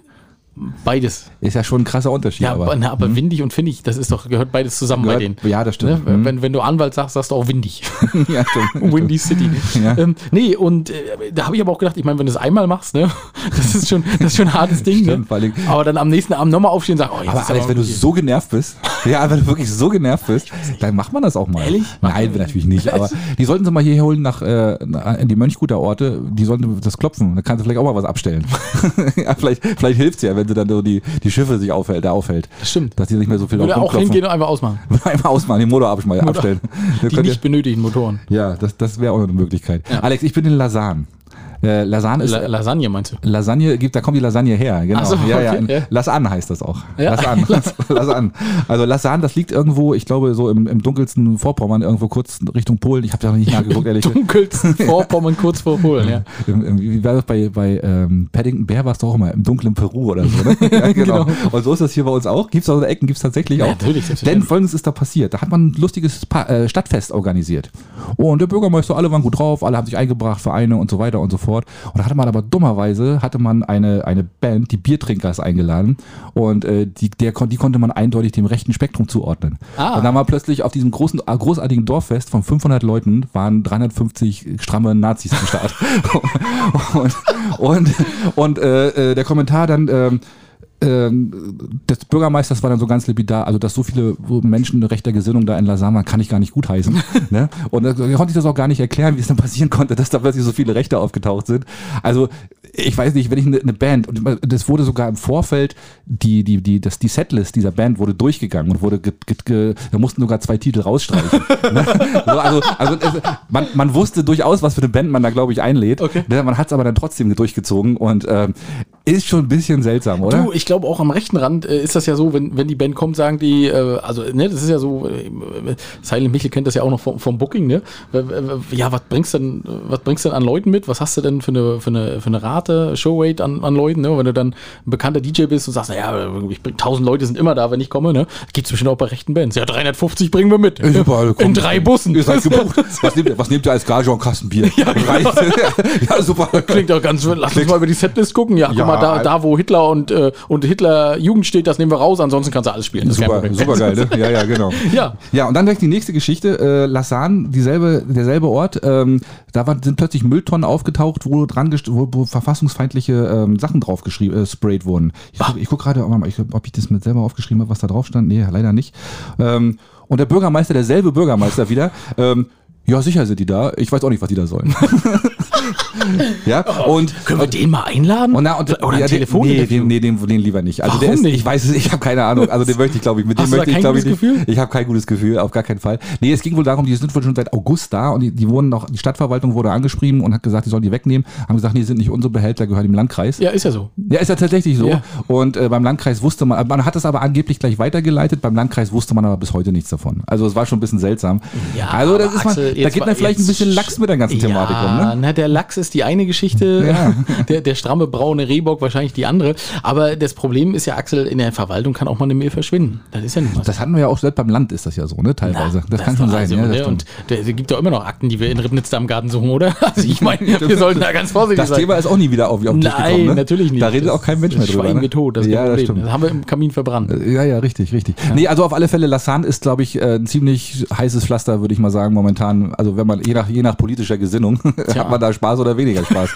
B: Beides.
A: Ist ja schon ein krasser Unterschied.
B: Ja, aber, na, aber windig und findig, das ist doch, gehört beides zusammen bei denen.
A: Hm? gehört, ja, das
B: Ne?
A: stimmt. Hm?
B: Wenn- Wenn, wenn du Anwalt sagst, sagst du auch windig.
A: Mhm. ja, stimmt.
B: Windy City.
A: Ja.
B: Ähm, nee, und äh, da habe ich aber auch gedacht, ich meine, wenn du es einmal machst, ne, das ist schon, das ist schon ein hartes Ding. Ne?
A: Stimmt, vor allem-
B: Aber dann am nächsten Abend nochmal aufstehen und sagen, oh, jetzt
A: Aber
B: ist
A: Alex, wenn du
B: wirklich-
A: so genervt bist, ja, wenn du wirklich so genervt bist, dann macht man das auch mal.
B: Ehrlich?
A: Nein, wir natürlich nicht. Aber die sollten sie mal hierher holen nach, äh, nach- in die Mönchguter Orte. Die sollten das klopfen. Da kannst du vielleicht auch mal was abstellen. ja, vielleicht vielleicht hilft es ja, wenn sie dann so die, die Schiffe sich aufhält, da aufhält.
B: Das stimmt.
A: Dass die nicht mehr so viel
B: Würde auch
A: rumklopfen.
B: hingehen und einfach ausmachen.
A: Einmal ausmachen, den Motor abschmeißen, abstellen. Wir
B: Die
A: können
B: nicht benötigen Motoren.
A: ja, ja, das, das wäre auch noch eine Möglichkeit. Alex, ich bin in Lausanne. Äh, Lausanne ist.
B: La Lasagne meinst du?
A: Lasagne gibt, da kommt die Lasagne her, genau.
B: Ach so,
A: ja, ja.
B: okay,
A: in-
B: ja.
A: Lass an heißt das auch.
B: Ja.
A: Lass an. Lass, lass an. Also Lass an, das liegt irgendwo, ich glaube, so im, im dunkelsten Vorpommern, irgendwo kurz Richtung Polen. Ich habe da noch nicht nachgeguckt, ehrlich gesagt.
B: Dunkelsten Vorpommern kurz vor Polen, ja.
A: Im- im- Wie war das bei, bei ähm, Paddington Bear? Warst du auch immer im dunklen Peru oder so, ne? ja, genau. Und so ist das hier bei uns auch. Gibt es auch so Ecken, gibt es tatsächlich
B: Ja,
A: auch.
B: natürlich,
A: Denn
B: selbstverständlich.
A: folgendes ist da passiert. Da hat man ein lustiges pa äh, Stadtfest organisiert. Oh, Und der Bürgermeister, alle waren gut drauf, alle haben sich eingebracht, Vereine und so weiter und so fort. Und da hatte man aber dummerweise, hatte man eine, eine Band, die Biertrinkers eingeladen. Und äh, die, der, kon- die konnte man eindeutig dem rechten Spektrum zuordnen.
B: Ah.
A: Und dann war plötzlich auf diesem großen, äh, großartigen Dorffest von 500 Leuten waren 350 stramme Nazis am Start. und und, und äh, äh, der Kommentar dann... ähm, ähm, des Bürgermeisters war dann so ganz lapidar, also dass so viele Menschen rechter Gesinnung da in Lausanne waren, kann ich gar nicht gutheißen. ne? Und da konnte ich das auch gar nicht erklären, wie es dann passieren konnte, dass da plötzlich so viele Rechte aufgetaucht sind. Also ich weiß nicht, wenn ich eine eine Band, und das wurde sogar im Vorfeld, die, die, die, das, die Setlist dieser Band wurde durchgegangen und wurde, ge, ge, ge, da mussten sogar zwei Titel rausstreichen. ne? so, also also es, man, man wusste durchaus, was für eine Band man da, glaube ich, einlädt.
B: Okay.
A: Ne? Man hat es aber dann trotzdem durchgezogen und ähm, ist schon ein bisschen seltsam, oder?
B: Du, ich glaube auch am rechten Rand äh, ist das ja so, wenn, wenn die Band kommt, sagen die, äh, also ne, das ist ja so, äh, Silent Michel kennt das ja auch noch vom, vom Booking, ne? W- w- Ja, was bringst denn, was bringst denn an Leuten mit? Was hast du denn für eine, für eine, für eine Rate, Showrate an, an Leuten, ne? Wenn du dann ein bekannter DJ bist und sagst, naja, ich bring 1000 Leute sind immer da, wenn ich komme, ne? Gibt's bestimmt auch bei rechten Bands. Ja, 350 bringen wir mit.
A: Ist überall,
B: In
A: also komm.
B: drei Bussen.
A: Ihr seid gebucht. Was nehmt, ihr- was nehmt ihr als Gage und Kassenbier? Ja, ja super.
B: genau. Klingt doch ganz, lass uns mal über die Setlist gucken. Ja,
A: Ja,
B: guck mal, da,
A: Alter.
B: da wo Hitler und, äh, und Hitler Jugend steht, das nehmen wir raus, ansonsten kannst du alles spielen. Das ist kein
A: Super,
B: Problem.
A: super geil, ne? Ja, ja, genau.
B: Ja.
A: Ja, und dann gleich die nächste Geschichte. Äh, Lausanne, dieselbe, derselbe Ort, ähm, da waren, sind plötzlich Mülltonnen aufgetaucht, wo, dran gest- wo, wo verfassungsfeindliche ähm, Sachen draufgeschrieben, äh, sprayed wurden. Ich
B: Ah.
A: gucke guck gerade, oh, ich, ob ich das mit selber aufgeschrieben habe, was da drauf stand. Nee, leider nicht. Ähm, und der Bürgermeister, derselbe Bürgermeister wieder, ähm, ja, sicher sind die da. Ich weiß auch nicht, was die da sollen. ja, und
B: Können wir den mal einladen?
A: Und na, und,
B: Oder
A: ja, den-
B: ein Telefon?
A: Nee, den, nee den, den lieber nicht. Also
B: Warum
A: der ist,
B: nicht?
A: Ich weiß es, ich habe keine Ahnung. Also den möchte ich, glaube ich, mit dem
B: Hast du da
A: möchte ich,
B: kein
A: glaube ich,
B: gutes
A: nicht.
B: Gefühl?
A: Ich habe kein gutes Gefühl, auf gar keinen Fall. Nee, es ging wohl darum, die sind wohl schon seit August da und die, die wurden noch, die Stadtverwaltung wurde angeschrieben und hat gesagt, die sollen die wegnehmen. Haben gesagt, nee, sind nicht unsere Behälter, gehören dem Landkreis.
B: Ja, ist ja so.
A: Ja, ist ja tatsächlich so.
B: Ja.
A: Und äh, beim Landkreis wusste man, man hat das aber angeblich gleich weitergeleitet, beim Landkreis wusste man aber bis heute nichts davon. Also es war schon ein bisschen seltsam.
B: Ja,
A: also das
B: aber
A: ist mal,
B: Axel,
A: da
B: jetzt
A: geht
B: war-
A: man vielleicht ein
B: jetzt
A: bisschen lax mit der ganzen Thematik um, ne?
B: Na, der Lachs ist die eine Geschichte, der, der stramme braune Rehbock wahrscheinlich die andere. Aber das Problem ist ja, Axel, in der Verwaltung kann auch mal eine Mail verschwinden. Das ist ja nicht was.
A: Das hatten wir ja auch selbst beim Land ist das ja so, ne? Teilweise. das, kann
B: ist
A: schon
B: doch
A: sein.
B: also,
A: ja, das
B: ne?
A: stimmt.
B: Und da- es gibt ja immer noch Akten, die wir in Ribnitz-Dammgarten suchen, oder? Also ich meine, wir sollten da ganz vorsichtig
A: Das
B: sein.
A: Thema ist auch nie wieder auf, auf den Tisch
B: Nein,
A: gekommen, ne?
B: natürlich nicht.
A: Da redet
B: Das-
A: auch kein Mensch mehr
B: das
A: drüber.
B: Schweigen
A: ne?
B: wird tot, das ist
A: ja,
B: kein
A: das
B: Problem.
A: stimmt.
B: Das haben wir im Kamin verbrannt.
A: Ja, ja, richtig, richtig. Nee, also auf alle Fälle, Lassan ist, glaube ich, äh, ein ziemlich heißes Pflaster, würde ich mal sagen, momentan. Also wenn man, je nach, je nach politischer Gesinnung,
B: Tja.
A: hat man da Spaß oder weniger Spaß.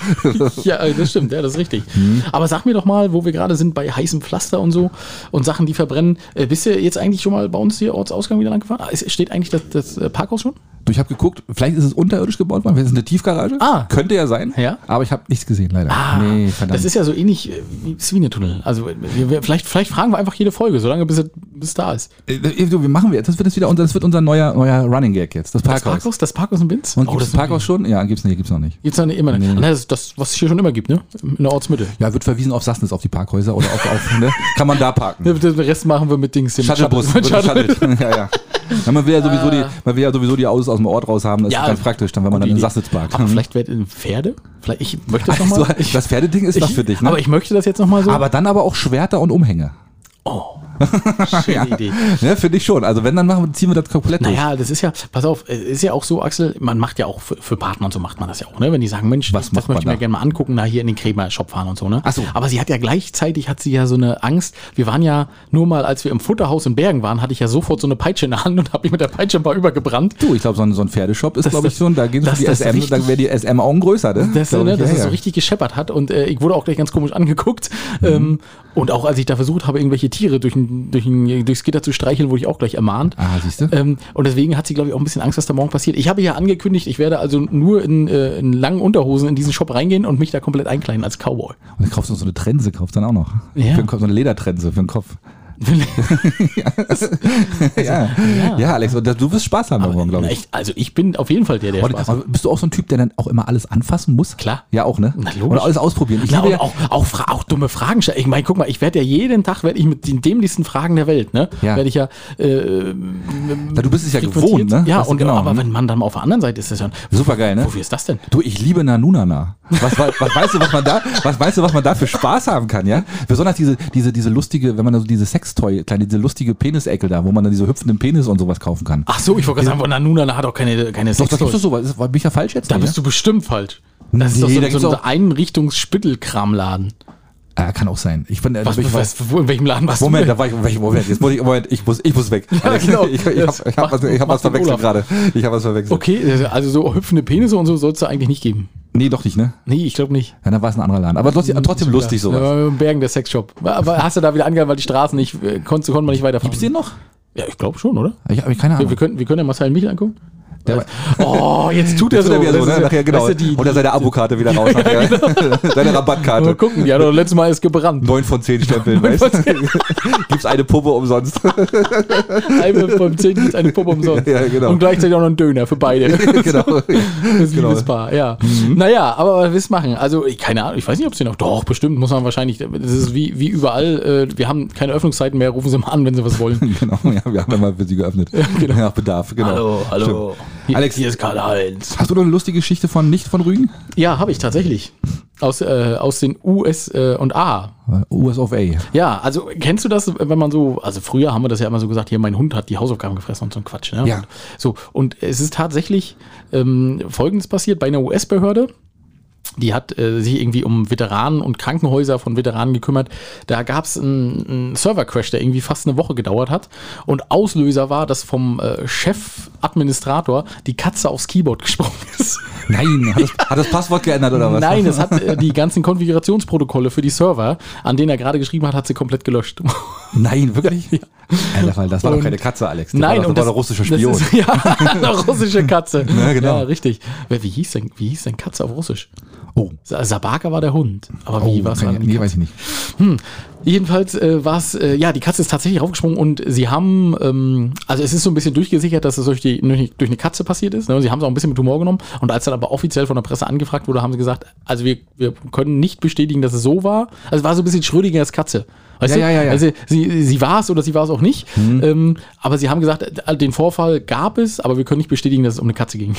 B: Ja, äh, das stimmt, ja, das ist richtig.
A: Mhm.
B: Aber sag mir doch mal, wo wir gerade sind bei heißem Pflaster und so und Sachen, die verbrennen. Äh, bist du jetzt eigentlich schon mal bei uns hier Ortsausgang wieder lang gefahren? Ah, ist, steht eigentlich das, das äh, Parkhaus schon?
A: du, ich habe geguckt, vielleicht ist es unterirdisch gebaut worden, vielleicht ist es eine Tiefgarage.
B: Ah.
A: Könnte ja sein.
B: Ja.
A: Aber ich habe nichts gesehen, leider.
B: Ah, das ist ja so ähnlich äh, wie Swinetunnel. Also äh, wir, wir, vielleicht, vielleicht fragen wir einfach jede Folge, solange bis es bis da ist.
A: Äh, Du, wie machen wir jetzt? Das wird jetzt wieder unser, das wird unser neuer, neuer Running Gag jetzt. Das
B: Das
A: Parkhaus.
B: Parkhaus, das Parkhaus in Binz?
A: Und
B: oh,
A: gibt's
B: das
A: das Parkhaus schon? Ja, gibt's nicht, gibt's noch nicht.
B: Jetzt noch immer. Nee. Das, ist das, was es hier schon immer gibt, ne? In der Ortsmitte.
A: Ja, wird verwiesen auf Sassnitz, auf die Parkhäuser oder auf, auf ne? kann man da parken.
B: Den Rest machen wir mit Dings. dem
A: Shuttlebus,
B: Shuttle-
A: wird
B: halt.
A: geshuttelt. ja, ja. ja, man will ja sowieso die, man will ja sowieso die Autos aus dem Ort raus haben, das
B: Ah. Ja,
A: ist ganz praktisch, dann wenn man dann
B: Gute
A: in
B: Idee.
A: Sassnitz parkt.
B: Aber vielleicht werden Pferde? Vielleicht, ich möchte das
A: Also,
B: nochmal.
A: das Pferdeding ist was
B: Ich-
A: für dich, ne?
B: Aber ich möchte das jetzt nochmal so.
A: Aber dann aber auch Schwerter und Umhänge.
B: oh, Schöne Idee.
A: Ja, finde ich schon. Also wenn, dann machen, wir- ziehen wir das komplett durch.
B: Naja, das ist ja, pass auf, es ist ja auch so, Axel, man macht ja auch für, für Partner und so macht man das ja auch, ne? Wenn die sagen, Mensch,
A: Was
B: das
A: macht
B: möchte ich
A: man
B: mir
A: da?
B: gerne mal angucken, na hier in den Krämer Shop fahren und so, ne?
A: Ach so.
B: Aber sie hat ja gleichzeitig, hat sie ja so eine Angst. Wir waren ja nur mal, als wir im Futterhaus in Bergen waren, hatte ich ja sofort so eine Peitsche in der Hand und habe mich mit der Peitsche ein paar übergebrannt.
A: Du, ich glaube, so ein, so ein Pferdeshop ist,
B: Das-
A: glaube ich, schon, da gehen so
B: das-
A: die
B: das
A: SM,
B: richtig-
A: dann wäre die SM Augen größer, ne?
B: Dass,
A: Glaub
B: ne,
A: ich,
B: dass
A: ja,
B: es so
A: ja. Mhm.
B: richtig gescheppert hat und äh, ich wurde auch gleich ganz komisch angeguckt. Ähm, und auch als ich da versucht habe, irgendwelche Tiere durch, ein- durch, ein- durchs Gitter zu streicheln, wurde ich auch gleich ermahnt.
A: Ah, siehst du?
B: Ähm, und deswegen hat sie, glaube ich, auch ein bisschen Angst, was da morgen passiert. Ich habe ja angekündigt, ich werde also nur in, äh, in langen Unterhosen in diesen Shop reingehen und mich da komplett einkleiden als Cowboy.
A: Und dann kaufst du so eine Trense, kaufst dann auch noch.
B: Ja.
A: Für den Kopf, so eine Ledertrense für den Kopf. ja. Ja. Alex, und das- du wirst Spaß haben morgen, glaube
B: Na,
A: ich.
B: echt, also ich bin auf jeden Fall der, der
A: Und,
B: Spaß hat.
A: aber bist du auch so ein Typ, der dann auch immer alles anfassen muss?
B: Klar.
A: Ja, auch, ne?
B: Na, logisch.
A: Oder alles ausprobieren. Ich
B: Na,
A: liebe
B: und
A: ja,
B: auch, auch, Fra- auch dumme Fragen stellen. Ich meine, guck mal, ich werde ja jeden Tag werd ich mit den dämlichsten Fragen der Welt, ne?
A: Ja.
B: Werde ich ja äh,
A: na, du bist es ja gewohnt,
B: frequentiert.
A: ne?
B: Ja,
A: Das-
B: und, aber
A: ne?
B: wenn man dann mal auf der anderen Seite ist, ist das ja.
A: Supergeil, ne?
B: Wofür ist das denn?
A: Du, ich liebe Nanunana. Was, was, was weißt du, was man da, was weißt du, was man da für Spaß haben kann, ja? Besonders diese, diese, diese lustige, wenn man da so diese Sextoy, kleine, diese lustige Penisecke da, wo man dann diese hüpfenden Penis und sowas kaufen kann.
B: Ach so, ich wollte gerade sagen, von Nanuna da hat auch keine, keine
A: Doch, da
B: Sextoys.
A: gibt's doch sowas. Ist- War mich ja falsch jetzt?
B: Da
A: nicht,
B: bist du bestimmt falsch. Das
A: Nee,
B: ist doch
A: da
B: so, so,
A: gibt's
B: so
A: auch-
B: ein Einrichtungsspittelkramladen.
A: ja? Ah, kann auch sein. Ich bin,
B: Was,
A: ich
B: was,
A: war-
B: was, wo, in welchem Laden warst
A: Moment,
B: du?
A: da war ich, Moment, Moment, jetzt muss ich, Moment, ich muss, ich muss weg. Alex,
B: genau.
A: Ich, ich
B: Das
A: habe ich hab
B: macht-
A: was, ich hab was
B: macht den
A: verwechselt
B: Olaf.
A: gerade. Ich habe was verwechselt.
B: Okay, äh, also so hüpfende Penisse und so soll es da eigentlich nicht geben.
A: Nee, doch nicht, ne?
B: Nee, ich glaube nicht.
A: Ja, dann war es ein anderer Laden. Aber trotzdem, trotzdem lustig
B: Hm, Ja,
A: sowas.
B: aber in Bergen der Sexshop. Aber hast du da wieder angehalten, weil die Straßen nicht, äh, konnte, konnte man nicht weiterfahren?
A: Gibt's den noch?
B: Ja, ich glaube schon, oder?
A: Ich habe keine
B: Wir, wir,
A: Ahnung.
B: können, wir können ja Marcel Michel angucken.
A: Der-
B: Oh, jetzt tut er
A: Jetzt
B: so.
A: wird er wieder so,
B: Das ist
A: ne?
B: ja-
A: Nachher, genau.
B: weißt du, die, genau.
A: Oder seine Abokarte wieder raus. nachher. seine
B: mal
A: Rabattkarte.
B: gucken, die hat doch letztes Mal ist gebrannt.
A: Neun von zehn Stempeln,
B: Neun
A: weißt
B: von
A: du? Gibt's eine Puppe umsonst.
B: Einmal vom 10 gibt's eine Puppe umsonst.
A: Ja, ja, genau.
B: Und gleichzeitig auch noch ein Döner für beide.
A: genau. Mhm.
B: Das Liebespaar, ja. Naja, aber wir es machen. Also, ich- keine Ahnung, ich weiß nicht, ob es den noch. Doch, bestimmt muss man wahrscheinlich. Das ist wie, wie überall. Äh, wir haben keine Öffnungszeiten mehr. Rufen Sie mal an, wenn Sie was wollen.
A: genau, ja, wir haben einmal für sie geöffnet.
B: genau.
A: Nach Bedarf, genau.
B: Hier,
A: Alex.
B: Alex. Hier ist Karl-Heinz.
A: Hast du noch eine lustige Geschichte von nicht von Rügen?
B: Ja, habe ich tatsächlich. Aus, äh, aus den US äh, und A.
A: US of A.
B: Ja, also kennst du das, wenn man so, also früher haben wir das ja immer so gesagt, hier mein Hund hat die Hausaufgaben gefressen und so ein Quatsch. Ne?
A: Ja.
B: Und so, und es ist tatsächlich ähm, Folgendes passiert bei einer US-Behörde. Die hat äh, sich irgendwie um Veteranen und Krankenhäuser von Veteranen gekümmert. Da gab es einen, einen Server-Crash, der irgendwie fast eine Woche gedauert hat. Und Auslöser war, dass vom äh, Chefadministrator die Katze aufs Keyboard gesprungen ist.
A: Nein, hat das, hat das Passwort geändert oder was?
B: Nein, es hat äh, die ganzen Konfigurationsprotokolle für die Server, an denen er gerade geschrieben hat, hat sie komplett gelöscht.
A: Nein, wirklich? Alter, Fall, das war doch
B: Und-
A: keine Katze, Alex. Das
B: Nein,
A: war doch,
B: und
A: das war doch russischer
B: das
A: Spion.
B: Ist, ja, eine russische Katze.
A: Ja, genau.
B: Ja, richtig. Wer- Wie hieß, denn, wie hieß denn Katze auf Russisch?
A: oh,
B: Sa- Sabaka war der Hund. Aber wie war es
A: kann
B: dann?
A: ich- Oh, Nee, weiß ich nicht.
B: Jedenfalls äh, war es, äh, ja, die Katze ist tatsächlich raufgesprungen und sie haben, ähm, also es ist so ein bisschen durchgesichert, dass es durch, die, durch durch eine Katze passiert ist. Ne? Sie haben es auch ein bisschen mit Humor genommen und als dann aber offiziell von der Presse angefragt wurde, haben sie gesagt, also wir, wir können nicht bestätigen, dass es so war. Also es war so ein bisschen Schrödingers Katze.
A: Ja,
B: Weißt du?
A: ja, ja, Mhm. ja.
B: Also sie, sie war es oder sie war es auch nicht. Ähm, aber sie haben gesagt, äh, den Vorfall gab es, aber wir können nicht bestätigen, dass es um eine Katze ging.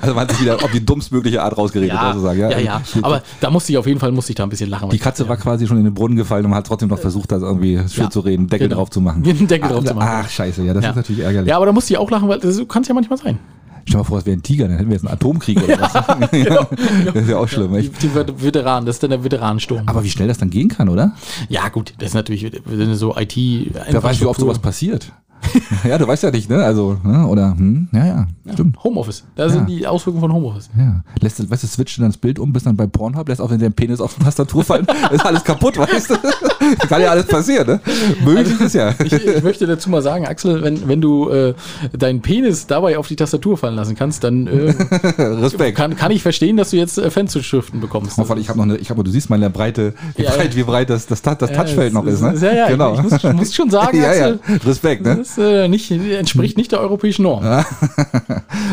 A: Also man hat sich wieder auf die dummstmögliche Art rausgeredet, sozusagen.
B: ja, ja. Aber da musste ich auf jeden Fall, musste ich da ein bisschen lachen. weil
A: Die Katze war quasi schon in den Brunnen gefallen und man hat trotzdem noch versucht, das irgendwie schön
B: Ja,
A: zu reden, Deckel
B: genau.
A: drauf zu machen.
B: Den Deckel
A: Ah,
B: drauf zu machen.
A: Ach, scheiße, ja, das
B: Ja.
A: ist natürlich ärgerlich.
B: Ja, aber da musste ich auch lachen, weil das kann es ja manchmal sein.
A: Stell dir mal vor, es wäre ein Tiger, dann hätten wir jetzt einen Atomkrieg oder was. Das ist ja auch schlimm.
B: Die,
A: echt.
B: die Vet- Veteranen, das ist dann der Veteranensturm.
A: Aber wie schnell das dann gehen kann, oder?
B: ja, gut, das ist natürlich so IT.
A: Wer weiß, wie oft sowas passiert. ja, du weißt ja nicht, ne? Also, ne? oder, hm? ja, ja, stimmt.
B: Homeoffice. Da sind die Auswirkungen von Homeoffice.
A: Ja. Lässt, du- weißt du, switcht du dann das Bild um, bist dann bei Pornhub, lässt auf den Penis auf die Tastatur fallen, ist alles kaputt, weißt du? kann ja alles passieren, ne? Möglich ist ja.
B: Also, Ich, ich möchte dazu mal sagen, Axel, wenn, wenn du äh, deinen Penis dabei auf die Tastatur fallen lassen kannst, dann äh,
A: Respekt.
B: kann, kann ich verstehen, dass du jetzt äh, Fanzuschriften bekommst.
A: Auf, weil ich habe noch eine, ich habe, du siehst meine Breite, wie
B: Ja,
A: breit, wie breit das, das, Ta- das
B: Ja,
A: Touchfeld
B: es
A: noch ist, ne?
B: Ja, ja,
A: genau.
B: ich, ich muss, muss schon sagen,
A: ja, ja,
B: Axel,
A: Respekt, ne? Hm.
B: das äh, nicht, entspricht nicht der europäischen Norm.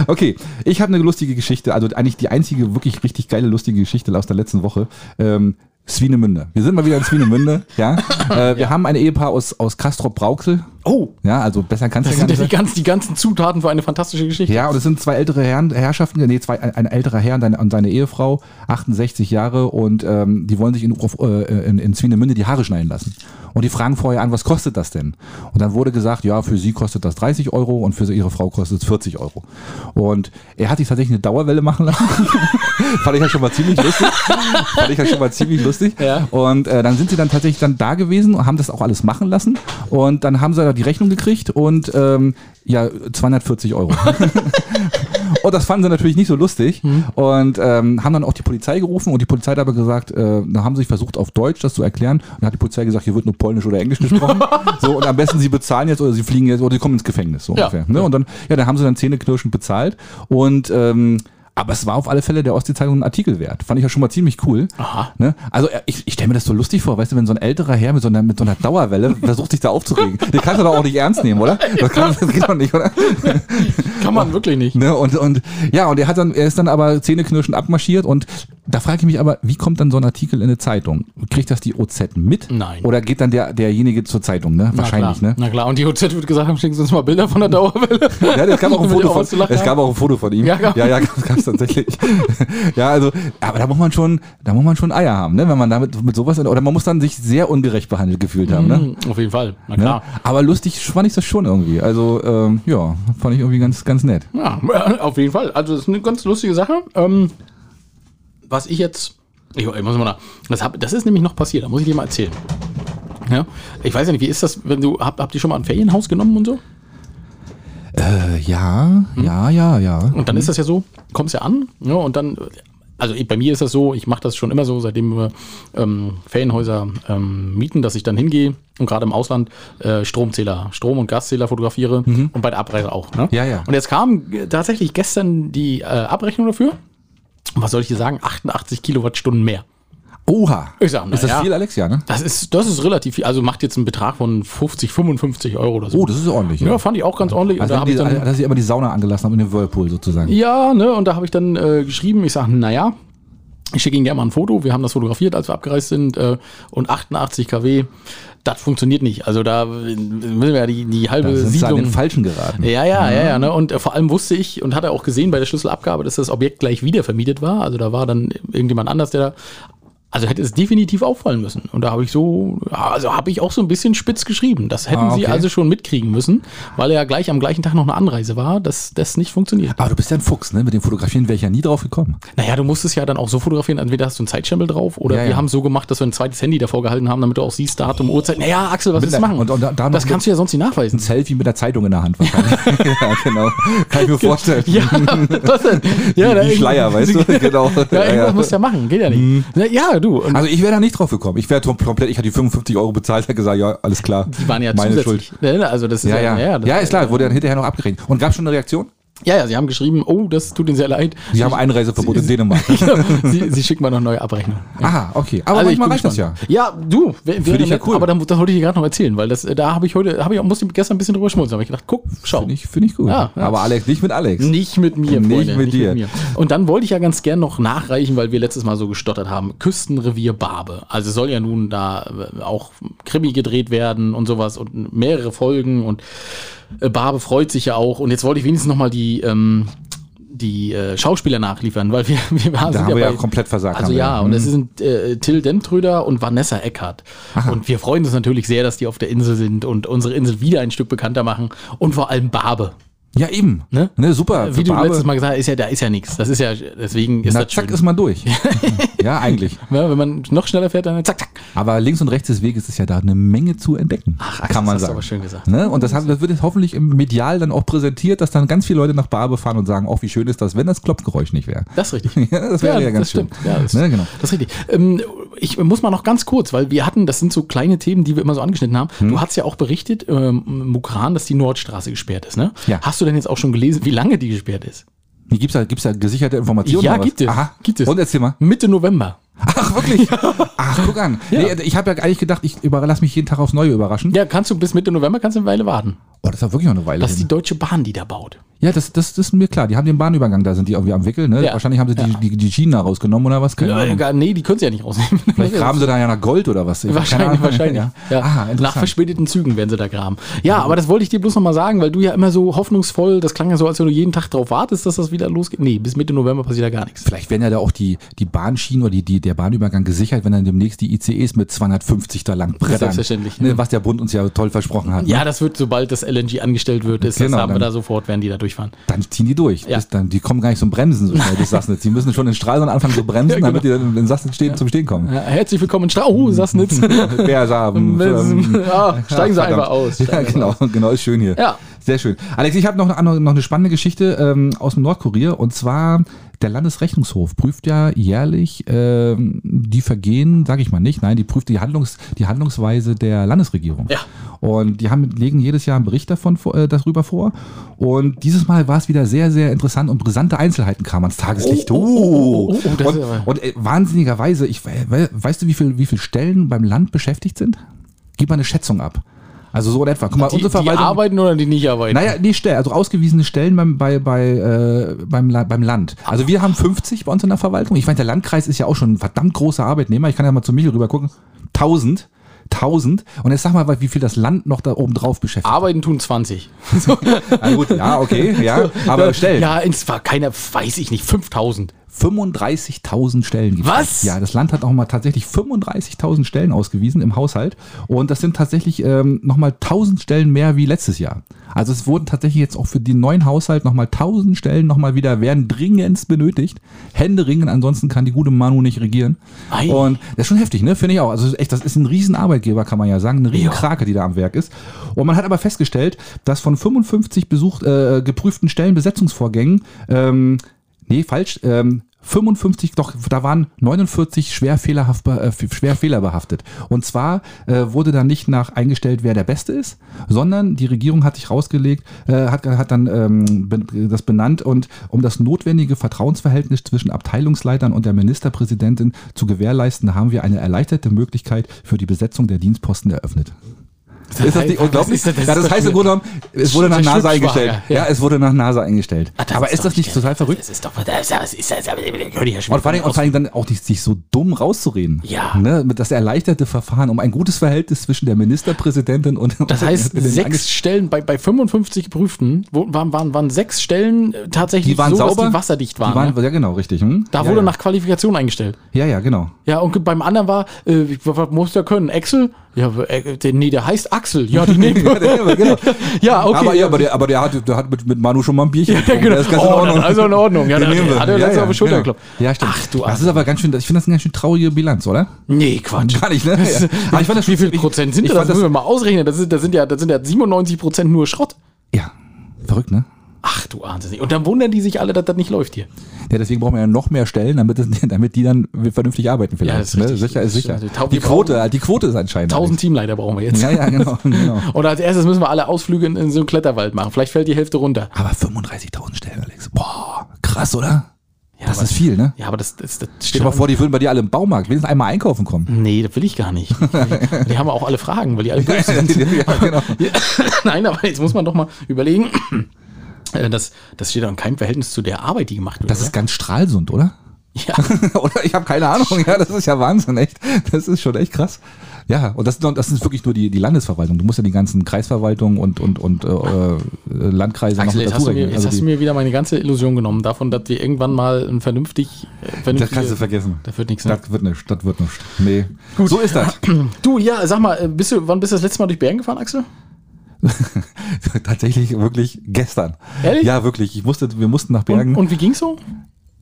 A: Okay, ich habe eine lustige Geschichte, also eigentlich die einzige wirklich richtig geile lustige Geschichte aus der letzten Woche. Ähm, Swinemünde. Wir sind mal wieder in Swinemünde, ja. Äh, wir haben ein Ehepaar aus, aus Castrop-Brauxel.
B: Oh,
A: Ja, also besser kannst
B: das
A: du gar
B: sind ja
A: nicht
B: die,
A: sein.
B: ganz, die ganzen Zutaten für eine fantastische Geschichte.
A: Ja, und es sind zwei ältere Herren, Herrschaften, nee, zwei, ein, ein älterer Herr und seine, und seine Ehefrau, 68 Jahre, und ähm, die wollen sich in, auf, äh, in, in Swinemünde die Haare schneiden lassen. Und die fragen vorher an, was kostet das denn? Und dann wurde gesagt, ja, für sie kostet das 30 Euro und für ihre Frau kostet es 40 Euro. Und er hat sich tatsächlich eine Dauerwelle machen lassen. Fand ich ja schon mal ziemlich lustig. Fand ich ja schon mal ziemlich lustig.
B: Ja.
A: Und äh, dann sind sie dann tatsächlich dann da gewesen und haben das auch alles machen lassen. Und dann haben sie da die Rechnung gekriegt und ähm, ja, 240 Euro. und Oh, das fanden sie natürlich nicht so lustig
B: Hm.
A: und ähm, haben dann auch die Polizei gerufen und die Polizei hat aber gesagt, äh, da haben sie sich versucht auf Deutsch das zu erklären und dann hat die Polizei gesagt, hier wird nur Polnisch oder Englisch gesprochen. so und am besten sie bezahlen jetzt oder sie fliegen jetzt oder sie kommen ins Gefängnis so
B: Ja.
A: ungefähr. Ne? Und dann ja, dann haben sie dann zähneknirschend bezahlt und ähm, aber es war auf alle Fälle der Ostsee-Zeitung ein Artikel wert. Fand ich ja schon mal ziemlich cool.
B: Aha.
A: Ne? Also äh, ich, ich stelle mir das so lustig vor, weißt du, wenn so ein älterer Herr mit so einer, mit so einer Dauerwelle versucht, sich da aufzuregen. Den kannst du doch auch nicht ernst nehmen, oder? Das, kann, das geht doch nicht, oder?
B: Kann man wirklich nicht.
A: Ne? Und, und ja, und er hat dann, er ist dann aber zähneknirschend abmarschiert und da frage ich mich aber, wie kommt dann so ein Artikel in eine Zeitung? Kriegt das die OZ mit?
B: Nein.
A: Oder geht dann der, derjenige zur Zeitung, ne? Wahrscheinlich,
B: na
A: ne?
B: klar. Na klar, und die OZ wird gesagt haben, schicken Sie uns mal Bilder von der Dauerwelle.
A: Ja, es gab auch ein
B: Damit die
A: Foto von,
B: auszulachen
A: es
B: haben.
A: gab auch ein Foto von ihm.
B: Ja, genau.
A: ja,
B: gab-
A: ja gab es tatsächlich. ja, also, aber da muss man schon, da muss man schon Eier haben, ne? Wenn man damit mit sowas oder man muss dann sich sehr ungerecht behandelt gefühlt haben, ne?
B: Hm, Auf jeden Fall, na
A: Ja,
B: klar.
A: aber lustig fand ich das schon irgendwie. Also ähm, ja, fand ich irgendwie ganz, ganz nett.
B: Ja, auf jeden Fall. Also, das ist eine ganz lustige Sache. Ähm, was ich jetzt. Ich, ich muss mal nach. Das, hab, das ist nämlich noch passiert, da muss ich dir mal erzählen. Ja? Ich weiß ja nicht, wie ist das, wenn du. Habt, habt ihr schon mal ein Ferienhaus genommen und so?
A: Äh, ja, ja, ja, ja.
B: Und dann ist das ja so, kommst ja an, ja, und dann, also ich- bei mir ist das so, ich mache das schon immer so, seitdem wir ähm, Ferienhäuser ähm, mieten, dass ich dann hingehe und gerade im Ausland äh, Stromzähler, Strom- und Gaszähler fotografiere und bei der Abreise auch. Ne?
A: Mhm. Ja, ja.
B: Und jetzt kam äh, tatsächlich gestern die äh, Abrechnung dafür. Und was soll ich dir sagen? 88 Kilowattstunden mehr.
A: Oha.
B: Ich sag, na
A: ist das
B: ja.
A: viel, Alex? Ja, ne?
B: Das ist, das ist relativ viel. Also macht jetzt einen Betrag von 50, 55 Euro oder so.
A: Oh, das ist ordentlich.
B: ja, fand ich auch ganz ordentlich. Und
A: Also
B: da
A: wenn
B: hab
A: die,
B: ich dann-
A: dass sie immer die Sauna angelassen haben in dem Whirlpool sozusagen.
B: Ja, ne, und da habe ich dann äh, geschrieben, ich sage, naja, ich schicke Ihnen gerne mal ein Foto. Wir haben das fotografiert, als wir abgereist sind. Äh, und 88 kW, das funktioniert nicht. Also da äh, müssen wir ja die, die halbe
A: Da sind sie an
B: Siedlung.
A: den Falschen Mhm. geraten.
B: Ja, ja, ja, ja. Ne? Und äh, vor allem wusste ich und hat er auch gesehen bei der Schlüsselabgabe, dass das Objekt gleich wieder vermietet war. Also da war dann irgendjemand anders, der da. Also hätte es definitiv auffallen müssen. Und da habe ich so, ja, also habe ich auch so ein bisschen spitz geschrieben. Das hätten
A: Ah,
B: sie
A: okay.
B: also schon mitkriegen müssen, weil er ja gleich am gleichen Tag noch eine Anreise war, dass das nicht funktioniert.
A: Aber du bist ja ein Fuchs, ne? Mit dem Fotografieren wäre ich ja nie drauf gekommen.
B: Naja, du musst es ja dann auch so fotografieren, entweder hast du einen Zeitstempel drauf oder
A: Ja, ja.
B: wir haben so gemacht, dass wir ein zweites Handy davor gehalten haben, damit du auch siehst, Datum, Uhrzeit. Naja, Axel, was
A: Mit
B: willst du
A: der-
B: machen?
A: und- und da- da noch
B: das
A: mit-
B: kannst du ja sonst nicht nachweisen.
A: Ein Selfie mit der Zeitung in der Hand wahrscheinlich. ja, genau. Kann ich mir vorstellen.
B: Ja, was denn? Ja, da
A: Wie
B: irgend-
A: Schleier, weißt du? Genau.
B: Ja,
A: Ja, Mhm.
B: irgendwas
A: ja.
B: musst du ja machen, geht ja nicht. Na, ja, du. Und
A: Also ich wäre da nicht drauf gekommen. Ich wäre komplett, ich hatte die 55 Euro bezahlt, hätte gesagt, ja, alles klar.
B: die waren ja
A: meine Schuld.
B: zusätzlich. Ne, ne, Also das ist
A: Ja, ja. Ja,
B: das-
A: ist klar, wurde dann hinterher noch abgerechnet. Und gab schon eine Reaktion?
B: Ja, ja, sie haben geschrieben, oh, das tut ihnen sehr leid.
A: Sie haben Einreiseverbot in Dänemark.
B: sie, sie schicken mal noch neue Abrechnung.
A: Aha, okay. Aber
B: Also ich
A: manchmal
B: bin
A: reicht das ja.
B: gespannt. Ja, du, wär, wäre
A: dich ja
B: nett,
A: cool.
B: Aber das, das wollte ich dir gerade noch erzählen, weil das, äh, da habe ich heute, habe ich, auch- musste ich gestern ein bisschen drüber schmunzeln. habe ich gedacht, guck, schau.
A: Finde ich, finde ich gut.
B: Ja, ja.
A: Aber Alex, nicht mit Alex.
B: Nicht mit mir,
A: Nicht
B: Freunde.
A: mit dir.
B: Und dann wollte ich ja ganz gern noch nachreichen, weil wir letztes Mal so gestottert haben. Küstenrevier Barbe. Also soll ja nun da äh, auch Krimi gedreht werden und sowas und mehrere Folgen und äh, Barbe freut sich ja auch. Und jetzt wollte ich wenigstens nochmal die, ähm, die äh, Schauspieler nachliefern, weil wir, wir waren
A: Da
B: sind
A: haben wir ja
B: bei-
A: komplett versagt.
B: also
A: haben wir. Hm. Mhm.
B: ja, und es sind äh, Till Demtröder und Vanessa Eckhardt. Und wir freuen uns natürlich sehr, dass die auf der Insel sind und unsere Insel wieder ein Stück bekannter machen. Und vor allem Barbe.
A: Ja, eben.
B: Ne?
A: super. Für
B: Wie du
A: Barbe-
B: letztes Mal gesagt hast, ist ja, da ist ja nichts. Das ist ja, deswegen ist
A: Na,
B: das schön.
A: zack, ist man durch. ja, eigentlich.
B: ja, wenn man noch schneller fährt, dann zack, zack.
A: Aber links und rechts des Weges ist ja da eine Menge zu entdecken.
B: Axel, das hast du aber schön gesagt.
A: Ne? Und das, hat, das wird jetzt hoffentlich im Medial dann auch präsentiert, dass dann ganz viele Leute nach Barbe fahren und sagen, auch wie schön ist das, wenn das Klopfgeräusch nicht wäre.
B: Das ist richtig.
A: Ja, das wäre ja ganz schön.
B: Stimmt. Ja, das,
A: Ne, genau.
B: das ist richtig. Ähm, ich muss mal noch ganz kurz, weil wir hatten, das sind so kleine Themen, die wir immer so angeschnitten haben.
A: Hm.
B: Du hast ja auch berichtet, ähm, Mukran, dass die Nordstraße gesperrt ist. Ne?
A: Ja.
B: Hast du denn jetzt auch schon gelesen, wie lange die gesperrt ist?
A: Hier gibt's da, gibt's da gesicherte Informationen?
B: Ja,
A: oder was?
B: gibt es.
A: Aha,
B: Gibt es.
A: Und erzähl mal.
B: Mitte November.
A: Ach, wirklich? Ach, guck an. Nee, ich habe ja eigentlich gedacht, ich überlasse mich jeden Tag aufs Neue überraschen.
B: Ja, kannst du bis Mitte November kannst du eine Weile warten.
A: Oh, das war wirklich noch eine Weile
B: Das ist die
A: hin.
B: Deutsche Bahn, die da baut.
A: Ja, das, das, das ist mir klar. Die haben den Bahnübergang, da sind die irgendwie am Wickel. Ne?
B: Ja.
A: Wahrscheinlich haben sie
B: Ja.
A: die, die, die Schienen da rausgenommen oder was. Keine Ahnung.
B: Gar, nee, die können sie ja nicht rausnehmen.
A: Vielleicht graben sie da ja nach Gold oder was. Ich hab keine
B: Wahrscheinlich,
A: Ahnung.
B: wahrscheinlich.
A: Ja.
B: Ja.
A: Aha,
B: Nach
A: interessant.
B: verspäteten Zügen werden sie da graben. Ja, aber das wollte ich dir bloß nochmal sagen, weil du ja immer so hoffnungsvoll, das klang ja so, als wenn du jeden Tag drauf wartest, dass das wieder losgeht. Nee, bis Mitte November passiert da gar nichts.
A: Vielleicht werden ja da auch die, die Bahnschienen oder die, die, der Bahnübergang gesichert, wenn dann demnächst die ICEs mit 250 da lang brettern.
B: Selbstverständlich.
A: Ne, was der Bund uns ja toll versprochen hat. ne?
B: Ja, das wird, sobald das LNG angestellt wird, ist,
A: Genau,
B: das haben wir
A: dann-
B: da sofort, werden die da durchfahren.
A: Dann ziehen die durch.
B: Ja.
A: Bis dann, die kommen gar nicht zum Bremsen so schnell bis Sassnitz. Die müssen schon in Stralsund anfangen zu bremsen, damit die dann in Sassnitz stehen, zum Stehen kommen.
B: genau. Ja, herzlich willkommen in Strau, oh, Sassnitz.
A: Wer sagen, ähm,
B: ja, steigen Sie
A: Ach, verdammt.
B: einfach aus.
A: Ja, genau, genau, ist schön hier.
B: Ja.
A: Sehr schön. Alex, ich habe noch eine, andere- noch eine spannende Geschichte ähm, aus dem Nordkurier und zwar der Landesrechnungshof prüft ja jährlich ähm, die Vergehen, sage ich mal nicht, nein, die prüft die, Handlungs, die Handlungsweise der Landesregierung.
B: Ja.
A: Und die haben, legen jedes Jahr einen Bericht davon, vor- äh, darüber vor. Und dieses Mal war es wieder sehr, sehr interessant und brisante Einzelheiten kamen ans Tageslicht.
B: Oh, oh, oh, oh, oh, das
A: und
B: ist aber-
A: und äh, wahnsinnigerweise, ich, we- we- weißt du, wie viele wie viel Stellen beim Land beschäftigt sind? Gib mal eine Schätzung ab. Also so in etwa. Guck mal,
B: Die,
A: unsere
B: die
A: Verwaltung.
B: arbeiten oder die nicht arbeiten?
A: naja, nee, Stellen, also ausgewiesene Stellen beim, bei, bei, äh, beim, La- beim Land. Also wir haben 50 bei uns in der Verwaltung. Ich meine, der Landkreis ist ja auch schon ein verdammt großer Arbeitnehmer. Ich kann ja mal zu Michel rüber gucken. 1000. 1000. Und jetzt sag mal, wie viel das Land noch da oben drauf beschäftigt.
B: Arbeiten tun 20.
A: Ah, gut, ja, okay, ja. Aber Stellen.
B: Ja, es war keiner, weiß ich nicht, 5000.
A: 35.000 Stellen gibt
B: Was?
A: Ja, das Land hat auch mal tatsächlich 35.000 Stellen ausgewiesen im Haushalt. Und das sind tatsächlich ähm, nochmal 1.000 Stellen mehr wie letztes Jahr. Also es wurden tatsächlich jetzt auch für den neuen Haushalt nochmal 1.000 Stellen nochmal wieder, werden dringendst benötigt. Hände ringen, ansonsten kann die gute Manu nicht regieren.
B: Ei.
A: Und das ist schon heftig, ne? Finde ich auch. Also echt, das ist ein Riesenarbeitgeber, kann man ja sagen. Eine
B: Ja.
A: Riesenkrake, die da am Werk ist. Und man hat aber festgestellt, dass von 55 besucht, äh, geprüften Stellenbesetzungsvorgängen ähm, Nee, falsch. Ähm, 55, doch, da waren 49 schwer, fehlerhaft, be- äh, f- schwer fehlerbehaftet. Und zwar äh, wurde da nicht nach eingestellt, wer der Beste ist, sondern die Regierung hat sich rausgelegt, äh, hat, hat dann ähm, ben, das benannt und um das notwendige Vertrauensverhältnis zwischen Abteilungsleitern und der Ministerpräsidentin zu gewährleisten, haben wir eine erleichterte Möglichkeit für die Besetzung der Dienstposten eröffnet. Ist das nicht unglaublich?
B: Das ist- das
A: ja,
B: ist
A: das
B: doch
A: heißt im
B: schwierig.
A: Grunde genommen, es wurde nach
B: Das ist
A: NASA
B: Schlüpfwagen,
A: eingestellt.
B: ja.
A: Ja, es wurde nach NASA eingestellt. Aber ist
B: doch
A: das nicht total verrückt?
B: Das ist doch, das ist, das ist, das ist, das ist,
A: Und vor allem, und vor allem dann auch nicht, sich so dumm rauszureden.
B: Ja.
A: Ne, mit das erleichterte Verfahren um ein gutes Verhältnis zwischen der Ministerpräsidentin und
B: Das heißt,
A: und Also, den
B: sechs
A: Angestellten.
B: Stellen bei, bei 55 geprüften wo- waren, waren, waren sechs Stellen äh, tatsächlich
A: Die waren
B: so,
A: sauber.
B: dass die wasserdicht waren.
A: Die waren
B: ne?
A: Ja, genau, richtig. Hm?
B: Da
A: ja,
B: wurde
A: ja.
B: nach Qualifikation eingestellt.
A: Ja, ja, genau.
B: Ja, und beim anderen war, äh, was was muss der können? Axel? Ja, äh, der, nee, der heißt Axel. Ja, die nehmen wir.
A: Ja, aber genau.
B: ja, okay.
A: aber, ja, aber, der, aber der hat, der hat mit, mit Manu schon mal ein Bierchen getrunken.
B: genau.
A: Der ist ganz
B: Oh,
A: in Ordnung.
B: dann ist er in Ordnung. Ja,
A: Den
B: dann
A: nehmen wir.
B: hat
A: ja,
B: er letztens
A: ja,
B: auf die Schulter
A: genau.
B: geklopft.
A: Ja, stimmt.
B: Ach, du
A: das ist aber ganz schön, ich finde das eine ganz schön traurige Bilanz, oder?
B: nee, Quatsch.
A: Gar nicht, ne?
B: Das ist-
A: Aber ich fand das
B: Wie viel
A: ich-
B: Prozent sind
A: ich
B: das? Das
A: fand
B: müssen wir mal ausrechnen. Das sind, das sind, ja, das sind ja 97 Prozent nur Schrott.
A: Ja, verrückt, ne?
B: Ach, du ahnst es nicht. Und dann wundern die sich alle, dass das nicht läuft hier.
A: Ja, deswegen brauchen wir ja noch mehr Stellen, damit, es, damit die dann vernünftig arbeiten vielleicht.
B: Ja, das ist
A: ne?
B: richtig.
A: Sicher ist
B: Das ist
A: sicher.
B: natürlich taub-
A: Die
B: wir brauchen-
A: Quote, die Quote ist anscheinend.
B: 1000 Teamleiter brauchen wir jetzt.
A: Ja, ja, genau. genau.
B: Und als erstes müssen wir alle Ausflüge in, in so einen Kletterwald machen. Vielleicht fällt die Hälfte runter.
A: Aber 35.000 Stellen, Alex. Boah, krass, oder?
B: Ja,
A: das
B: aber,
A: ist viel, ne?
B: Ja, aber das, das, das steht
A: Stell dir mal
B: auch-
A: vor, die würden bei dir alle im Baumarkt wenigstens einmal einkaufen kommen.
B: Nee, das will ich gar nicht. Die haben auch alle Fragen, weil die alle böse
A: ja,
B: sind.
A: genau.
B: Nein, aber jetzt muss man doch mal überlegen. äh, Das, das steht doch in keinem Verhältnis zu der Arbeit, die gemacht wird.
A: Das ist ganz Stralsund, oder?
B: oder? ja.
A: oder ich habe keine Ahnung. Ja, das ist ja Wahnsinn, echt. Das ist schon echt krass. Ja, und das, sind noch- das ist wirklich nur die, die Landesverwaltung. Du musst ja die ganzen Kreisverwaltungen und, und, und äh, äh, Landkreise
B: Axel, jetzt hast, du mir,
A: rechnen.
B: jetzt
A: Also
B: hast du
A: die-
B: mir wieder meine ganze Illusion genommen davon, dass wir irgendwann mal ein vernünftig, äh,
A: das
B: vernünftige-
A: kannst du vergessen.
B: Das wird nichts. Ne?
A: Das wird nicht, das wird nicht. Nee. Gut. So ist das.
B: Du, ja, sag mal, äh, bist du, wann bist du das letzte Mal durch Bergen gefahren, Axel?
A: Tatsächlich wirklich gestern.
B: Ehrlich?
A: Ja, wirklich. Ich musste, wir mussten nach Bergen.
B: Und, und wie ging's so?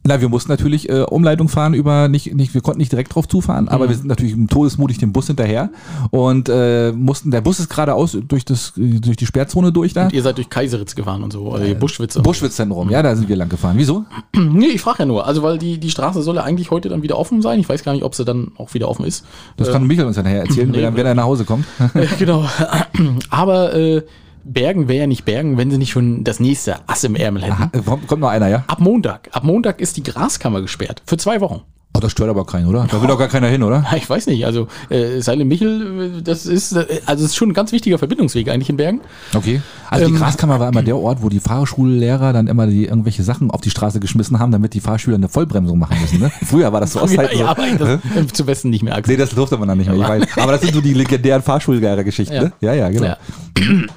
A: Na, wir mussten natürlich äh, Umleitung fahren über nicht, nicht, wir konnten nicht direkt drauf zufahren,
B: Mhm.
A: aber wir sind natürlich todesmutig dem Bus hinterher und äh, mussten, der Bus ist geradeaus durch das, äh, durch die Sperrzone durch da.
B: Und ihr seid durch Kaiseritz gefahren und so, oder
A: Äh,
B: ihr Buschwitze.
A: Buschwitzzentrum, ja, da sind wir lang gefahren. Wieso?
B: Nee, ich frage ja nur. Also, weil die, die Straße soll ja eigentlich heute dann wieder offen sein. Ich weiß gar nicht, ob sie dann auch wieder offen ist.
A: Das kann Michael uns dann nachher erzählen, wenn, er, wenn er nach Hause kommt.
B: Äh, genau. Aber äh, Bergen wäre ja nicht Bergen, wenn sie nicht schon das nächste Ass im Ärmel hätten. Ah.
A: Aha, äh, kommt, kommt noch einer, ja?
B: Ab Montag. Ab Montag ist die Graskammer gesperrt. Für zwei Wochen.
A: Oh, das stört aber keinen, oder? Da will doch gar keiner hin, oder?
B: Ja, Ich weiß nicht, also äh, Seile Michel, äh, das ist, äh, also es ist schon ein ganz wichtiger Verbindungsweg eigentlich in Bergen.
A: Okay. Also die
B: Ähm,
A: Graskammer war immer der Ort, wo die Fahrschullehrer dann immer die irgendwelche Sachen auf die Straße geschmissen haben, damit die Fahrschüler eine Vollbremsung machen müssen. Ne? Früher war das so aus Zeiten so. ne?
B: aber ich- das, äh, zum Besten nicht mehr, Axel.
A: Nee, das durfte man dann nicht mehr. Ich weiß. Aber das sind so die legendären Fahrschullehrer-Geschichten,
B: Ja.
A: ne? Ja, ja, genau.
B: Ja.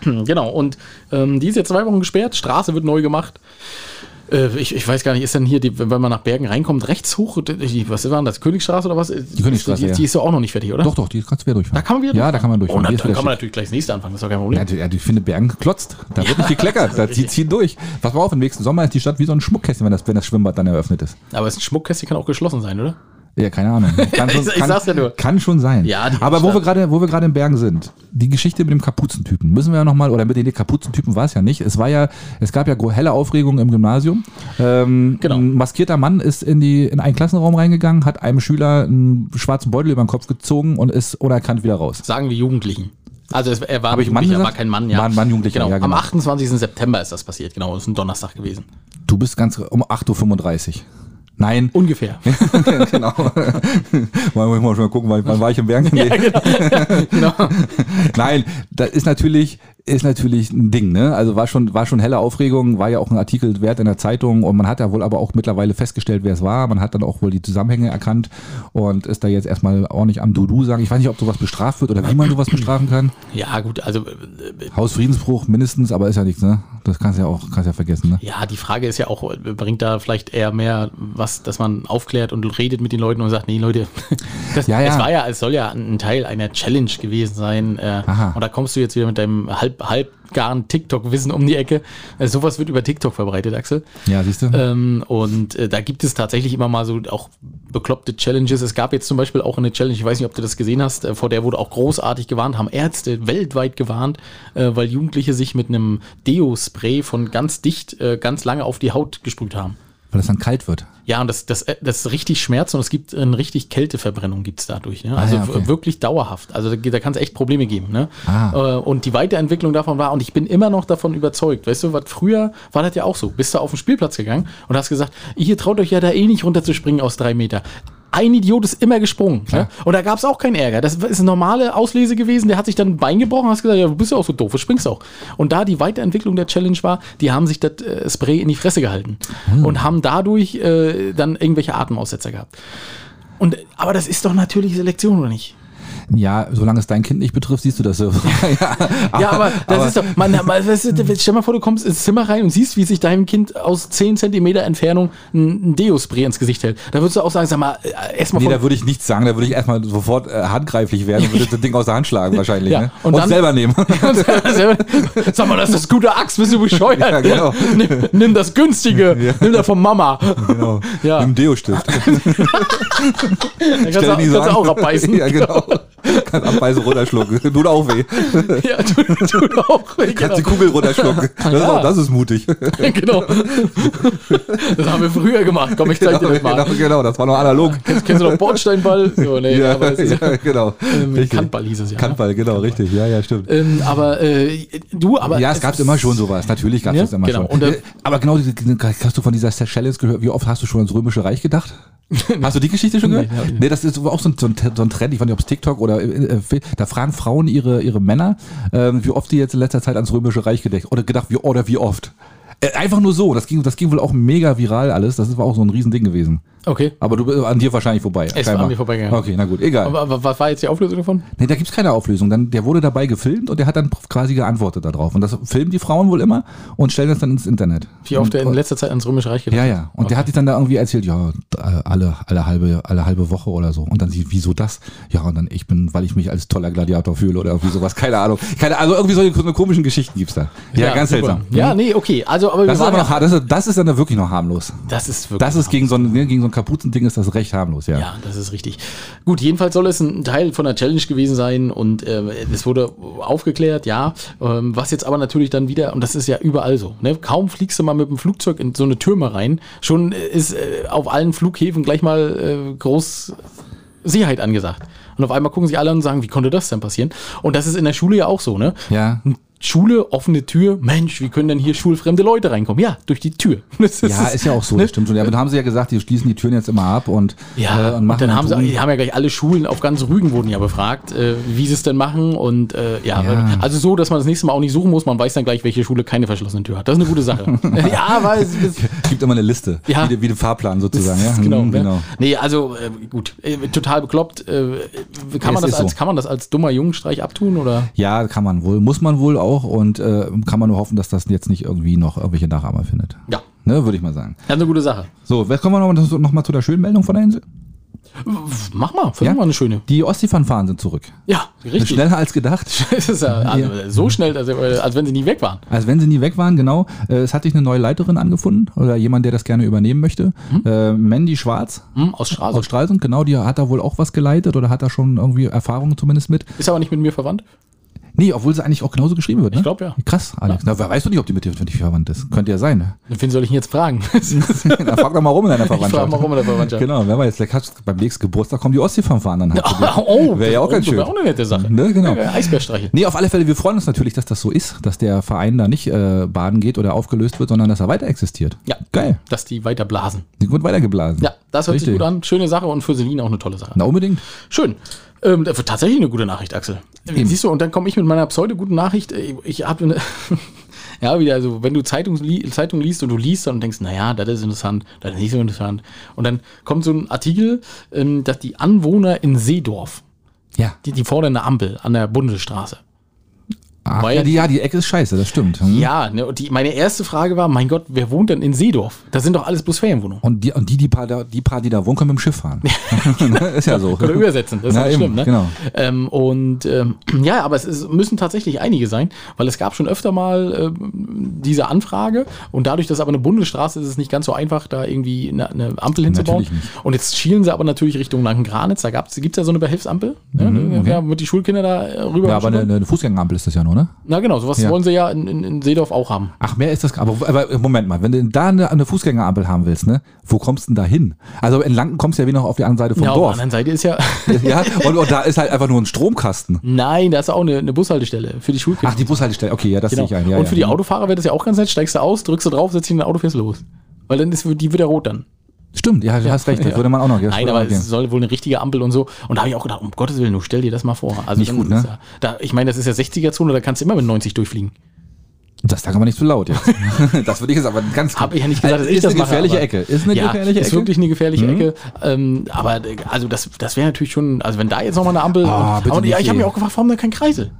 B: genau, und ähm, die ist jetzt zwei Wochen gesperrt, Straße wird neu gemacht. Äh, Ich, ich weiß gar nicht, ist denn hier, die, wenn man nach Bergen reinkommt, rechts hoch, die, was war denn das, Königstraße oder was? Die
A: Königstraße,
B: die,
A: ja.
B: die ist doch auch noch nicht fertig, oder?
A: Doch, doch, die kannst du wieder durchfahren.
B: Da kann man wieder
A: Ja, da kann man
B: Oh,
A: durchfahren.
B: na,
A: Die
B: dann
A: ist
B: kann
A: wieder
B: man
A: schick.
B: natürlich gleich das nächste anfangen, das ist doch kein Problem.
A: Ja, die- ja, die- ich finde, Bergen klotzt. Da wird nicht gekleckert. Da, die ziehen durch. Pass mal auf, im nächsten Sommer ist die Stadt wie so ein Schmuckkästchen, wenn das, wenn das Schwimmbad dann eröffnet ist.
B: Aber es ist ein Schmuckkästchen kann auch geschlossen sein, oder?
A: Ja, keine Ahnung. Kann schon,
B: Ich- ich
A: kann,
B: sag's ja nur.
A: Kann schon sein.
B: Ja, die
A: Aber wo wir
B: Stadt.
A: gerade, wo wir gerade in Bergen sind, die Geschichte mit dem Kapuzentypen müssen wir ja nochmal, oder mit den Kapuzentypen war es ja nicht. Es war ja, es gab ja gro- helle Aufregung im Gymnasium. Ähm,
B: Genau.
A: Ein maskierter Mann ist in die, in einen Klassenraum reingegangen, hat einem Schüler einen schwarzen Beutel über den Kopf gezogen und ist unerkannt wieder raus.
B: Sagen wir Jugendlichen. Also es, er war
A: Hab
B: ein
A: ich Mann
B: Jugendlicher, war
A: gesagt?
B: kein Mann, ja.
A: War ein Mann, Jugendlicher,
B: genau.
A: ja, genau.
B: Am 28. September ist das passiert, genau. Das ist ein Donnerstag gewesen.
A: Du bist ganz um 8.35 Uhr. Nein.
B: Ungefähr.
A: genau. Mal, mal, mal gucken, wann, wann war ich im Bergen? Nee.
B: genau.
A: Nein, das ist natürlich, ist natürlich ein Ding, ne? Also war schon, war schon helle Aufregung, war ja auch ein Artikel wert in der Zeitung und man hat ja wohl aber auch mittlerweile festgestellt, wer es war. Man hat dann auch wohl die Zusammenhänge erkannt und ist da jetzt erstmal ordentlich am Dudu sagen. Ich weiß nicht, ob sowas bestraft wird oder wie man sowas bestrafen kann.
B: Ja, gut, also äh,
A: Hausfriedensbruch mindestens, aber ist ja nichts, ne? Das kannst du ja auch, kannst ja vergessen, ne?
B: ja, die Frage ist ja auch, äh, bringt da vielleicht eher mehr was, dass man aufklärt und redet mit den Leuten und sagt, nee, Leute, das,
A: Ja, ja.
B: es war ja, es soll ja ein Teil einer Challenge gewesen sein. Äh,
A: Aha.
B: und da kommst du jetzt wieder mit deinem halb, halbgaren TikTok-Wissen um die Ecke. Äh, sowas wird über TikTok verbreitet, Axel.
A: Ja, siehst du?
B: Ähm, und äh, da gibt es tatsächlich immer mal so auch bekloppte Challenges. Es gab jetzt zum Beispiel auch eine Challenge, ich weiß nicht, ob du das gesehen hast, äh, vor der wurde auch großartig gewarnt, haben Ärzte weltweit gewarnt, äh, weil Jugendliche sich mit einem Deo-Spray von ganz dicht äh, ganz lange auf die Haut gesprüht haben.
A: Weil das dann kalt wird.
B: Ja, und das, das, äh, das richtig schmerzt und es gibt äh, eine richtig Kälteverbrennung gibt's dadurch. Ne? Also
A: Ah ja, okay.
B: w- wirklich dauerhaft. Also da, da kann es echt Probleme geben. Ne?
A: Ah.
B: Äh, Und die Weiterentwicklung davon war, und ich bin immer noch davon überzeugt, weißt du, was früher war das ja auch so. Bist du auf den Spielplatz gegangen und hast gesagt, ihr traut euch ja da eh nicht runterzuspringen aus drei Meter. Ein Idiot ist immer gesprungen. Ne? Und da gab's auch keinen Ärger. Das ist eine normale Auslese gewesen. Der hat sich dann ein Bein gebrochen und hast gesagt, ja, du bist ja auch so doof, du springst auch. Und da die Weiterentwicklung der Challenge war, die haben sich das äh, Spray in die Fresse gehalten und haben dadurch äh, dann irgendwelche Atemaussetzer gehabt. Und, aber das ist doch natürlich Selektion, oder nicht?
A: Ja, solange es dein Kind nicht betrifft, siehst du das so. ja,
B: Ja, aber das ist doch, man, man, weißt du, stell mal vor, du kommst ins Zimmer rein und siehst, wie sich deinem Kind aus 10 Zentimeter Entfernung ein, ein Deo-Spray ins Gesicht hält. Da würdest du auch sagen, sag mal, äh, erstmal
A: Nee,
B: von-
A: da würde ich nichts sagen, da würde ich erstmal sofort äh, handgreiflich werden und würde das Ding aus der Hand schlagen wahrscheinlich.
B: Ja,
A: ne?
B: und dann-
A: selber nehmen.
B: Sag mal, das ist gute Axt, bist du bescheuert?
A: Ja, genau.
B: nimm, nimm das günstige,
A: Ja.
B: nimm das von Mama.
A: Genau.
B: Ja.
A: Nimm Deo-Stift.
B: Dann kannst du
A: Stell
B: auch-
A: die
B: kannst
A: so
B: du
A: an.
B: auch abbeißen.
A: ja, genau. Kannst abbeißen, runterschlucken. Tut auch weh.
B: Ja, tu, tu auch.
A: Kannst die Kugel runterschlucken. Das, ist, auch, das ist mutig.
B: genau. Das haben wir früher gemacht. Komm, ich zeig dir das mal.
A: genau, genau, das war noch analog.
B: Kennst, kennst du noch Bordsteinball? So, nee,
A: Ja,
B: aber das ist,
A: ja, genau.
B: ähm,
A: Richtig.
B: Kantball hieß es ja. ne?
A: Kantball, genau, richtig. Ja, ja, stimmt.
B: Ähm, aber äh, du, aber.
A: ja, es gab
B: ist-
A: immer schon sowas. Natürlich gab es
B: Ja,
A: das immer
B: genau.
A: schon.
B: Und, äh,
A: Aber genau, diese- diese- hast du von dieser Challenge gehört? Wie oft hast du schon ans Römische Reich gedacht? Hast du die Geschichte schon gehört?
B: Nee, hab ich nicht.
A: Nee, das ist auch so ein, so ein so ein Trend. Ich weiß nicht, ob es TikTok oder äh, äh, da fragen Frauen ihre, ihre Männer, ähm, wie oft die jetzt in letzter Zeit ans Römische Reich gedacht oder gedacht, wie oder wie oft. Äh, Einfach nur so. Das ging, das ging wohl auch mega viral alles. Das war auch so ein Riesending gewesen.
B: Okay.
A: Aber du bist an dir wahrscheinlich vorbei.
B: Es war an mir vorbeigegangen.
A: Okay, na gut, egal.
B: Aber, aber was war jetzt die Auflösung davon?
A: Nee, da gibt's keine Auflösung. Dann, der wurde dabei gefilmt und der hat dann quasi geantwortet darauf. Und das filmen die Frauen wohl immer und stellen das dann ins Internet.
B: Wie oft er in
A: und,
B: letzter Zeit ans Römische Reich gedacht
A: Ja, ja. Und der hat sich dann da irgendwie erzählt, ja, äh, alle, alle, halbe, alle halbe Woche oder so. Und dann sie, wieso das? Ja, und dann ich bin, weil ich mich als toller Gladiator fühle oder irgendwie sowas. Keine Ahnung. Keine, also irgendwie solche so komischen Geschichten gibt's da. Ja, ganz
B: super.
A: seltsam.
B: Ja,
A: Hm?
B: nee, okay. Also, aber
A: Das ist
B: waren
A: aber
B: ja-
A: noch, har- das ist, das ist dann da wirklich noch harmlos.
B: Das ist wirklich.
A: Das ist gegen so ein, ne, gegen so ein Kapuzending ist das recht harmlos, ja.
B: Ja, das ist richtig. Gut, jedenfalls soll es ein Teil von der Challenge gewesen sein und ähm, es wurde aufgeklärt, ja. Ähm, was jetzt aber natürlich dann wieder, und das ist ja überall so, ne? kaum fliegst du mal mit dem Flugzeug in so eine Türme rein, schon äh, ist äh, auf allen Flughäfen gleich mal äh, groß Sicherheit angesagt. Und auf einmal gucken sich alle an und sagen, wie konnte das denn passieren? Und das ist in der Schule ja auch so, ne?
A: Ja.
B: Ein Schule, offene Tür. Mensch, wie können denn hier schulfremde Leute reinkommen? Ja, durch die Tür. Das ne?
A: Ja, ist ja auch so, das stimmt schon. Ja, aber da haben sie ja gesagt, die schließen die Türen jetzt immer ab und,
B: Ja,
A: äh,
B: und,
A: machen
B: dann haben sie,
A: tun.
B: die haben ja gleich alle Schulen auf ganz Rügen wurden ja befragt, äh, wie sie es denn machen und äh, ja,
A: Ja.
B: also so, dass man das nächste Mal auch nicht suchen muss, man weiß dann gleich, welche Schule keine verschlossene Tür hat. Das ist eine gute Sache. ja, weil es, es,
A: Es gibt immer eine Liste,
B: Ja.
A: wie, der- wie den Fahrplan sozusagen. Ja?
B: genau,
A: Mhm,
B: ne? Nee, also äh, gut, äh, total bekloppt. Äh, kann, man
A: es
B: das
A: ist
B: als,
A: so.
B: kann man das als dummer Jungenstreich abtun oder?
A: Ja, kann man wohl, muss man wohl auch und äh, kann man nur hoffen, dass das jetzt nicht irgendwie noch irgendwelche Nachahmer findet.
B: Ja,
A: Ne, würde ich mal sagen.
B: das ist eine gute Sache.
A: So, was kommen wir nochmal noch mal zu der schönen Meldung von der Insel?
B: Pff, Mach mal, find
A: Ja?
B: mal eine schöne.
A: Die Ostseefanfaren sind zurück.
B: Ja, richtig.
A: Schneller als gedacht.
B: Das ist ja, also, So schnell, dass, äh, als wenn sie nie weg waren.
A: Also wenn sie nie weg waren, genau. Äh, es hat sich eine neue Leiterin angefunden oder jemand, der das gerne übernehmen möchte.
B: Mhm.
A: Äh, Mandy Schwarz
B: Hm, aus Straße.
A: aus Stralsund, genau, die hat da wohl auch was geleitet oder hat da schon irgendwie Erfahrungen zumindest mit.
B: Ist aber nicht mit mir verwandt.
A: Nee, obwohl sie eigentlich auch genauso geschrieben wird, ne?
B: Ich glaub, ja.
A: Krass, Alex. Na, wer weißt du nicht, ob die mit dir wirklich verwandt ist? Könnte ja sein.
B: Wen soll ich ihn jetzt fragen?
A: Na, frag doch mal rum in deiner Verwandtschaft.
B: frag mal rum in der Verwandtschaft.
A: Genau, wer weiß, vielleicht hast du beim nächsten Geburtstag kommen die Ostseefanfaren dann halt. zu dir.
B: oh,
A: Wär ja auch ganz schön.
B: Wäre auch eine nette Sache. Äh,
A: Ne, genau.
B: Ja, Eisbärstreiche.
A: Nee, auf alle Fälle, wir freuen uns natürlich, dass das so ist, dass der Verein da nicht äh, baden geht oder aufgelöst wird, sondern dass er weiter existiert.
B: Ja.
A: Geil.
B: Dass die weiter blasen.
A: Die wird weitergeblasen.
B: Ja, das hört sich
A: Richtig.
B: gut an. Schöne Sache und für Selin auch eine tolle Sache.
A: Na unbedingt.
B: Schön. Ähm, das wird tatsächlich eine gute Nachricht, Axel. Siehst du, und dann komme ich mit meiner pseudo-guten Nachricht. Äh, Ich habe eine. Ja, wieder, also wenn du Zeitung, li Zeitung liest und du liest dann und denkst, naja, das ist interessant, das ist nicht so interessant. Und dann kommt so ein Artikel, ähm, dass die Anwohner in Seedorf,
A: Ja.
B: die, die fordern eine Ampel an der Bundesstraße.
A: Ach,
B: Weil-
A: ja, die, ja, die Ecke ist scheiße, das stimmt. Hm.
B: Ja, ne, und die, meine erste Frage war, mein Gott, wer wohnt denn in Seedorf? Das sind doch alles bloß Ferienwohnungen.
A: Und, die, und die, die paar, da- die paar, die da wohnen, können mit dem Schiff fahren. Ne? ist ja so.
B: Oder übersetzen, das ist
A: Na
B: nicht
A: eben,
B: schlimm, ne?
A: genau.
B: Ähm, und ähm, ja, aber es ist, müssen tatsächlich einige sein, weil es gab schon öfter mal ähm, diese Anfrage und dadurch, dass aber eine Bundesstraße ist, ist es nicht ganz so einfach, da irgendwie eine, eine Ampel hinzubauen.
A: Natürlich
B: Und jetzt schielen sie aber natürlich Richtung Langenranitz, da gab's, gibt's ja so eine Behelfsampel, ne? ja, damit die Schulkinder da äh, rüber.
A: Mhm, Ja, aber eine, eine Fußgängerampel ist das ja nur, ne?
B: Na genau, sowas
A: Ja.
B: wollen sie ja in, in, in Seedorf auch haben.
A: Ach, mehr ist das. Aber, aber Moment mal, wenn du da eine, eine Fußgängerampel haben willst, ne? Wo kommst du denn da hin? Also in Lanken kommst du ja wie noch auf die andere Seite vom
B: ja, auf der
A: Dorf.
B: anderen Seite ist ja.
A: Ja, und, und da ist halt einfach nur ein Stromkasten.
B: Nein, da ist auch eine, eine Bushaltestelle für die Schulkinder.
A: Ach, die Bushaltestelle. Okay, ja, das
B: Genau.
A: sehe ich ein. Ja,
B: und für die
A: ja.
B: Autofahrer wäre das ja auch ganz nett. Steigst du aus, drückst du drauf, setzt dich in dein Auto, fährst los. Weil dann ist die wieder rot dann.
A: Stimmt, ja, du hast recht, das
B: Ja.
A: würde man auch noch. das
B: Nein,
A: würde
B: aber
A: auch gehen.
B: es soll wohl eine richtige Ampel und so. Und da habe ich auch gedacht, um Gottes Willen, du stell dir das mal vor. Also
A: Nicht
B: dann
A: gut, ne?
B: ist ja- Da, ich meine, das ist ja 60er-Zone, da kannst du immer mit 90 durchfliegen.
A: Das sagen wir nicht zu laut jetzt. das würde ich jetzt aber ganz
B: Habe ich ja nicht gesagt,
A: Also,
B: dass ich
A: ist
B: das
A: eine
B: mache,
A: gefährliche
B: aber-
A: Ecke. Ist eine
B: ja,
A: gefährliche
B: ist
A: Ecke. Mhm.
B: wirklich eine gefährliche Ecke. Ähm, aber äh, also das, das wäre natürlich schon, also wenn da jetzt nochmal eine Ampel.
A: Ah,
B: und,
A: bitte
B: aber ja,
A: nicht
B: ich habe mich
A: hier.
B: auch gefragt, warum da kein Kreisel?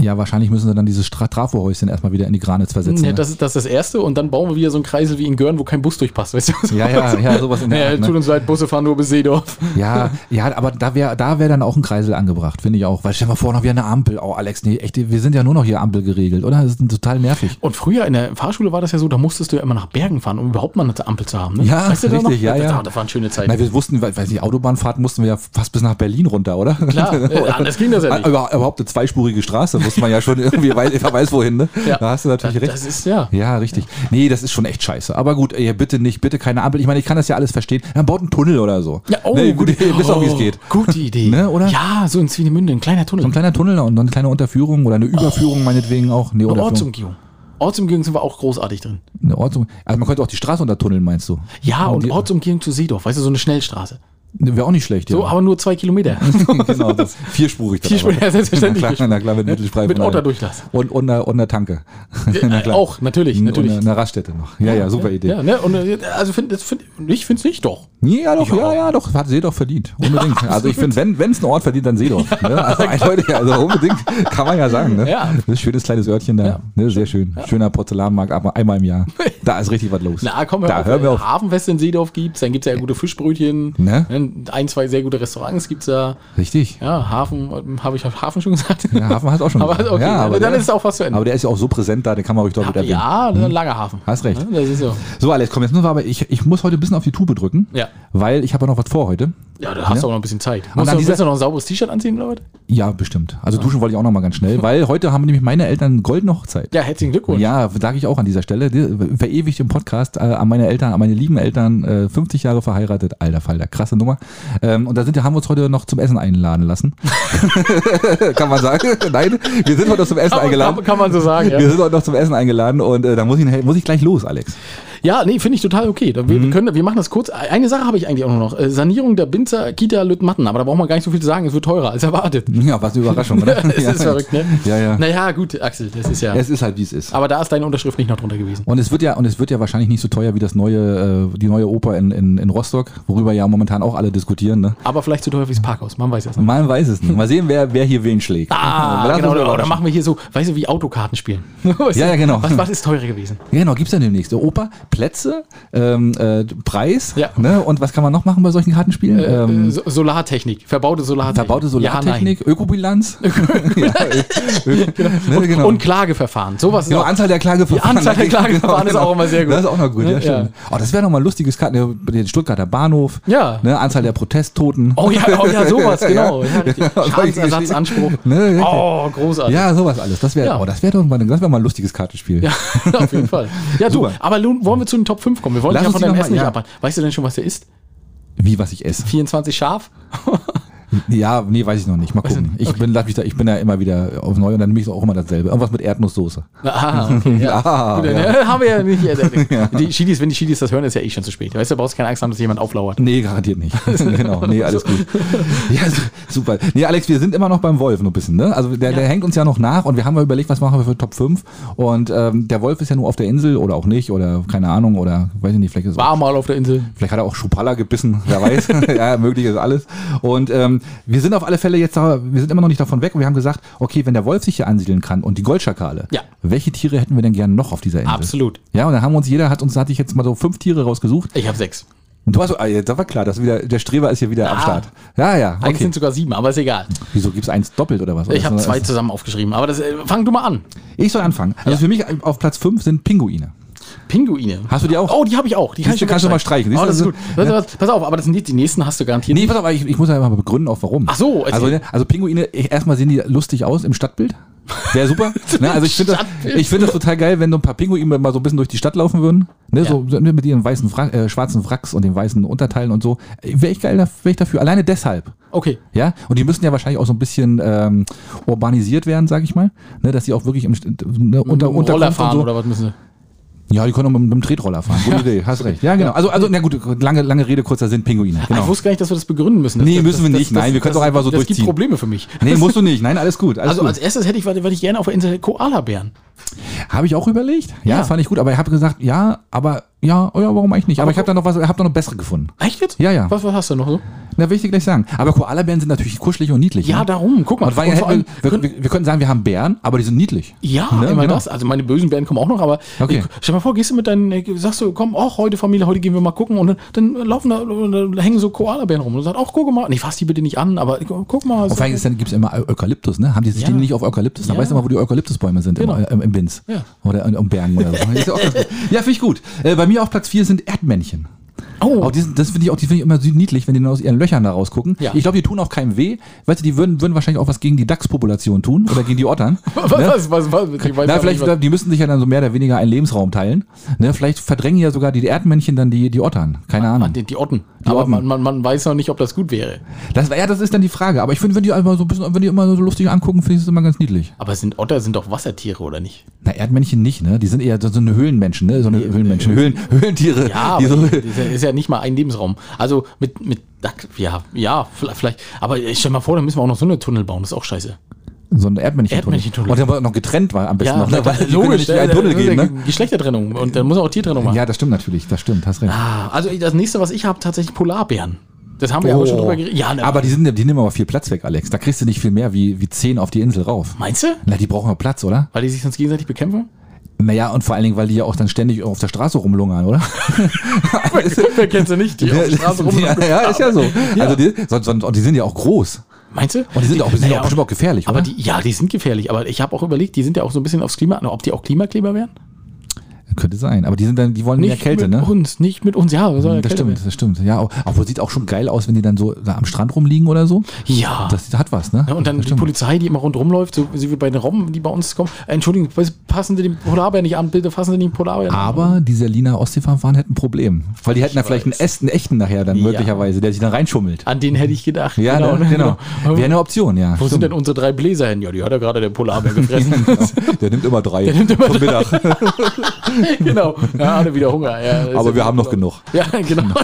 A: ja, wahrscheinlich müssen sie dann dieses Stra- Trafohäuschen erstmal wieder in die Granitz versetzen.
B: Ja,
A: ne?
B: das, ist, das ist das Erste und dann bauen wir wieder so einen Kreisel wie in Görn, wo kein Bus durchpasst. Weißt du?
A: ja, ja, ja, sowas in der
B: Ja,
A: Art, ne?
B: tut uns leid, Busse fahren nur bis Seedorf.
A: Ja, ja, aber da wäre da wär dann auch ein Kreisel angebracht, finde ich auch. Weil stell dir mal vor, noch wieder eine Ampel. Oh, Alex, nee, echt, wir sind ja nur noch hier Ampel geregelt, oder? Das ist total nervig.
B: Und früher in der Fahrschule war das ja so, da musstest du ja immer nach Bergen fahren, um überhaupt mal eine Ampel zu haben. Ne?
A: Ja,
B: du da
A: richtig,
B: noch?
A: ja,
B: das,
A: ja.
B: Das waren schöne Zeiten.
A: Na, wir wussten, weil- weiß nicht, Autobahnfahrt mussten wir ja fast bis nach Berlin runter, oder?
B: Klar, äh, anders ging das ja nicht.
A: Über, überhaupt eine zweispurige Straße musste man ja schon irgendwie, weil wer weiß wohin, ne?
B: Ja.
A: Da hast du natürlich
B: das,
A: recht.
B: das ist ja.
A: Ja, richtig. Nee, das ist schon echt scheiße. Aber gut, ey, bitte nicht, bitte keine Ampel. Ich meine, ich kann das ja alles verstehen. Dann baut einen Tunnel oder so. nee, gut,
B: genau.
A: ihr wisst auch, wie es geht.
B: oh, Gute Idee.
A: Ne, oder?
B: Ja, so in Zwienemünde, ein kleiner Tunnel.
A: Ein kleiner Tunnel und dann eine kleine Unterführung oder eine Überführung meinetwegen auch. Nee,
B: Eine
A: Unterführung.
B: Ortsumgehung. Ortsumgehung sind wir auch großartig drin.
A: Eine Ortsum also man könnte auch die Straße untertunneln, meinst du?
B: Ja,
A: Aber
B: und
A: die-
B: Ortsumgehung zu Seedorf, weißt du, so eine Schnellstraße.
A: Ne, Wäre auch nicht schlecht,
B: So,
A: ja.
B: aber nur zwei Kilometer.
A: genau, das vierspurig. dann
B: Vierspurig,
A: aber.
B: ja, selbstverständlich. Ne?
A: Na klar, na klar mit Mittelstreifen.
B: Mit
A: und allem.
B: Unterdurchlass.
A: Und unter, unter Tanke.
B: Äh, auch, natürlich, natürlich.
A: Und eine Raststätte noch. Ja, ja, super Idee.
B: Ja, ne? Und, äh, also find, das find, ich finde es nicht doch.
A: Ja, doch,
B: Ich auch.
A: ja, ja, doch, hat Seedorf verdient. Unbedingt. also ich finde, wenn es einen Ort verdient, dann Seedorf. Ne? Also eindeutig, also unbedingt, kann man ja sagen. Ne?
B: Ja.
A: Das ist ein schönes kleines Örtchen da. Ne? Sehr schön. Schöner Porzellanmarkt, aber einmal im Jahr. Da ist richtig was los.
B: Na, komm, hör
A: da
B: auf.
A: hören wir auf.
B: Hafenfest in Seedorf gibt's, dann gibt's ja gute Fischbrötchen.
A: Ne?
B: Ein, zwei sehr gute Restaurants gibt's da.
A: Richtig.
B: Ja, Hafen, habe ich Hafen schon gesagt?
A: Ja, Hafen hast du auch schon
B: Aber
A: gesagt.
B: okay,
A: Ja, aber
B: dann
A: der-
B: ist auch was zu Ende.
A: Aber der ist ja auch so präsent da, den kann man ruhig dort mit erwähnen.
B: ja, dann langer Hafen.
A: Hast recht.
B: Ja, Das ist so.
A: So, Alex, komm, jetzt müssen wir aber, ich, ich muss heute ein bisschen auf die Tube drücken,
B: Ja.
A: weil ich habe ja noch was vor heute.
B: Ja, da hast du auch noch ein bisschen Zeit.
A: Ne? an
B: Musst du,
A: dieser-
B: willst du noch ein sauberes T-Shirt anziehen oder was?
A: Ja, bestimmt. Also duschen wollte ich auch noch mal ganz schnell, weil heute haben nämlich meine Eltern goldene Hochzeit.
B: Ja, herzlichen Glückwunsch.
A: Ja, sage ich auch an dieser Stelle. Die- Verewigt im Podcast äh, an meine Eltern, an meine lieben Eltern, äh, 50 Jahre verheiratet. Alter Falter, krasse Nummer. Ähm, und da sind, haben wir uns heute noch zum Essen einladen lassen. Kann man sagen? Nein, wir sind heute noch zum Essen
B: Kann man-
A: eingeladen.
B: Kann, kann man so sagen,
A: Wir
B: ja.
A: sind heute noch zum Essen eingeladen und äh, da muss ich, muss ich gleich los, Alex.
B: Ja, nee, finde ich total okay. Da- Wir,
A: Mhm.
B: wir, können, wir machen das kurz. Eine Sache habe ich eigentlich auch noch. Äh, Sanierung der Binzer Kita Lüttmatten. Aber da braucht man gar nicht so viel zu sagen. Es wird teurer als erwartet.
A: Ja, was eine Überraschung, oder?
B: Es
A: ja.
B: ist verrückt, ne?
A: Ja, ja.
B: Naja, gut, Axel, das ist ja.
A: Es ist halt, wie es ist.
B: Aber da ist deine Unterschrift nicht noch drunter gewesen.
A: Und es wird ja, und es wird ja wahrscheinlich nicht so teuer wie das neue, äh, die neue Oper in, in, in Rostock, worüber ja momentan auch alle diskutieren. Ne?
B: Aber vielleicht so teuer wie das Parkhaus. Man weiß es nicht.
A: Man weiß es nicht. Mal sehen, wer, wer hier wen schlägt.
B: Ah,
A: Lass uns
B: genau, oder,
A: überraschen.
B: oder machen wir hier so, weißt du, wie Autokarten spielen. Weißt
A: Ja,
B: du,
A: ja, genau.
B: Was, was ist teurer gewesen?
A: Ja, genau, gibt's ja demnächst. Oper, Plätze, ähm, äh, Preis.
B: Ja. Äh,
A: Ne? Und was kann man noch machen bei solchen Kartenspielen? ähm,
B: So Solartechnik, verbaute Solartechnik.
A: verbaute Solartechnik, Ökobilanz. Ja, Ö- Ö-
B: Ja,
A: ne,
B: nein.
A: genau.
B: Und Klageverfahren. Sowas ist
A: Genau,
B: auch,
A: Anzahl der Klageverfahren. Genau,
B: Die Anzahl der Klageverfahren ist auch immer sehr gut.
A: Das ist auch noch gut, ja,
B: Ja.
A: stimmt. Oh, das wäre nochmal ein lustiges Karten, ja, bei den Stuttgarter Bahnhof.
B: Ja.
A: Ne, Anzahl der Protesttoten.
B: Oh ja, oh ja, sowas, genau. Ja, richtig.
A: solche
B: Schadensersatzanspruch.
A: Geschichten. Ne, richtig.
B: oh, großartig.
A: Ja, sowas alles. Das wäre
B: Ja.
A: oh, das wäre doch mal, das wär mal ein lustiges Kartenspiel.
B: Ja, auf jeden Fall. Ja, du,
A: Super.
B: aber nun wollen wir zu den Top 5 kommen. Wir wollen
A: Lass
B: ja
A: uns
B: von
A: die
B: deinem
A: noch
B: Essen
A: mal-
B: nicht
A: ja.
B: abhalten. Weißt du denn schon, was der ist?
A: Wie was ich esse.
B: 24 Schaf?
A: Ja, nee, weiß ich noch nicht. Mal
B: du
A: gucken.
B: nicht?
A: Ich, bin, lass mich da, ich bin da immer wieder auf neu und dann nehme ich auch immer dasselbe. Irgendwas mit Erdnusssoße.
B: Ah, okay, ja.
A: Ah,
B: Gut, dann,
A: ja.
B: äh, Haben wir ja nicht. äh, Die Schiedis, wenn die Schiedis das hören, ist ja eh schon zu spät. Weißt du, brauchst keine Angst haben, dass jemand auflauert.
A: Nee, garantiert nicht. genau, nee, alles gut. Ja, su- super. Nee, Alex, wir sind immer noch beim Wolf noch ein bisschen, ne? Also der, der hängt uns ja noch nach und wir haben mal überlegt, was machen wir für Top 5. Und ähm, der Wolf ist ja nur auf der Insel oder auch nicht oder keine Ahnung oder weiß ich nicht, vielleicht ist
B: War mal auf der Insel.
A: Vielleicht hat er auch Schupalla gebissen, wer weiß. ja, möglich ist alles. Und ähm, wir sind auf alle Fälle jetzt, da, wir sind immer noch nicht davon weg und wir haben gesagt, okay, wenn der Wolf sich hier ansiedeln kann und die Goldschakale,
B: Ja.
A: welche Tiere hätten wir denn gerne noch auf dieser Insel?
B: Absolut.
A: Ja, und dann haben uns jeder, hat uns, hatte ich jetzt mal so fünf Tiere rausgesucht.
B: Ich habe sechs.
A: Und du hast, ah, ja, das war klar, das wieder, der Streber ist hier wieder am
B: Ah.
A: Start. Ja, ja,
B: Eigentlich
A: okay.
B: sind sogar sieben, aber ist egal.
A: Wieso gibt's eins doppelt oder was?
B: Ich habe
A: Oder ist-
B: zwei zusammen aufgeschrieben. Aber das, äh, fang du mal an.
A: Ich soll anfangen. Also für mich auf Platz fünf sind Pinguine.
B: Pinguine.
A: Hast du die auch?
B: Oh, die habe ich auch. Die kann
A: Siehst du, kannst du mal streichen. Siehst
B: Oh, das ist
A: du,
B: gut. Pass- Pass auf, aber das sind die, die nächsten hast du garantiert.
A: Nee, pass auf, aber ich, ich muss ja mal begründen, auch warum.
B: Ach so, erzähl.
A: also, ne, also Pinguine, ich, erstmal sehen die lustig aus im Stadtbild. Sehr super. ne, also ich finde das,
B: Stadtbild.
A: ich find das total geil, wenn so ein paar Pinguine mal so ein bisschen durch die Stadt laufen würden. Ne, so, so mit ihren weißen Fra äh, schwarzen Wracks und den weißen Unterteilen und so. Wäre ich geil, da- wär ich dafür. Alleine deshalb.
B: Okay.
A: Ja, und die müssen ja wahrscheinlich auch so ein bisschen ähm, urbanisiert werden, sag ich mal. Ne, dass sie auch wirklich im St- ne, unter,
B: Mit dem
A: unter
B: Roller fahren oder was müssen sie?
A: Ja, die können auch mit, mit einem Tretroller fahren. Gute Idee, hast recht. Ja, genau. Also, also na gut, lange, lange Rede, kurzer Sinn, Pinguine.
B: Ah,
A: Genau.
B: Ich wusste gar nicht, dass wir das begründen müssen. Das,
A: Nee,
B: das,
A: müssen wir
B: das-
A: nicht.
B: das-
A: Nein, wir können
B: das-
A: doch einfach so
B: das
A: durchziehen.
B: gibt Probleme für mich.
A: Nee, musst du nicht. Nein, alles gut. Alles
B: Also
A: gut.
B: als erstes hätte ich, würde würde ich gerne auf der Insel Koalabären.
A: Habe ich auch überlegt. Ja,
B: Ja.
A: fand ich gut, aber ich habe gesagt, ja, aber ja, oh ja, warum eigentlich nicht? Aber ich habe da noch was, habe da noch bessere gefunden.
B: Echt jetzt?
A: Ja, ja.
B: Was, was hast du noch so?
A: Na, will ich dir gleich sagen. Aber Koalabären sind natürlich kuschelig und niedlich.
B: Ja,
A: ne?
B: darum. Guck mal.
A: Und weil ja,
B: Und vor allem
A: hätten wir, wir, wir, wir könnten sagen, wir haben Bären, aber die sind niedlich.
B: Ja,
A: Ne,
B: immer
A: genau.
B: das. Also meine bösen Bären kommen auch noch, aber
A: Okay.
B: ich, stell mal vor, gehst du mit deinen, äh, sagst du, komm, auch heute Familie, heute gehen wir mal gucken und dann, dann laufen da, da hängen so Koalabären rum und sagst, auch guck mal, nee, fass die bitte nicht an, aber gu- guck mal.
A: Und vor allem gibt es immer Eu- Eukalyptus, ne? Haben die sich
B: Ja.
A: die nicht auf Eukalyptus? Dann
B: Ja.
A: weißt du mal, wo die Eukalyptusbäume sind
B: Genau.
A: im, äh, im Binz.
B: Ja.
A: Oder in, in Bergen oder so. Ist ja, auch ganz gut. ja, finde ich gut. Äh, bei mir auf Platz 4 sind Erdmännchen.
B: oh,
A: Auch die sind, das finde ich auch, die finde ich immer so niedlich, wenn die dann aus ihren Löchern da rausgucken.
B: Ja.
A: Ich glaube, die tun auch keinem weh. Weißt du, die würden, würden wahrscheinlich auch was gegen die Dachspopulation tun oder gegen die Ottern. ne?
B: was, was, was, ich weiß
A: Na,
B: aber
A: vielleicht,
B: nicht, was-
A: die müssen sich ja dann so mehr oder weniger einen Lebensraum teilen. Ne? Vielleicht verdrängen ja sogar die Erdmännchen dann die, die Ottern. Keine
B: Ah,
A: Ahnung.
B: die, die Otten. aber
A: Otten.
B: Man, man, man weiß noch nicht, ob das gut wäre.
A: Das, ja, das ist dann die Frage. Aber ich finde, wenn die einfach so ein bisschen, wenn die immer so lustig angucken, finde ich es immer ganz niedlich.
B: Aber sind Otter sind doch Wassertiere, oder nicht?
A: Na, Erdmännchen nicht, ne? Die sind eher so, so eine Höhlenmenschen, ne? So eine Höhlenmenschen. Höhlen, Höhlentiere.
B: äh, Ja,
A: die
B: Ah, aber
A: so,
B: das ist ja- ist ja nicht mal ein Lebensraum. Also mit, mit Dach- ja, ja, vielleicht, vielleicht. Aber ich stell mal vor, dann müssen wir auch noch so eine Tunnel bauen, das ist auch scheiße.
A: so Oh, ein Erdmännchen.
B: Erdmännchen-Tunnel.
A: Und der war noch getrennt war am besten noch, ne?
B: na,
A: Weil die können ja nicht in einen Tunnel
B: das ist
A: gehen,
B: ja
A: ne?
B: Geschlechtertrennung und dann muss man auch Tiertrennung machen.
A: Ja, das stimmt natürlich, das stimmt, hast recht.
B: Ah, also das nächste, was ich habe, tatsächlich Polarbären. Das haben wir aber schon drüber geredet.
A: Ja,
B: Ja, ne,
A: Oh. aber die, sind, die nehmen aber viel Platz weg, Alex. Da kriegst du nicht viel mehr wie, wie 10 auf die Insel rauf.
B: meinst du?
A: Na, die brauchen ja Platz, oder?
B: Weil die sich sonst gegenseitig bekämpfen?
A: Naja, und vor allen Dingen, weil die ja auch dann ständig auf der Straße rumlungern, oder?
B: Wer kennt sie nicht? Die auf der Straße rum.
A: ja, ja, ist ja so. Also die, sonst, sonst, und die sind ja auch groß.
B: Meinst du?
A: Und die sind, auch, die sind
B: naja,
A: auch bestimmt auch gefährlich,
B: aber
A: oder?
B: die, ja, die sind gefährlich. Aber ich habe auch überlegt, die sind ja auch so ein bisschen aufs Klima, ob die auch Klimakleber wären?
A: Könnte sein. Aber die sind dann, die wollen mehr Kälte,
B: mit
A: ne? Mhm,
B: uns, nicht mit uns. Ja, wir sollen ja
A: Das
B: Kälte
A: stimmt,
B: werden.
A: das stimmt. Ja, au- obwohl sieht auch schon geil aus, wenn die dann so da am Strand rumliegen oder so.
B: Ja.
A: Das hat was, ne?
B: Ja, und dann
A: das
B: die Polizei, die immer rundherum läuft, so wie bei den Robben, die bei uns kommen. Äh, Entschuldigung, was- passen Sie den Polarbär nicht an, bitte fassen Sie den
A: Ah,
B: Polarbär an.
A: Aber die Selina Ostseefahren hätten halt ein Problem. Weil die hätten ja vielleicht einen echten, echten nachher dann
B: Ja.
A: möglicherweise, der sich dann reinschummelt.
B: An den hätte ich gedacht.
A: Ja, genau.
B: ne?
A: Ne, genau. Wäre eine Option, ja.
B: Wo sind
A: stimmt.
B: denn unsere drei Bläser hin? Ja, die hat ja gerade der Polarbär gefressen.
A: Genau. Der nimmt immer drei. Der
B: nimmt immer
A: zum Mittag.
B: genau. Ja, alle wieder Hunger. Ja, ist
A: Aber
B: ja
A: wir haben
B: gut.
A: noch genug.
B: Ja, genau.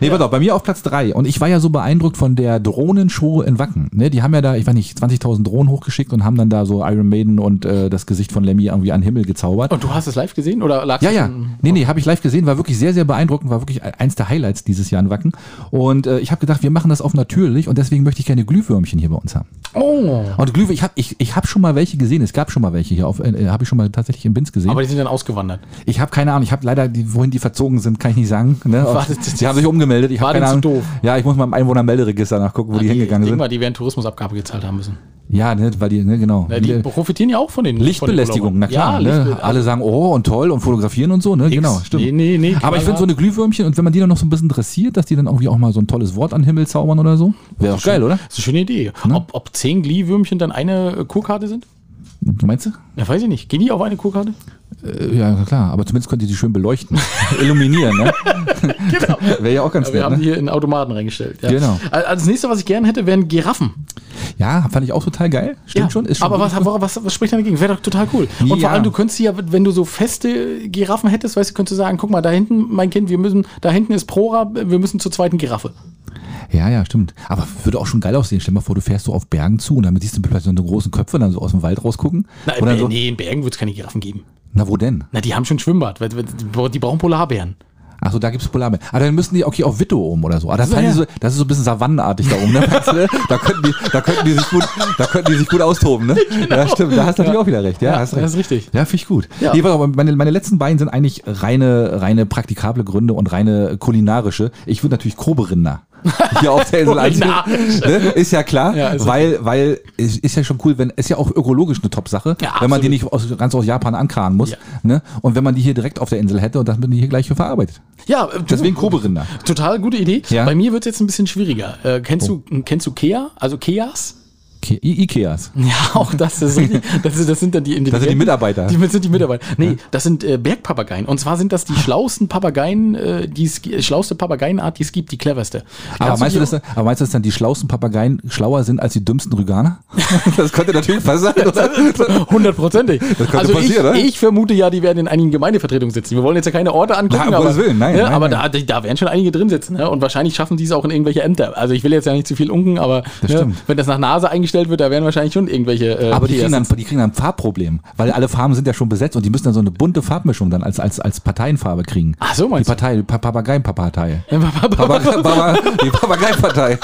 A: Nee, warte, bei mir auf Platz drei. Und ich war ja so beeindruckt von der Drohnenshow in Wacken. Ne, die haben ja da, ich weiß nicht, 20.000 Drohnen hochgeschickt und haben dann da so Iron Maiden und äh, das Gesicht von Lemmy irgendwie an den Himmel gezaubert.
B: Und du hast es live gesehen? Oder lagst
A: Ja,
B: du
A: ja.
B: schon-
A: Nee, nee, habe ich live gesehen, war wirklich sehr, sehr beeindruckend, war wirklich e-, eins der Highlights dieses Jahr in Wacken. Und äh, ich habe gedacht, wir machen das auf natürlich und deswegen möchte ich gerne Glühwürmchen hier bei uns haben.
B: Oh.
A: Und Glühwürmchen, ich habe ich, ich hab schon mal welche gesehen, es gab schon mal welche hier auf, äh, habe ich schon mal tatsächlich im Binz gesehen.
B: Aber die sind dann ausgewandert.
A: ich habe keine Ahnung, ich habe leider, die, wohin die verzogen sind, kann ich nicht sagen. Ne?
B: War das-
A: Die haben sich umgemeldet, ich
B: War
A: habe
B: denen
A: keine Ahnung.
B: zu doof?
A: Ja, ich muss mal im Einwohnermelderegister nachgucken, wo die, hingegangen
B: Denk
A: sind.
B: mal, die werden Tourismusabgabe gezahlt haben müssen.
A: Ja, ne, weil die, ne, genau.
B: Ja, die profitieren ja auch von den von den
A: Lichtbelästigung,
B: Urlaubern.
A: na klar.
B: Ja,
A: ne? Alle sagen, oh und toll und fotografieren und so, ne? Genau, stimmt.
B: Nee, nee, nee,
A: Aber ich finde
B: knallhart.
A: so eine Glühwürmchen und wenn man die dann noch so ein bisschen dressiert, dass die dann irgendwie auch mal so ein tolles Wort an den Himmel zaubern oder so, wäre doch geil, oder?
B: Das ist eine schöne Idee.
A: Ne?
B: Ob, ob zehn Glühwürmchen dann eine äh, Kurkarte sind? Mhm.
A: Du meinst du?
B: Ja, weiß ich nicht. Gehen die auf eine Kurkarte?
A: Äh, Ja, klar, aber zumindest könnt ihr die schön beleuchten, illuminieren, ne?
B: Genau.
A: Wäre ja auch ganz
B: Wir
A: nett,
B: haben die
A: ne?
B: hier in Automaten reingestellt. Ja.
A: Genau.
B: Also das nächste, was ich gerne hätte, wären Giraffen.
A: Ja, fand ich auch total geil. Stimmt schon, ist schon.
B: aber
A: gut.
B: was, wora- was, was spricht denn dagegen? Wäre doch total cool. Und vor
A: Ja.
B: allem, du könntest ja, wenn du so feste Giraffen hättest, weißt du, könntest du sagen, guck mal, da hinten, mein Kind, wir müssen, da hinten ist Prora, wir müssen zur zweiten Giraffe.
A: Ja, ja, stimmt. Aber würde auch schon geil aussehen. Stell dir mal vor, du fährst so auf Bergen zu und dann siehst du plötzlich so eine großen Köpfe dann so aus dem Wald rausgucken.
B: Na,
A: und dann
B: in,
A: so,
B: nee, in Bergen wird es keine Giraffen geben.
A: na wo denn?
B: Na, die haben schon Schwimmbad. weil- weil- Die brauchen Polarbären.
A: Achso, da gibt's Polarbären. Ah, dann müssen die, okay, auf Witto oben oder so. Ah, das,
B: So,
A: fallen die so,
B: ja.
A: das ist so ein bisschen savannenartig da oben, ne? Weißt du, da, könnten die, da, könnten die sich gut, da könnten die sich gut austoben, ne? Ja, stimmt. Da hast du natürlich auch wieder recht. Ja,
B: Genau. Ja,
A: hast
B: das
A: recht.
B: ist richtig.
A: Ja, finde ich gut.
B: Ja.
A: Nee, warte, aber meine, meine letzten beiden sind eigentlich reine, reine praktikable Gründe und reine kulinarische. Ich würde natürlich Koberinder hier auf der Insel anziehen.
B: Kulinarische.
A: Ne? Ist ja klar,
B: Ja, ist
A: weil, weil es ist ja schon cool, wenn ist ja auch ökologisch eine Top-Sache,
B: Ja,
A: wenn man die
B: absolut.
A: nicht aus, ganz aus Japan ankarren muss.
B: Ja.
A: Ne? Und wenn man die hier direkt auf der Insel hätte und dann werden die hier gleich hier verarbeitet.
B: Ja, äh, du-
A: Deswegen Koberinder.
B: Total gute Idee.
A: genau. Ja. Oh.
B: Bei mir wird es jetzt ein bisschen schwieriger. Äh, kennst, du, kennst du Kea? Also Keas?
A: Ke I Ikeas.
B: Ja, auch das ist richtig. Das, ist, das sind dann die Intelligenten.
A: Das sind die Mitarbeiter.
B: Die sind die Mitarbeiter. Nee, das sind äh, Bergpapageien. Und zwar sind das
A: Ah.
B: die schlauesten Papageien, äh, die es, gi- schlauste Papageienart, die es gibt, die cleverste. Also
A: aber,
B: Kannst
A: meinst du,
B: dir-
A: dass, aber meinst du, dass dann die schlauesten Papageien schlauer sind als die dümmsten Rüganer? Das könnte natürlich was sein. oder?
B: Hundertprozentig.
A: könnte
B: Also ich,
A: passieren, ne?
B: ich vermute ja, die werden in einigen Gemeindevertretungen sitzen. Wir wollen jetzt ja keine Orte angucken,
A: Na, um
B: aber,
A: Gottes Willen, nein,
B: ne,
A: nein,
B: aber
A: nein.
B: Da, da werden schon einige drin sitzen. Ne? Und wahrscheinlich schaffen die es auch in irgendwelche Ämter. Also ich will jetzt ja nicht zu viel unken, aber ne,
A: stimmt.
B: wenn das nach Nase eingestellt wird, da werden wahrscheinlich schon irgendwelche. Äh,
A: Aber die
B: Peers
A: kriegen, dann, die kriegen dann ein Farbproblem, weil alle Farben sind ja schon besetzt und die müssen dann so eine bunte Farbmischung dann als, als, als Parteienfarbe kriegen.
B: Ach so,
A: Die
B: meinst du?
A: Partei, die Pa- Papageienpartei.
B: Papa-
A: Papagei- Papa- Die Papageienpartei.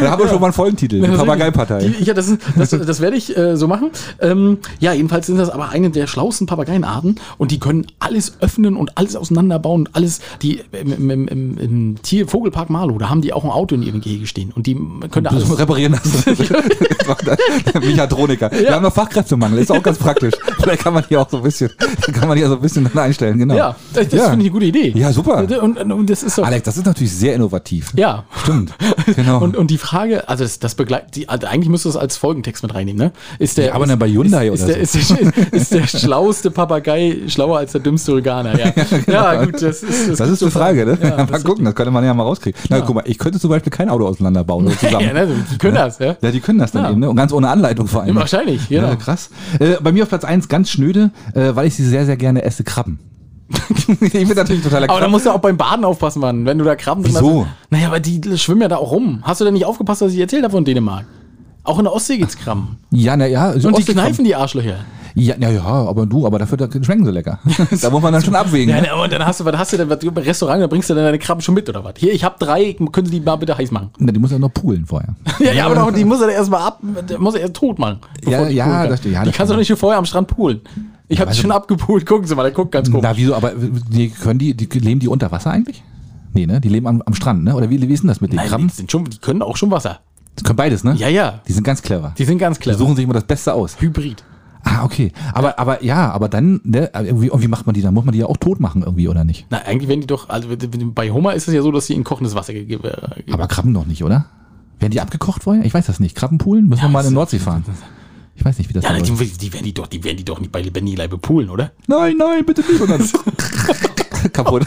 A: Da haben wir schon mal einen Folgentitel. Die Papageienpartei.
B: Die- Ja, das, ist- das, das werde ich äh, so machen. Ähm, ja, jedenfalls sind das aber eine der schlauesten Papageienarten und die können alles öffnen und alles auseinanderbauen und alles. Die ähm, im, im, im, im Tier Vogelpark Marlow, da haben die auch ein Auto in ihrem Gehege stehen und die können da alles.
A: Das reparieren lassen. Der Mechatroniker. Wir haben noch Fachkräftemangel, ist auch ganz praktisch. Vielleicht kann man hier auch so ein bisschen, kann man hier so ein bisschen dann einstellen, genau.
B: Ja, das, das finde ich eine gute Idee.
A: Ja, super.
B: Und, und, und das ist doch.
A: Alex, das ist natürlich sehr innovativ.
B: Ja.
A: Stimmt. Genau.
B: Und, und die Frage, also das, das begleitet, die, also eigentlich müsstest du das als Folgentext mit reinnehmen, ne? Ist der,
A: Ja, aber
B: ist,
A: dann bei Hyundai
B: ist,
A: oder
B: ist, der, ist, der, ist der schlauste Papagei schlauer als der dümmste Organer, ja. Ja, gut, das ist
A: genau. das ist eine Frage, ne?
B: Ja, das
A: mal
B: ist
A: gucken, das könnte man ja mal rauskriegen. Na, guck mal, ich könnte zum Beispiel kein Auto auseinanderbauen oder zusammen.
B: Ja, ne, die können das, ja.
A: Ja, die können das dann
B: Ja.
A: eben, ne? Und ganz ohne Anleitung vor allem.
B: Wahrscheinlich, genau.
A: Ja, krass. Äh, bei mir auf Platz 1 ganz schnöde, äh, weil ich sie sehr, sehr gerne esse, Krabben. ich bin natürlich totaler
B: Aber da musst du auch beim Baden aufpassen, Mann, wenn du da Krabben drin
A: Wieso?
B: hast. Naja, aber die schwimmen ja da auch rum. Hast du denn nicht aufgepasst, was ich erzählt habe von Dänemark? Auch in der Ostsee geht's Krabben.
A: Ja, na ja.
B: Und die kneifen die Arschlöcher.
A: Ja, na ja, aber du, aber dafür da schmecken sie lecker. da muss man dann schon abwägen.
B: Ja,
A: ne?
B: na, und dann hast du, was hast du denn, was du im Restaurant, da bringst du dann deine Krabben schon mit oder was? Hier, ich habe drei, können Sie die mal bitte heiß machen?
A: Na, die muss ja noch poolen vorher.
B: Ja, ja, aber doch, die muss er erstmal ab, der muss er erst tot machen. bevor
A: Ja,
B: die
A: ja,
B: poolen kann.
A: das stimmt, ja,
B: Die
A: das
B: kannst du
A: stimmt.
B: doch nicht hier vorher am Strand poolen. Ich habe die
A: also-
B: schon abgepoolt, gucken Sie mal, der guckt ganz komisch.
A: Na, wieso, aber die, können die, die leben die unter Wasser eigentlich? Nee, ne? Die leben am, am Strand, ne? Oder wie, wie ist denn das mit den
B: Nein,
A: Krabben?
B: die, sind schon, die können auch schon Wasser.
A: Das können beides, ne?
B: Ja, ja,
A: Die sind ganz clever.
B: die sind ganz
A: Die
B: clever.
A: suchen sich immer das Beste aus.
B: Hybrid.
A: Ah, okay. Aber, aber ja, aber dann, ne, aber irgendwie, irgendwie macht man die dann? Muss man die ja auch tot machen irgendwie, oder nicht?
B: Na, eigentlich, wenn die doch, also bei Hummer ist es ja so, dass sie in kochendes Wasser gegeben werden.
A: Aber Krabben doch nicht, oder? Werden die abgekocht vorher? Ich weiß das nicht. Krabbenpoolen? Müssen wir mal in
B: das-
A: den Nordsee fahren. Ich weiß nicht, wie das
B: Ja,
A: da
B: die,
A: läuft.
B: die, werden die, doch, die werden die doch nicht bei lebendigem Leibe poolen, oder?
A: Nein, nein, bitte nicht. Und dann kaputt.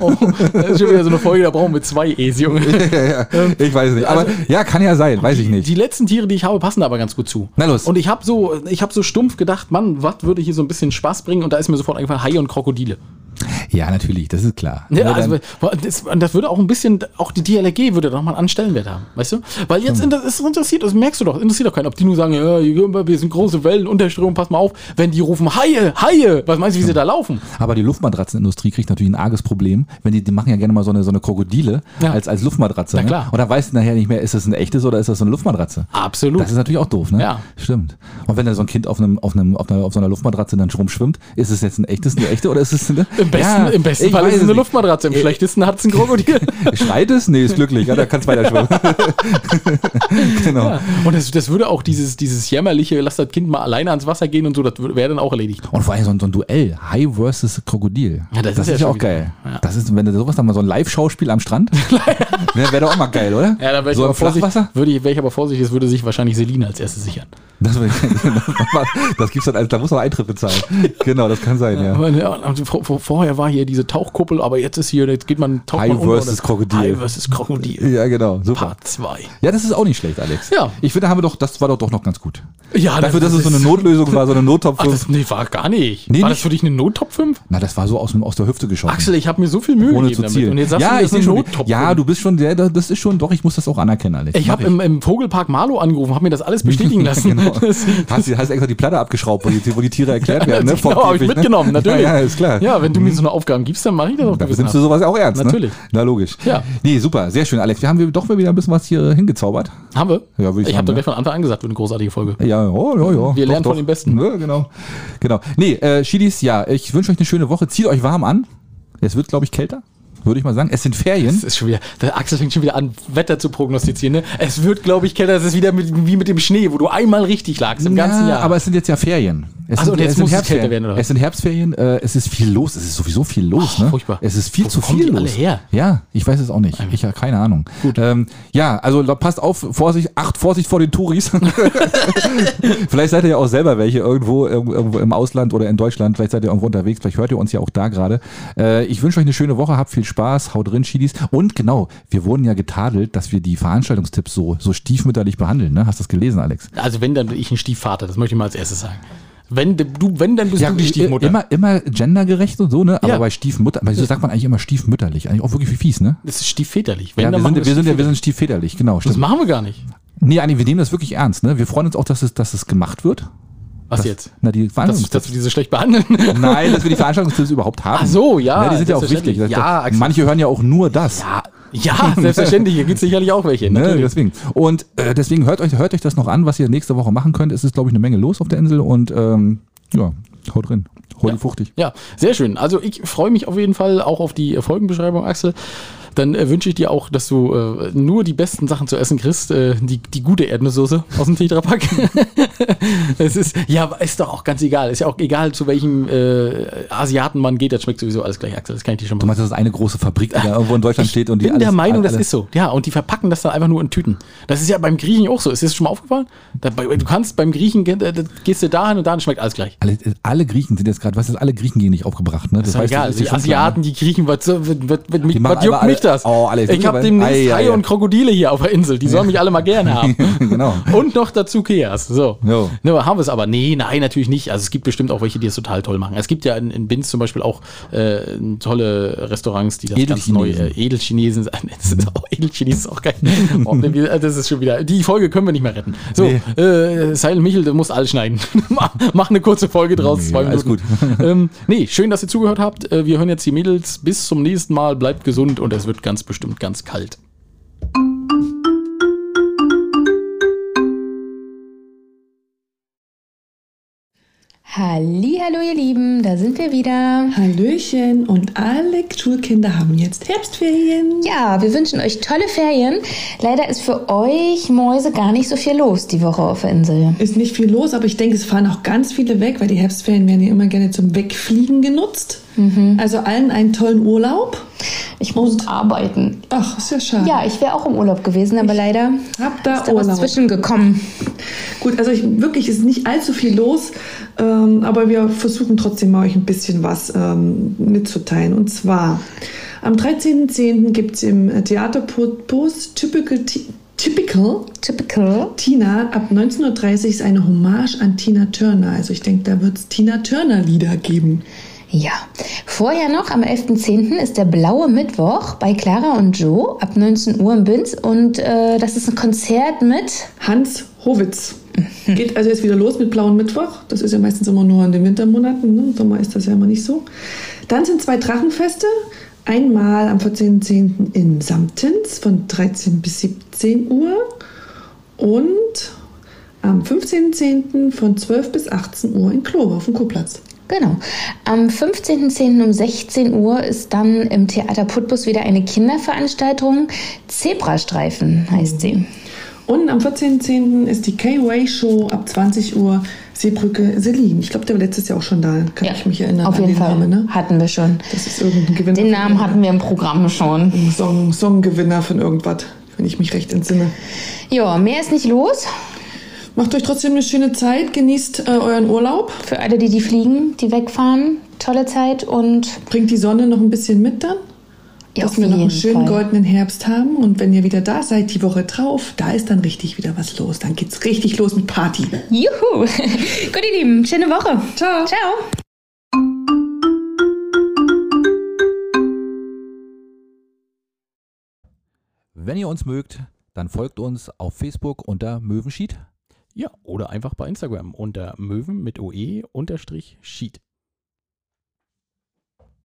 B: Oh, das ist schon wieder so eine Folge, da brauchen wir zwei Es, Junge.
A: ja, ja. Ich weiß nicht. Aber ja, kann ja sein. Weiß ich nicht.
B: Die letzten Tiere, die ich habe, passen da aber ganz gut zu.
A: Na los.
B: Und ich habe so, ich habe so stumpf gedacht, Mann, was würde hier so ein bisschen Spaß bringen? Und da ist mir sofort eingefallen, Haie und Krokodile.
A: Ja, natürlich. Das ist klar.
B: Ja,
A: Nur
B: also,
A: dann-
B: das, das würde auch ein bisschen, auch die DLRG würde doch mal einen Stellenwert haben, weißt du? Weil jetzt inter- es interessiert, das merkst du doch, interessiert doch keinen, ob die nur sagen, ja, wir sind große Wellen, Unterströmung, pass mal auf, wenn die rufen, Haie, Haie, was meinst du, wie sie da laufen?
A: aber die Luftmatratzenindustrie kriegt natürlich ein arges Problem, wenn die, die machen ja gerne mal so eine, so eine Krokodile
B: Ja.
A: als, als Luftmatratze.
B: Na klar.
A: Ne? Und dann weißt du nachher nicht mehr, ist das ein echtes oder ist das so eine Luftmatratze?
B: Absolut.
A: Das ist natürlich auch doof, ne?
B: Ja.
A: Stimmt. Und wenn da so ein Kind auf, einem, auf, einem, auf, einer, auf so einer Luftmatratze dann rumschwimmt, ist es jetzt ein echtes, eine echte oder ist es eine.
B: Im besten, im besten Fall ist es eine Luftmatratze,
A: Äh,
B: im schlechtesten hat es ein Krokodil.
A: Schreit es? Nee, ist glücklich. Ja, da kannst weiter schwimmen. genau.
B: Und das, das würde auch dieses, dieses jämmerliche, lass das Kind mal alleine ans Wasser gehen und so, das wür- wäre dann auch erledigt.
A: Und vor allem so ein, so ein Duell. Hai versus Krokodil.
B: Ja, das ist ja
A: ja,
B: schon
A: auch
B: wieder-
A: geil.
B: ja.
A: Das ist, wenn du sowas dann mal so ein Live-Schauspiel am Strand. Wäre wär doch auch mal geil, oder? so im Flachwasser?
B: Würde ich, wäre ich aber vorsichtig, das würde sich wahrscheinlich Selina als erstes sichern.
A: Das, wär- das gibt's dann, als, da muss man Eintritt bezahlen. Genau, das kann sein, ja.
B: Aber, ja, und vor- vor- vorher war hier diese Tauchkuppel, aber jetzt ist hier, jetzt geht man taucht
A: Hai
B: man unter,
A: versus
B: oder?
A: Krokodil.
B: Hai versus Krokodil.
A: Ja, genau. Super.
B: Part 2.
A: Ja, das ist auch nicht schlecht, Alex.
B: Ja.
A: Ich finde, da haben wir doch, das war doch, doch noch ganz gut.
B: Ja,
A: Dafür, dass es so eine Notlösung war, so eine Nottopf.
B: Ach, das, nee, war gar nicht.
A: Nee,
B: war das
A: nicht.
B: für dich eine Nottop 5?
A: Na, das war so aus, dem- aus der Hüfte geschossen.
B: Axel, ich habe mir so viel Mühe
A: ohne zu zielen.
B: Und jetzt sagst
A: ja,
B: du,
A: ich
B: das
A: sehe
B: ist eine
A: schon.
B: Nottop
A: Ja, du bist schon, der, das ist schon, doch, ich muss das auch anerkennen, Alex.
B: Ich habe im, im Vogelpark Marlow angerufen, habe mir das alles bestätigen lassen.
A: Genau.
B: Das-
A: Hast du hast extra die Platte abgeschraubt, wo die, wo die Tiere erklärt werden, ne?
B: genau, habe ich
A: Vorgeblich, ne?
B: mitgenommen, natürlich.
A: Ja, ja, ist klar.
B: Ja, wenn du mir so eine Aufgabe gibst, dann mache ich das auch
A: Da nimmst
B: gewissenhaft.
A: du sowas auch ernst,
B: Natürlich.
A: Ne? Na, logisch.
B: Ja.
A: Nee, super, sehr schön, Alex. Wir haben doch wieder ein bisschen was hier hingezaubert.
B: Haben wir?
A: Ja, würde ich
B: ich
A: sagen,
B: habe doch
A: ne?
B: gleich von Anfang an gesagt, wird eine großartige Folge.
A: Ja, ja, ja, ja.
B: Wir lernen von den Besten.
A: Ja, genau. Genau. Nee, äh, Schiedis, ja, ich wünsche euch eine schöne Woche. Zieht euch warm an. Es wird, glaube ich, kälter, würde ich mal sagen. Es sind Ferien.
B: Das ist schon wieder, der Axel fängt schon wieder an, Wetter zu prognostizieren. Ne? Es wird, glaube ich, kälter. Es ist wieder mit, wie mit dem Schnee, wo du einmal richtig lagst im ganzen
A: Ja,
B: Jahr.
A: Aber es sind jetzt ja Ferien. Es
B: Ach so,
A: sind,
B: und jetzt
A: es sind
B: muss es
A: Herbstferien.
B: kälter werden, oder was?
A: Es sind Herbstferien, äh, es ist viel los, es ist sowieso viel los.
B: Oh,
A: ne?
B: furchtbar.
A: Es ist viel
B: Wo
A: zu
B: kommen
A: viel
B: die alle
A: los.
B: her?
A: Ja, ich weiß es auch nicht. Ich habe keine Ahnung. Ähm, ja, also la- passt auf, Vorsicht, acht Vorsicht vor den Touris. vielleicht seid ihr ja auch selber welche irgendwo, irg- irgendwo im Ausland oder in Deutschland. Vielleicht seid ihr irgendwo unterwegs, vielleicht hört ihr uns ja auch da gerade. Äh, ich wünsche euch eine schöne Woche, habt viel Spaß, haut drin, Schiedis. Und genau, wir wurden ja getadelt, dass wir die Veranstaltungstipps so, so stiefmütterlich behandeln. Ne? Hast du das gelesen, Alex?
B: also wenn, dann bin ich ein Stiefvater. Das möchte ich mal als erstes sagen. Wenn de- du, wenn dann bist
A: Ja,
B: du die Stiefmutter.
A: Immer, immer gendergerecht und so, ne? Aber
B: Ja.
A: bei Stiefmutter, aber wieso sagt man eigentlich immer stiefmütterlich? Eigentlich auch wirklich fies, ne?
B: Das ist stiefväterlich. Wenn,
A: Ja, wir
B: dann
A: sind,
B: machen
A: wir, sind, ja- wir
B: stiefväterlich.
A: sind stiefväterlich, genau.
B: das
A: Stimmt.
B: machen wir gar nicht.
A: Nee, Anni, wir nehmen das wirklich ernst, ne? Wir freuen uns auch, dass es, dass es gemacht wird.
B: Was
A: Das-
B: jetzt?
A: Na, die
B: Dass,
A: Veranstaltungstipps.
B: dass wir diese schlecht behandeln?
A: Nein, dass wir die Veranstaltungstipps überhaupt haben.
B: Ach so, ja,
A: Ne, die sind ja auch wichtig.
B: selbstverständlich. Ja, Axel.
A: Manche hören ja auch nur das.
B: ja, ja, selbstverständlich. Hier gibt es sicherlich auch welche.
A: Ne,
B: Natürlich.
A: deswegen. Und äh, deswegen hört euch, hört euch das noch an, was ihr nächste Woche machen könnt. Es ist, glaube ich, eine Menge los auf der Insel und ähm, ja, haut drin. Hol die fuchtig.
B: Ja, sehr schön. Also ich freue mich auf jeden Fall auch auf die äh, Folgenbeschreibung, Axel. Dann äh, wünsche ich dir auch, dass du äh, nur die besten Sachen zu essen kriegst. Äh, die, die gute Erdnusssoße aus dem Tetrapack. es ist, ja, aber ist doch auch ganz egal. Ist ja auch egal, zu welchem äh, Asiaten man geht. Das schmeckt sowieso alles gleich, Axel. Das kann ich dir schon mal
A: Du meinst, das ist eine große Fabrik, die da irgendwo in Deutschland steht und die
B: ich bin der
A: alles-
B: Meinung, das
A: alles-
B: ist so. Ja, und die verpacken das dann einfach nur in Tüten. Das ist ja beim Griechen auch so. Ist dir das schon mal aufgefallen? Da, bei, du kannst beim Griechen, ge- äh, gehst du dahin und dahin schmeckt alles gleich.
A: Alle, alle Griechen sind jetzt gerade, was ist alle Griechen gehen nicht aufgebracht, ne? Das,
B: Ist doch
A: weißt du,
B: egal.
A: das ist
B: die
A: schon
B: Asiaten, die Griechen, was, was, was, was,
A: machen
B: was juckt
A: alle-
B: mich das?
A: Oh, alles
B: ich
A: gut,
B: habe
A: aber-
B: demnächst
A: Ei, ei,
B: Haie
A: ei.
B: und Krokodile hier auf der Insel. Die sollen mich alle mal gerne haben.
A: klar. genau.
B: Und noch dazu Keas. So.
A: Jo.
B: Ne, haben wir es aber. Nee, nein, natürlich nicht. Also es gibt bestimmt auch welche, die es total toll machen. Es gibt ja in, in Binz zum Beispiel auch äh, tolle Restaurants, die das ganz neu
A: Edelchinesen.
B: äh, Edelchinesen sind. Das ist auch, Edelchinesen ist auch geil. Oh, ne, wir- das ist schon wieder. Die Folge können wir nicht mehr retten. So, äh, Silent Michel, du musst alles schneiden. mach, mach eine kurze Folge draus.
A: Nee,
B: zwei
A: alles
B: Minuten. ähm, nee, schön, dass ihr zugehört habt. Äh, Wir hören jetzt die Mädels. Bis zum nächsten Mal. Bleibt gesund und es wird ganz bestimmt ganz kalt.
D: Hallo, ihr Lieben, da sind wir wieder.
E: Hallöchen und alle Schulkinder haben jetzt Herbstferien.
D: Ja, wir wünschen euch tolle Ferien. Leider ist für euch Mäuse gar nicht so viel los die Woche auf der Insel.
E: Ist nicht viel los, aber ich denke, es fahren auch ganz viele weg, weil die Herbstferien werden ja immer gerne zum Wegfliegen genutzt.
D: Mhm.
E: Also allen einen tollen Urlaub.
D: Ich muss arbeiten.
E: Ach, ist ja schade.
D: Ja, ich wäre auch im Urlaub gewesen, aber leider
E: Hab da
D: ist da was
E: Urlaub.
D: zwischengekommen.
E: Gut, also ich, wirklich ist nicht allzu viel los, ähm, aber wir versuchen trotzdem mal euch ein bisschen was ähm, mitzuteilen. Und zwar am 13.10. gibt es im Theaterputbus Typical, Ti- Typical
D: Typical.
E: Tina, ab 19.30 Uhr ist eine Hommage an Tina Turner. Also ich denke, da wird es Tina Turner Lieder geben.
D: Ja. Vorher noch, am 11.10. ist der Blaue Mittwoch bei Clara und Joe ab 19 Uhr in Binz. Und äh, das ist ein Konzert mit
E: Hans Howitz. Geht also jetzt wieder los mit Blauen Mittwoch. Das ist ja meistens immer nur in den Wintermonaten. Ne? Im Sommer ist das ja immer nicht so. Dann sind zwei Drachenfeste. Einmal am 14.10. in Samtens von 13 bis 17 Uhr und am 15.10. von 12 bis 18 Uhr in Klobe auf dem Kurplatz.
D: Genau. Am 15.10. um 16 Uhr ist dann im Theater Putbus wieder eine Kinderveranstaltung. Zebrastreifen heißt sie.
E: Und am 14.10. ist die K-Way-Show ab 20 Uhr Seebrücke Selin. Ich glaube, der war letztes Jahr auch schon da. Kann ich mich erinnern
D: Auf
E: an
D: jeden
E: den
D: Fall.
E: Namen. Ne?
D: Hatten wir schon.
E: Das ist irgendein Gewinner.
D: Den
E: von
D: Namen
E: irgendeinem
D: hatten wir im Programm schon.
E: Song, Songgewinner von irgendwas, wenn ich mich recht entsinne.
D: Ja, mehr ist nicht los.
E: Macht euch trotzdem eine schöne Zeit, genießt äh, euren Urlaub,
D: Für alle, die die fliegen, die wegfahren. Tolle Zeit und
E: bringt die Sonne noch ein bisschen mit dann,
D: ja,
E: dass wir noch
D: jeden
E: einen schönen
D: Fall.
E: goldenen Herbst haben. Und wenn ihr wieder da seid, die Woche drauf, da ist dann richtig wieder was los. Dann geht's richtig los mit Party.
D: Juhu. Gut, ihr Lieben. Schöne Woche. Ciao. Ciao.
A: Wenn ihr uns mögt, dann folgt uns auf Facebook unter Möwenschied.
B: Ja, oder einfach bei Instagram unter Möwen mit OE E unterstrich Sheet.